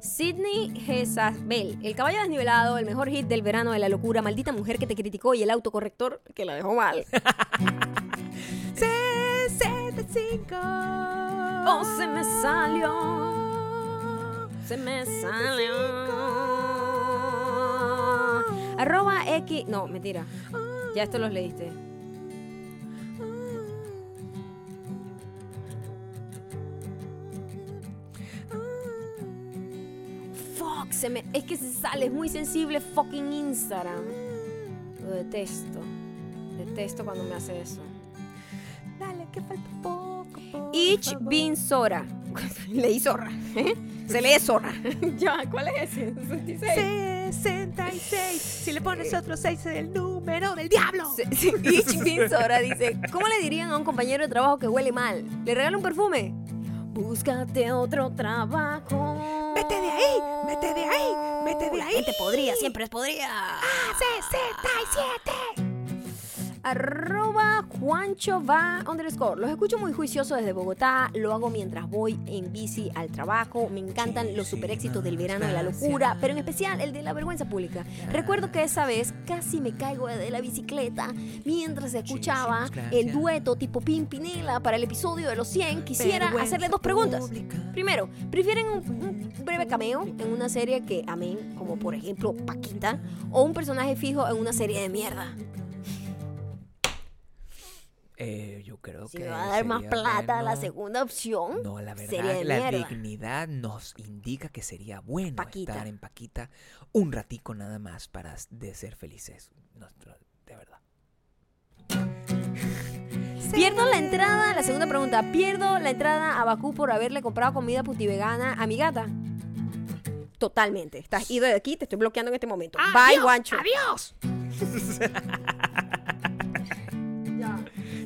S1: Sidney Jezabel. El caballo desnivelado, el mejor hit del verano de la locura, maldita mujer que te criticó y el autocorrector que la dejó mal.
S3: 65.
S1: Oh, se me salió. Se me salió. Arroba X. No, mentira. Ya esto los leíste.
S3: Mm,
S1: Fuck, se me. Es que se sale, es muy sensible fucking Instagram. Lo detesto. Detesto cuando me hace eso.
S3: Dale que falta poco. por
S1: Ich
S3: favor.
S1: bin Sora. [laughs] Leí Zorra. ¿eh? Se lee Zorra. [laughs] ya, ¿cuál es ese? 66.
S3: 66. Si le pones otro 6 es el número del diablo.
S1: Se- se- Ich bin Sora dice, ¿cómo le dirían a un compañero de trabajo que huele mal? ¿Le regala un perfume? Búscate otro trabajo.
S3: Vete de ahí, vete de ahí, vete de
S1: La
S3: ahí.
S1: gente podría, siempre es podría.
S3: Ah, 67.
S1: Arroba Juancho va underscore. Los escucho muy juicioso desde Bogotá. Lo hago mientras voy en bici al trabajo. Me encantan los super éxitos del verano de la locura, pero en especial el de la vergüenza pública. Recuerdo que esa vez casi me caigo de la bicicleta mientras escuchaba
S2: Muchísimas
S1: el
S2: gracias.
S1: dueto tipo Pimpinela para el episodio de los 100. Quisiera
S3: Vergüenza
S1: hacerle dos preguntas.
S3: pública.
S1: Primero, ¿prefieren un, un breve cameo en una serie que amén, como por ejemplo Paquita, o un personaje fijo en una serie de mierda?
S2: Eh, yo creo
S1: Si
S2: que.
S1: va a dar más
S2: sería
S1: plata a la
S2: bueno-
S1: segunda opción.
S2: No, la
S1: sería
S2: verdad,
S1: de
S2: la
S1: mierda.
S2: dignidad nos indica que sería bueno
S1: Paquita.
S2: estar en Paquita un ratico nada más para s- de ser felices. Nuestro- de verdad.
S1: Pierdo la entrada, la segunda pregunta. Pierdo la entrada a Bakú por haberle comprado comida putivegana a mi gata. Totalmente. Estás ido de aquí, te estoy bloqueando en este momento. Bye,
S3: Adiós,
S1: guancho.
S3: Adiós.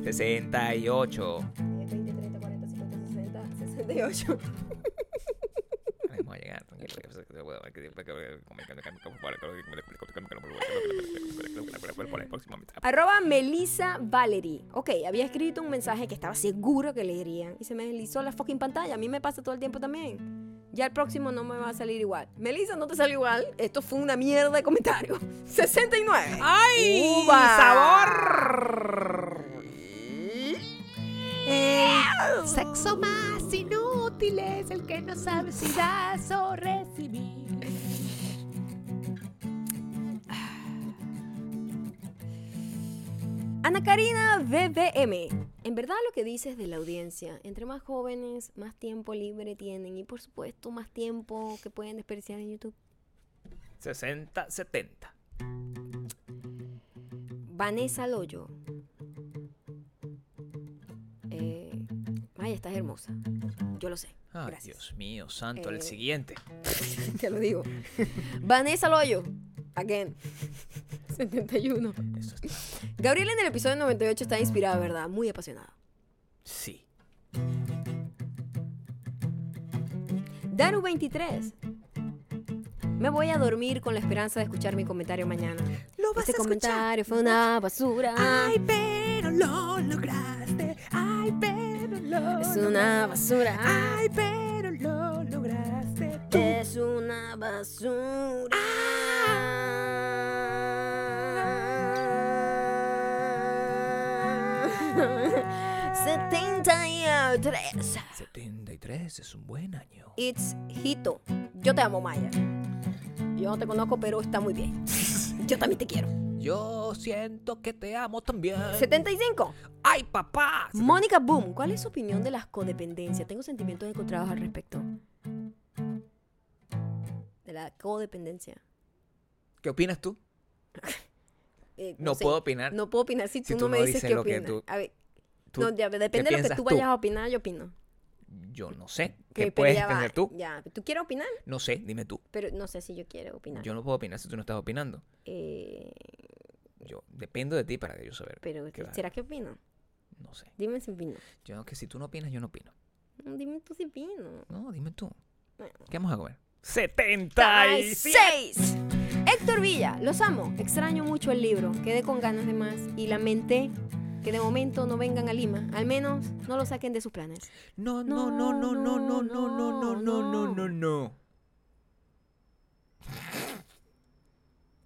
S1: Eh,
S2: 68.
S1: 20, 30, 40, 50, 60, 68.
S2: Ahí Vamos a llegar, tranquilo, que- que- que- que- que- que- que- que- que- que- que- que- próximamente.
S1: Arroba Melissa Valerie. Ok, había escrito un mensaje que estaba seguro que leerían y se me deslizó la fucking pantalla. A mí me pasa todo el tiempo también. Ya el próximo no me va a salir igual. Melissa, no te salió igual. Esto fue una mierda de comentario. [laughs] 69.
S2: ¡Ay!
S1: Uva.
S2: ¡Sabor!
S3: Sexo más inútil es el que no sabe si das o recibir.
S1: Ana Karina BBM. En verdad lo que dices de la audiencia, entre más jóvenes, más tiempo libre tienen y por supuesto más tiempo que pueden desperdiciar en YouTube.
S2: 60, 70.
S1: Vanessa Loyo. Eh, ay, estás hermosa. Yo lo sé. [laughs]
S2: Ay,
S1: Gracias.
S2: Dios mío, santo,
S1: Eh,
S2: el siguiente.
S1: Te lo digo. Vanessa Loyo.
S3: [laughs]
S1: Again. 71.
S2: Eso está.
S1: Gabriel en el episodio 98 está inspirado, ¿verdad? Muy apasionado.
S2: Sí.
S1: Danu 23. Me voy a dormir con la esperanza de escuchar mi comentario mañana.
S3: Lo vas
S1: Este
S3: a escuchar.
S1: comentario fue una basura.
S3: Ay, pero lo lograste. Ay, pero lo
S1: es una basura.
S3: Ay, pero lo lograste.
S1: Es una basura. ¡73!
S2: 73 es un buen año.
S1: It's Hito. Yo te amo, Maya. Yo no te conozco, pero está muy bien. Yo también te quiero.
S2: Yo siento que te amo también.
S1: 75.
S2: ¡Ay, papá!
S1: Mónica Boom, ¿cuál es su opinión de las codependencias? Tengo sentimientos encontrados al respecto. De la codependencia.
S2: ¿Qué opinas tú?
S1: Eh,
S2: No
S1: sé,
S2: puedo opinar.
S1: No puedo opinar si tú,
S2: tú
S1: no me
S2: no
S1: dices
S2: dices
S1: qué
S2: lo que
S1: opinas.
S2: tú-
S1: A ver,
S2: tú-
S1: no, ya, depende de lo que
S2: piensas
S1: tú
S2: tú?
S1: vayas a opinar, yo opino.
S2: Yo no sé.
S1: Que-
S2: ¿Qué
S1: pero
S2: puedes
S1: ya va,
S2: tener tú?
S1: Ya, tú quieres opinar,
S2: No sé, dime tú.
S1: pero no sé si yo quiero opinar.
S2: Yo no puedo opinar si tú no estás opinando.
S1: Eh,
S2: Yo dependo de ti para yo saber.
S1: pero,
S2: qué vas a-
S1: ¿será que opino?
S2: No sé.
S1: Dime si opino.
S2: Yo que si tú no opinas, yo no opino.
S1: Dime tú si opino.
S2: No, dime tú.
S1: Bueno.
S2: ¿Qué vamos a comer?
S1: 36. Héctor Villa, los amo. Extraño mucho el libro. Quedé con ganas de más y lamenté que de momento no vengan a Lima. Al menos no lo saquen de sus planes.
S2: No, no, no, no, no, no, no, no, no, no, no, no, no.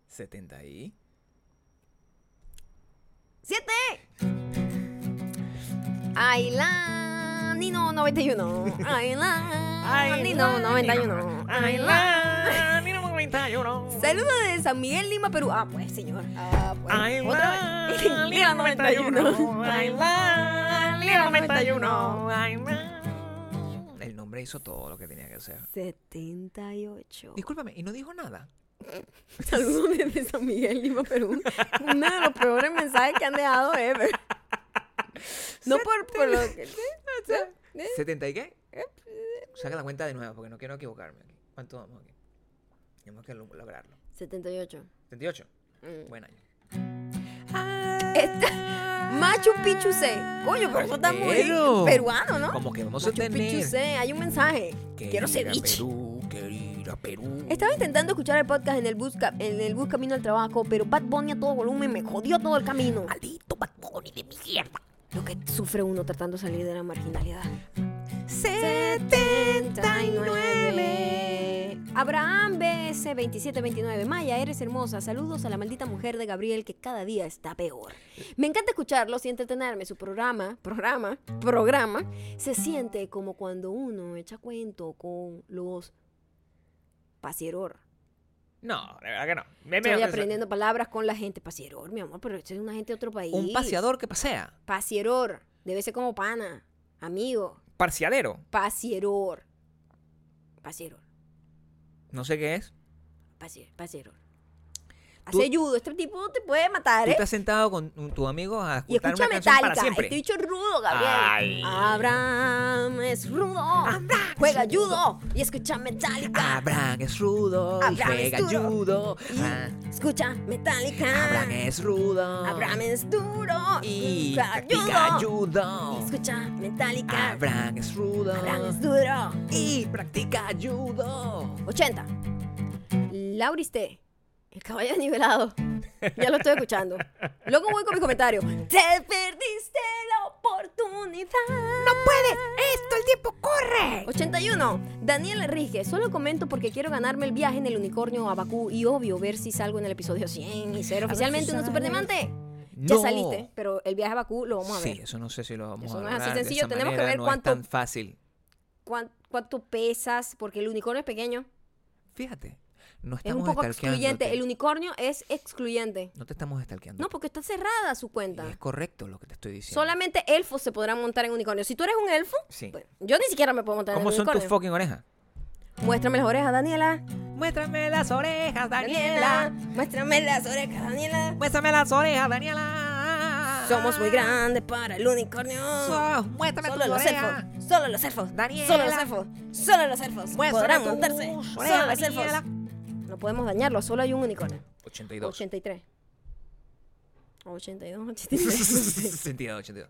S2: 70 y.
S1: ¡Siete! Aylan Nino 91. Aylan Nino 91. Aylan. Saludos de San Miguel, Lima, Perú. Ah, pues, señor. Ah, pues. Otra vez. [laughs]
S3: [laughs]
S1: Lima 91. Aylan Lima 91.
S2: El nombre hizo todo lo que tenía que hacer.
S1: 78.
S2: Discúlpame, y no dijo nada.
S1: Saludos desde San Miguel, Lima, Perú. Uno de los peores mensajes que han dejado ever. No por, por lo que... ¿Eh?
S2: ¿70 y qué? Saca la cuenta de nuevo porque no quiero equivocarme. aquí. ¿Cuánto vamos aquí? Tenemos que lo- lograrlo.
S1: 78.
S2: 78.
S1: Mm.
S2: Buen año.
S1: Este- Machu Picchu C. Coño, pero eso está muy
S2: Pero-
S1: peruano, ¿no?
S2: Como que vamos
S1: Machu
S2: a
S1: Picchu
S2: tener.
S1: C. Hay un mensaje.
S2: que
S1: Quiero
S2: ir a
S1: ceviche.
S2: Perú, que ir a Perú.
S1: Estaba intentando escuchar el podcast en el, bus ca- en el bus camino al trabajo, pero Bad Bunny a todo volumen me jodió todo el camino.
S3: Maldito Bad Bunny de mierda.
S1: Lo que sufre uno tratando de salir de la marginalidad. 79. Abraham BS2729. Maya, eres hermosa. Saludos a la maldita mujer de Gabriel que cada día está peor. Me encanta escucharlos y entretenerme. Su programa, programa, programa, se siente como cuando uno echa cuento con los
S2: Eh,
S1: pasieror.
S2: No, la verdad que no. Me- me-
S1: Estoy
S2: me-
S1: aprendiendo palabras con la gente. Pasieror, mi amor, pero esto es una gente de otro país.
S2: Un paseador que pasea.
S1: Pasieror. Debe ser como pana, amigo.
S2: Parcialero.
S1: Pasieror. Pasieror.
S2: No sé qué es.
S1: Pase, pasero.
S2: Tú-
S1: Hace judo, este tipo te puede matar,
S2: Tú
S1: ¿eh?
S2: te has sentado con tu amigo a
S1: Y
S2: escuchar
S1: escucha
S2: una canción para
S1: Metallica,
S2: siempre.
S1: este bicho es rudo, Gabriel.
S2: Ay. Ah,
S1: Abraham es rudo, juega judo y escucha Metallica.
S2: Abraham es rudo y
S1: Abraham es
S2: juega
S1: duro.
S2: judo.
S1: Y
S2: Ah,
S1: escucha
S2: Abraham
S1: Metallica.
S2: es rudo.
S1: Abraham es duro
S2: y
S1: juega
S2: practica
S1: judo.
S2: judo.
S1: Y escucha Metallica.
S2: Abraham es rudo.
S1: Abraham es duro.
S2: Y practica judo.
S1: 80. Lauriste, el caballo nivelado. Ya lo estoy escuchando. Luego voy con mi comentario. Te perdiste la oportunidad.
S3: ¡No puedes! ¡Esto, el tiempo corre!
S1: 81. Daniel Enrique, solo comento porque quiero ganarme el viaje en el unicornio a Bakú y obvio ver si salgo en el episodio 100 y ser oficialmente un
S2: sales.
S1: superdemante. Ya
S2: No.
S1: saliste, pero el viaje a Bakú lo vamos a ver.
S2: Sí, eso no sé si lo vamos
S1: Eso
S2: a
S1: no es así
S2: lograr de
S1: sencillo,
S2: esa
S1: tenemos que
S2: manera,
S1: ver
S2: no
S1: cuánto-
S2: es tan fácil.
S1: ¿Cuán- ¿Cuánto pesas? Porque el unicornio es pequeño.
S2: Fíjate, no
S1: Es un
S2: estamos
S1: poco
S2: estalqueando.
S1: excluyente. El unicornio es excluyente.
S2: No te estamos estalqueando.
S1: No, porque está cerrada su cuenta.
S2: Y es correcto lo que te estoy diciendo.
S1: Solamente elfos se podrán montar en unicornio. Si tú eres un elfo,
S2: Sí.
S1: pues, yo ni siquiera me puedo montar en
S2: ¿Cómo
S1: un
S2: son tus
S1: unicornio.
S2: fucking orejas?
S1: Muéstrame las orejas, Daniela.
S3: Muéstrame las orejas,
S1: Daniela. Muéstrame las orejas, Daniela.
S3: Muéstrame las orejas, Daniela.
S1: Somos muy grandes para el unicornio.
S3: So- muéstrame
S1: Solo
S3: tus
S1: los
S3: orejas.
S1: elfos, solo los elfos,
S3: Daniela.
S1: solo los elfos, solo los elfos
S3: Muéstrame
S1: podrán
S3: tus
S1: montarse,
S3: orejas,
S1: solo los
S3: Daniela.
S1: elfos. No podemos dañarlo, solo hay un unicornio. [laughs]
S2: 82. [laughs]
S1: 83. 82,
S2: [laughs]
S1: 83.
S2: 82, 82.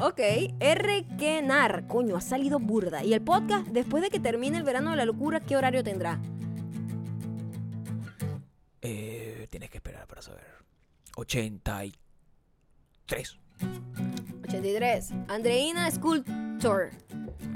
S1: Ok, R. Kenar. Coño, ha salido burda. ¿Y el podcast, después de que termine el verano de la locura, qué horario tendrá?
S2: Eh, tienes que esperar para saber. 83.
S1: 83. Andreina Sculptor.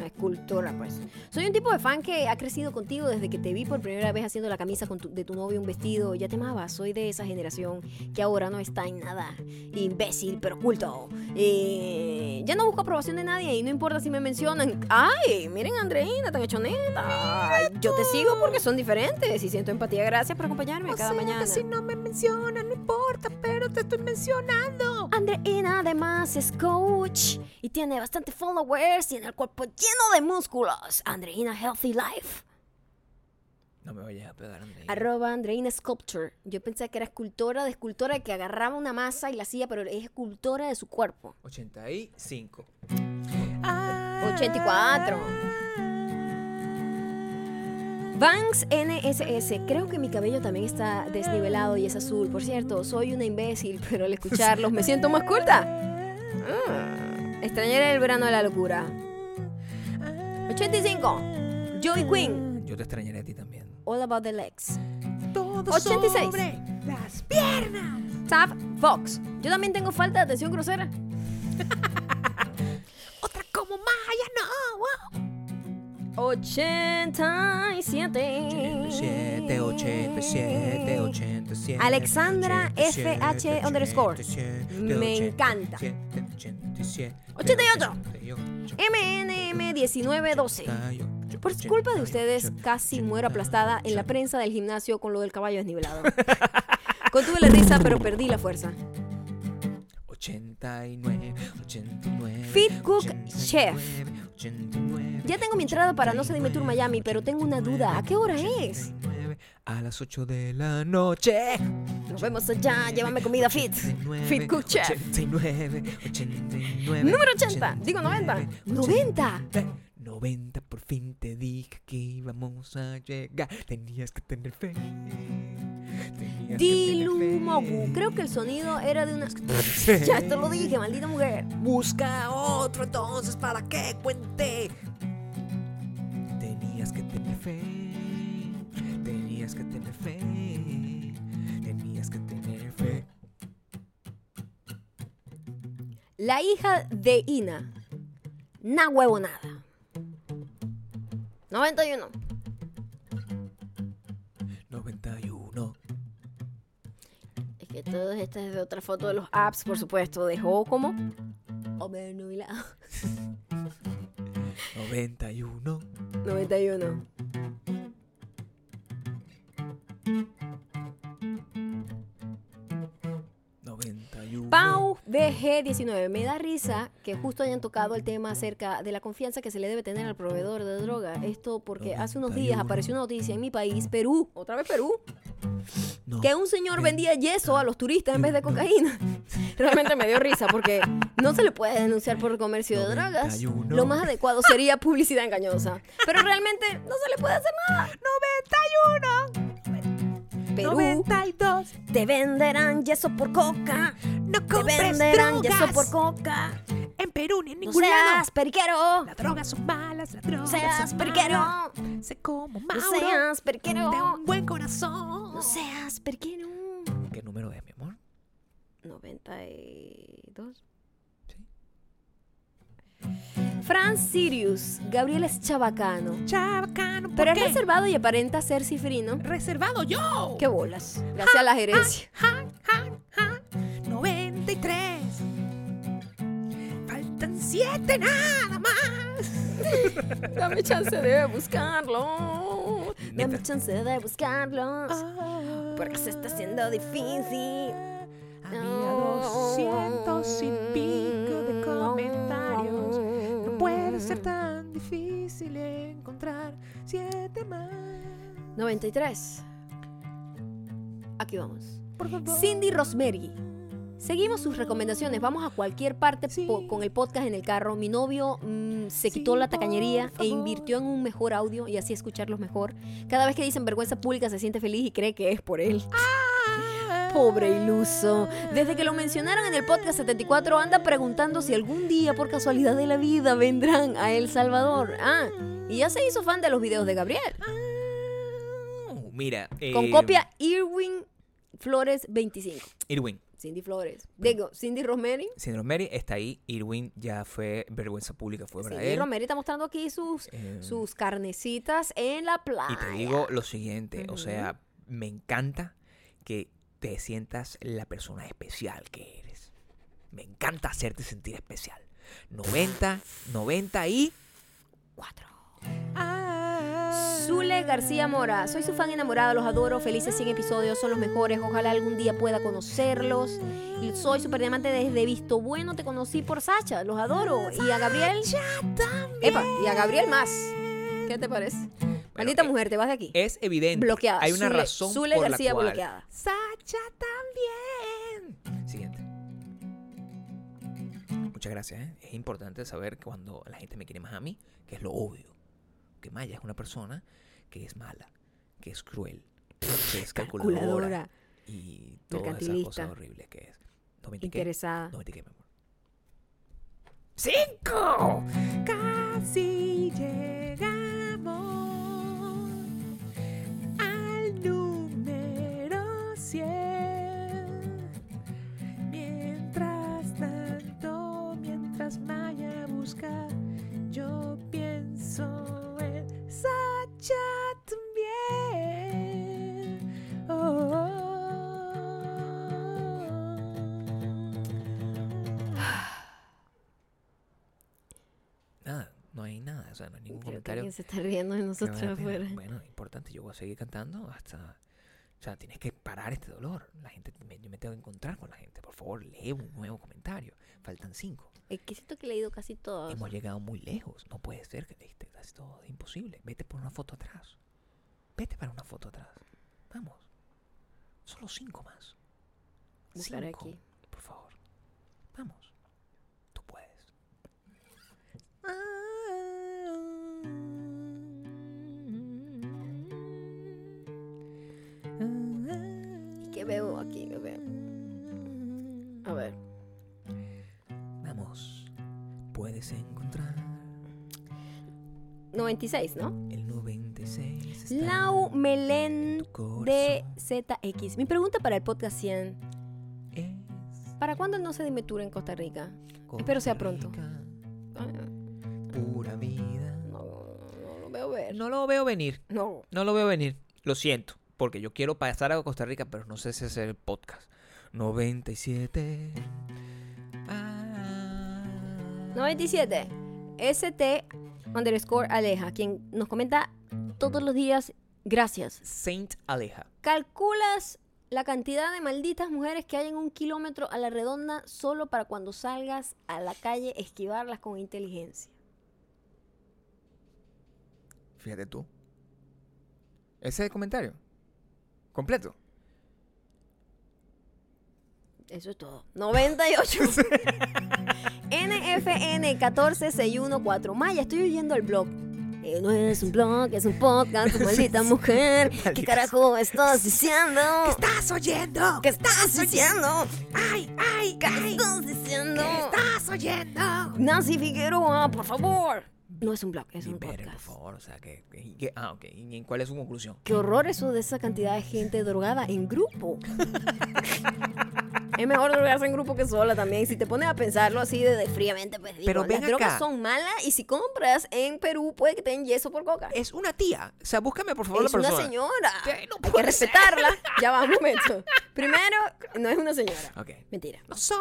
S1: Ah, Escultora, pues. Soy un tipo de fan que ha crecido contigo desde que te vi por primera vez haciendo la camisa con tu- de tu novio un vestido. Ya te amaba, soy de esa generación que ahora no está en nada. Imbécil, pero culto. Eh, ya no busco aprobación de nadie y no importa si me mencionan. ¡Ay! Miren a Andreina, tan hechoneta. Ay, Yo te sigo porque son diferentes y siento empatía. Gracias por acompañarme
S3: O
S1: cada
S3: sea que
S1: mañana.
S3: si no me mencionan, no importa, te estoy mencionando.
S1: Andreina además es coach y tiene bastante followers y en el cuerpo lleno de músculos. Andreina Healthy Life.
S2: No me vayas a pegar, Andreina.
S1: Arroba Andreina Sculpture. Yo pensé que era escultora de escultora que agarraba una masa y la hacía, pero es escultora de su cuerpo.
S2: 85.
S3: Ah.
S1: 84. Banks NSS. Creo que mi cabello también está desnivelado y es azul. Por cierto, soy una imbécil, [laughs] pero al escucharlos me siento más culta. Mm. Extrañaré el verano de la locura. 85. Joey Quinn.
S2: Yo te extrañaré a ti también.
S1: All About the Legs.
S3: Todo
S1: 86.
S3: sobre las piernas.
S1: Tab Fox. Yo también tengo falta de atención grosera.
S3: Otra como Maya, no. wow.
S1: 87.
S2: 87, 87, 87.
S1: Alexandra FH underscore. Me encanta. 88. MNM1912. Por culpa de ustedes, casi muero aplastada en la prensa del gimnasio con lo del caballo desnivelado. Contuve la risa, pero perdí la fuerza.
S2: 89, 89.
S1: Fit Cook
S2: 89,
S1: Chef.
S2: 89,
S1: Ya tengo mi entrada para No Se Dime Tour Miami, pero tengo una duda. ¿A qué hora es?
S2: 89, A las 8 de la noche.
S1: Nos vemos allá, Ah, llévame comida fit. Fit Cook Chef.
S2: 89, 89,
S1: Número 80, digo 90. 90.
S2: 90, por fin te dije que íbamos a llegar. Tenías que tener fe. Tenías
S1: Dilumogu. Creo que el sonido era de una. Ya, esto lo dije, maldita mujer.
S2: Busca otro entonces para que cuente. Tenías que tener fe. Tenías que tener fe. Tenías que tener fe.
S1: La hija de Ina. Na huevonada. 91.
S2: 91.
S1: Es que todas estas es de otra foto de los apps, por supuesto. Dejó como. [laughs] Obnubilado.
S2: 91.
S1: 91. Pau BG19. Me da risa que justo hayan tocado el tema acerca de la confianza que se le debe tener al proveedor de droga. Esto porque hace unos días
S2: 91.
S1: apareció una noticia en mi país, Perú, otra vez Perú,
S2: No.
S1: que un señor vendía yeso a los turistas en vez de cocaína. ah. Mm, [laughs] Realmente me dio risa porque no se le puede denunciar por comercio de drogas.
S2: 91.
S1: Lo más adecuado sería publicidad engañosa. Pero realmente no se le puede hacer nada.
S3: 91.
S1: Perú,
S3: 92.
S1: te venderán yeso por coca.
S3: No
S1: Te
S3: compres
S1: venderán yeso por
S3: drogas.
S1: coca.
S3: en Perú ni en
S1: No
S3: ningún lado.
S1: seas periquero.
S3: Las drogas son malas, las drogas
S1: seas
S3: son
S1: periquero.
S3: malas. Sé como Mauro.
S1: No seas periquero.
S3: De un buen corazón.
S1: No seas periquero.
S2: ¿Qué número es, mi amor?
S1: 92.
S2: Sí.
S1: Franz Sirius. Gabriel es chabacano.
S3: Chabacano, ¿por
S1: Pero es
S3: qué?
S1: reservado y aparenta ser cifrino.
S3: reservado yo.
S1: Qué bolas. Gracias a
S3: Ah,
S1: la gerencia.
S3: Ja, ja, ja. 93. Faltan 7 nada más.
S1: Dame chance de buscarlo. Dame
S2: Neta.
S1: chance de buscarlo. [laughs] Porque
S3: Porque
S1: se está haciendo difícil.
S3: Había 200 y pico de comentarios. No puede ser tan difícil encontrar siete más.
S1: 93. Aquí vamos.
S3: Por favor.
S1: Cindy Rosemary. Seguimos sus recomendaciones. Vamos a cualquier parte
S3: Sí.
S1: po- con el podcast en el carro. Mi novio mm, se
S3: Sí,
S1: quitó la tacañería
S3: por
S1: e
S3: favor.
S1: invirtió en un mejor audio y así escucharlos mejor. Cada vez que dicen vergüenza pública se siente feliz y cree que es por él.
S3: Ah.
S1: Pobre iluso. Desde que lo mencionaron en el podcast 74 anda preguntando si algún día por casualidad de la vida vendrán a El Salvador. Ah, y ya se hizo fan de los videos de Gabriel.
S3: Ah.
S2: Oh, mira.
S1: Con
S2: eh,
S1: copia Irwin Flores 25.
S2: Irwin.
S1: Cindy Flores. Digo, Cindy Rosemary.
S2: Syndrome Mary está ahí. Irwin ya fue vergüenza pública, fue para
S1: Cindy
S2: él.
S1: Rosemary está mostrando aquí sus,
S2: Pues Eh,
S1: sus carnecitas en la playa.
S2: Y te digo lo siguiente, o
S1: Ah, Ujú.
S2: sea, me encanta que te sientas la persona especial que eres. Me encanta hacerte sentir especial. 90, 90 y
S3: Ah,
S1: Cuatro. Zule García Mora, soy su fan enamorada, los adoro, felices 100 episodios, son los mejores, ojalá algún día pueda conocerlos. Y soy super diamante desde Visto Bueno, te conocí por Sacha, los adoro. Y a Gabriel... Epa, y a Gabriel más. ¿Qué te parece? Maldita
S2: eh,
S1: mujer, te vas de aquí.
S2: Es evidente.
S1: Bloqueada.
S2: Hay una
S1: Zule-
S2: razón
S1: Zule
S2: por
S1: García
S2: la cual.
S1: bloqueada.
S2: Sacha también. Siguiente. Muchas gracias. ¿eh? Es importante saber que cuando la gente me quiere más a mí, que es lo obvio, que Maya es una persona que es mala, que es cruel, que es calculadora,
S1: Calculadora,
S2: y todas esas
S1: mercantilista.
S2: cosas horribles que es. No me etiquetes.
S1: interesada.
S2: No me etiquetes, mi amor. ¡Cinco!
S3: Casi llegamos al número 100. Mientras tanto, mientras Maya busca, yo pienso en Sacha también. Oh.
S2: Nada, no hay nada. O sea, no hay ningún
S1: Creo que
S2: comentario.
S1: alguien se está riendo de
S2: que valga
S1: nosotros
S2: la pena.
S1: afuera.
S2: Bueno, importante, yo voy a seguir cantando hasta... O sea, tienes que parar este dolor. La gente, me, yo me tengo que encontrar con la gente. Por favor, lee un nuevo comentario. Faltan cinco.
S1: Es que siento que he leído casi todos.
S2: Hemos llegado muy lejos. No puede ser que leíste casi todo. Es imposible. Vete por una foto atrás. Vete para una foto atrás. Vamos. Solo cinco más.
S1: Buscar
S2: Cinco,
S1: aquí.
S2: Por favor. Vamos. Tú puedes.
S1: ¿Y qué veo aquí? No veo. A ver.
S2: Vamos. Puedes encontrar
S1: 96, ¿no?
S2: el 96. está
S1: Lau
S2: en
S1: Melén
S2: tu corazón.
S1: de ZX. Mi pregunta para el podcast 100.
S2: Es
S1: ¿Para cuándo el No se dime tour en Costa Rica? Espero sea pronto.
S2: Costa
S1: Ah,
S2: Rica, Pura vida.
S1: No, no lo veo ver.
S2: No lo veo venir.
S1: No.
S2: No lo veo venir. Lo siento. Porque yo quiero pasar a Costa Rica, pero no sé si hacer el podcast. 97. Ah.
S1: 97. ST underscore Aleja, quien nos comenta todos los días. Gracias.
S2: Saint Aleja.
S1: ¿Calculas la cantidad de malditas mujeres que hay en un kilómetro a la redonda solo para cuando salgas a la calle esquivarlas con inteligencia?
S2: Fíjate tú. Ese es el comentario. Completo.
S1: Eso es todo. 98. [laughs] NFN 14614. Maya, estoy oyendo el blog. Eh, no es un blog, es un [laughs] podcast, maldita mujer. ¿Qué carajo estás diciendo?
S3: estás oyendo?
S1: ¿Qué estás diciendo?
S3: ¡Ay, ay,
S1: ¿Qué estás diciendo?
S3: estás oyendo?
S1: Nancy Figueroa, por favor. No es un blog, es un
S2: Liberen, por
S1: podcast.
S2: favor. O sea, que, que- que- ah, ok. ¿Y cuál es su conclusión?
S1: Qué horror eso de esa cantidad de gente drogada en
S2: [laughs]
S1: grupo. es mejor drogarse en grupo que sola también. Si te pones a pensarlo así de, de fríamente, pues digo,
S2: Pero
S1: las
S2: ven
S1: drogas
S2: acá.
S1: son malas y si compras en Perú puede que te den yeso por coca.
S2: Es una tía. O sea, búscame, por favor,
S1: Es
S2: la
S1: una
S2: persona.
S1: señora.
S2: Sí, no
S1: Hay que
S2: puede
S1: respetarla. Ya va, un momento. Primero, no es una señora.
S2: Ok.
S1: Mentira.
S2: No soy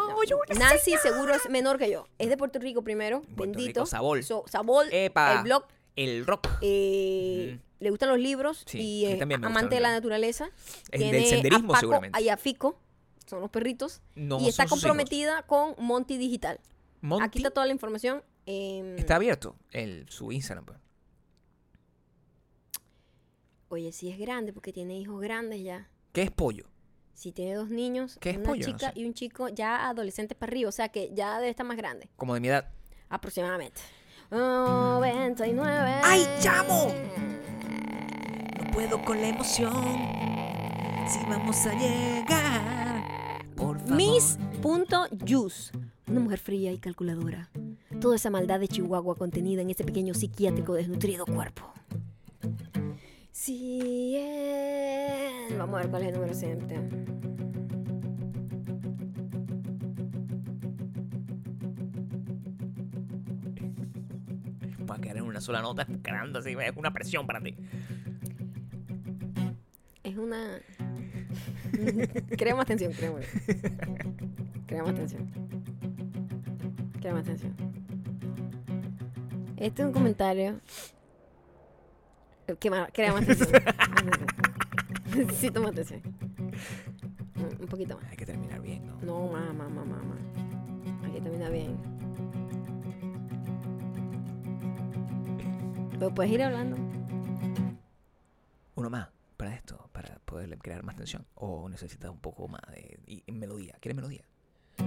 S2: una
S1: Nancy seguro es menor que yo. Es de Puerto Rico primero.
S2: Puerto
S1: Bendito.
S2: Rico, Sabol.
S1: So- Sabol,
S2: Epa.
S1: el blog
S2: El rock.
S1: eh, le gustan los libros
S2: Sí,
S1: y
S2: a mí
S1: es
S2: también me gustan
S1: amante
S2: los
S1: de la
S2: libros.
S1: naturaleza.
S2: El
S1: Tiene
S2: del senderismo,
S1: a Paco
S2: seguramente.
S1: Y a Fico, son los perritos.
S2: No
S1: y está
S2: son sus
S1: comprometida con Monty Digital.
S2: Monty
S1: Aquí está toda la información. em,
S2: está abierto el, su Instagram. pues.
S1: Oye, sí es grande porque tiene hijos grandes ya.
S2: ¿Qué es pollo?
S1: Si tiene dos niños,
S2: ¿Qué es
S1: una
S2: pollo? No
S1: chica
S2: sé.
S1: y un chico ya adolescentes para arriba. O sea que ya debe estar más grande,
S2: Como de mi edad.
S1: aproximadamente.
S2: Mm.
S1: 99.
S3: ¡Ay, chamo! No puedo con la emoción. Si vamos a llegar, por favor.
S1: Miss.Juice, una mujer fría y calculadora. Toda esa maldad de Chihuahua contenida en este pequeño psiquiátrico desnutrido cuerpo. Sí, eh. Vamos a ver cuál es el número siguiente.
S2: Para quedar en una sola nota, creando así, es una presión para ti.
S1: Es una. [laughs] Crea más tensión, crea más. Crea más tensión. Crea más tensión. Este es un comentario Que ma- crea más tensión. sí, toma atención. Un poquito más.
S2: Hay que terminar bien, ¿no?
S1: No, más, más, más, más, más. Aquí termina bien. Pero puedes ir hablando.
S2: Uno más para esto, para poderle crear más tensión. O necesitas un poco más de y- y melodía. ¿Quieres melodía? [laughs]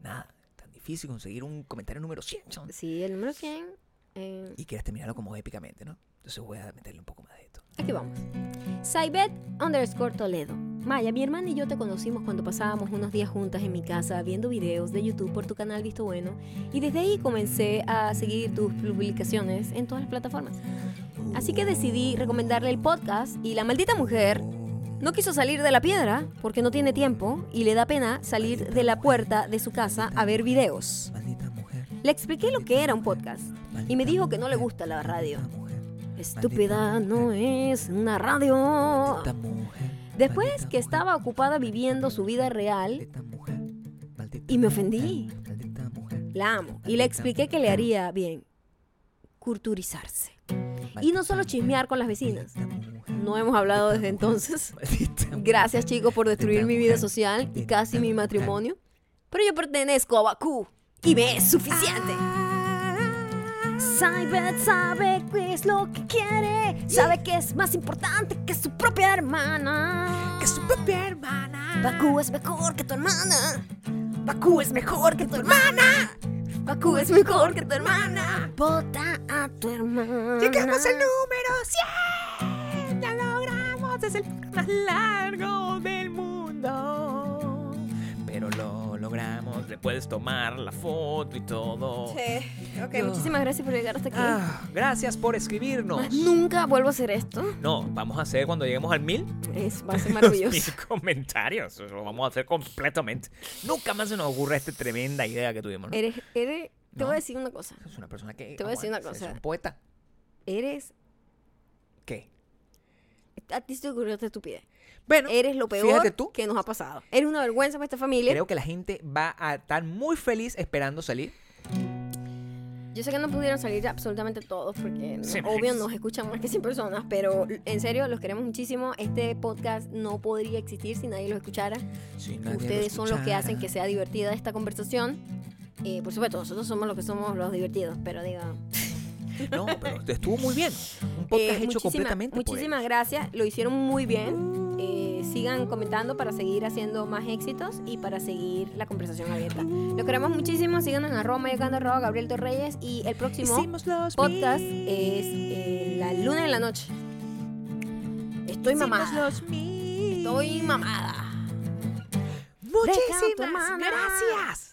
S2: Nada, tan difícil conseguir un comentario número 100. son.
S1: Sí, el número 100. eh,
S2: Y quieres terminarlo como épicamente, ¿no? Entonces voy a meterle un poco más de esto.
S1: Aquí vamos. Saibet underscore Toledo. Maya, mi hermana y yo te conocimos cuando pasábamos unos días juntas en mi casa viendo videos de YouTube por tu canal Visto Bueno y desde ahí comencé a seguir tus publicaciones en todas las plataformas. Así que decidí recomendarle el podcast y la maldita mujer no quiso salir de la piedra porque no tiene tiempo y le da pena salir de la puerta de su casa a ver videos.
S2: Maldita mujer.
S1: Le expliqué lo que era un podcast y me dijo que no le gusta la radio. Estúpida no es una radio.
S2: Maldita mujer.
S1: Después que estaba ocupada viviendo su vida real,
S2: Maldita mujer. Maldita
S1: Y me ofendí.
S2: mujer, Maldita mujer.
S1: la amo y le expliqué que le haría bien culturizarse. Y no solo chismear con las vecinas. No hemos hablado desde entonces. Gracias chicos por destruir mi vida social y casi mi matrimonio. Pero yo pertenezco a Bakú y me es suficiente. Saibet sabe qué es lo que quiere, sabe que es más importante que su propia hermana.
S3: Que su propia hermana.
S1: Bakú es mejor que tu hermana. Bakú es mejor que tu hermana. Bakú es mejor que tu hermana. Vota a tu hermana.
S3: Llegamos al número 100. Lo logramos. Es el más largo del mundo.
S2: Pero lo logramos, le puedes tomar la foto y todo.
S1: Sí. Ok, muchísimas gracias por llegar hasta aquí.
S2: Ah, gracias por escribirnos.
S1: Más nunca vuelvo a hacer esto.
S2: No, vamos a hacer cuando lleguemos al mil.
S1: Es, va a ser
S2: Los
S1: maravilloso.
S2: mil [laughs] comentarios. Eso Lo vamos a hacer completamente. Nunca más se nos ocurre esta tremenda idea que tuvimos. ¿no?
S1: eres, eres, te
S2: No.
S1: voy a decir una cosa.
S2: Es una persona que.
S1: Te voy a decir una
S2: aguanta, es
S1: cosa.
S2: un poeta.
S1: Eres,
S2: ¿Qué?
S1: a ti se te ocurrió esta estupidez.
S2: Bueno,
S1: Eres lo peor
S2: fíjate tú.
S1: que nos ha pasado. Eres una vergüenza para esta familia.
S2: creo que la gente va a estar muy feliz esperando salir.
S1: Yo sé que no pudieron salir absolutamente todos porque no-
S2: Sí,
S1: obvio
S2: sí.
S1: nos escuchan más que 100 personas, pero en serio los queremos muchísimo. Este podcast no podría existir si nadie los escuchara.
S2: Si nadie lo
S1: Ustedes son los que
S2: escuchara.
S1: hacen que sea divertida esta conversación. Eh, por supuesto, nosotros somos los que somos los divertidos, pero digo...
S2: [laughs] No, pero estuvo muy bien. Un
S1: eh,
S2: podcast hecho
S1: muchísima-
S2: completamente. por
S1: Muchísimas gracias, lo hicieron muy bien. Eh, sigan comentando para seguir haciendo más éxitos y para seguir la conversación abierta. Los queremos muchísimo, síganos en arroba, llegando arroba, Gabriel Torreyes y el próximo...
S3: Hicimos los
S1: podcast
S3: mil.
S1: es eh, la luna de la noche. Estoy
S3: Hicimos
S1: mamada.
S3: los mil.
S1: Estoy mamada. Deja tu
S3: Muchísimas
S1: mano.
S3: gracias.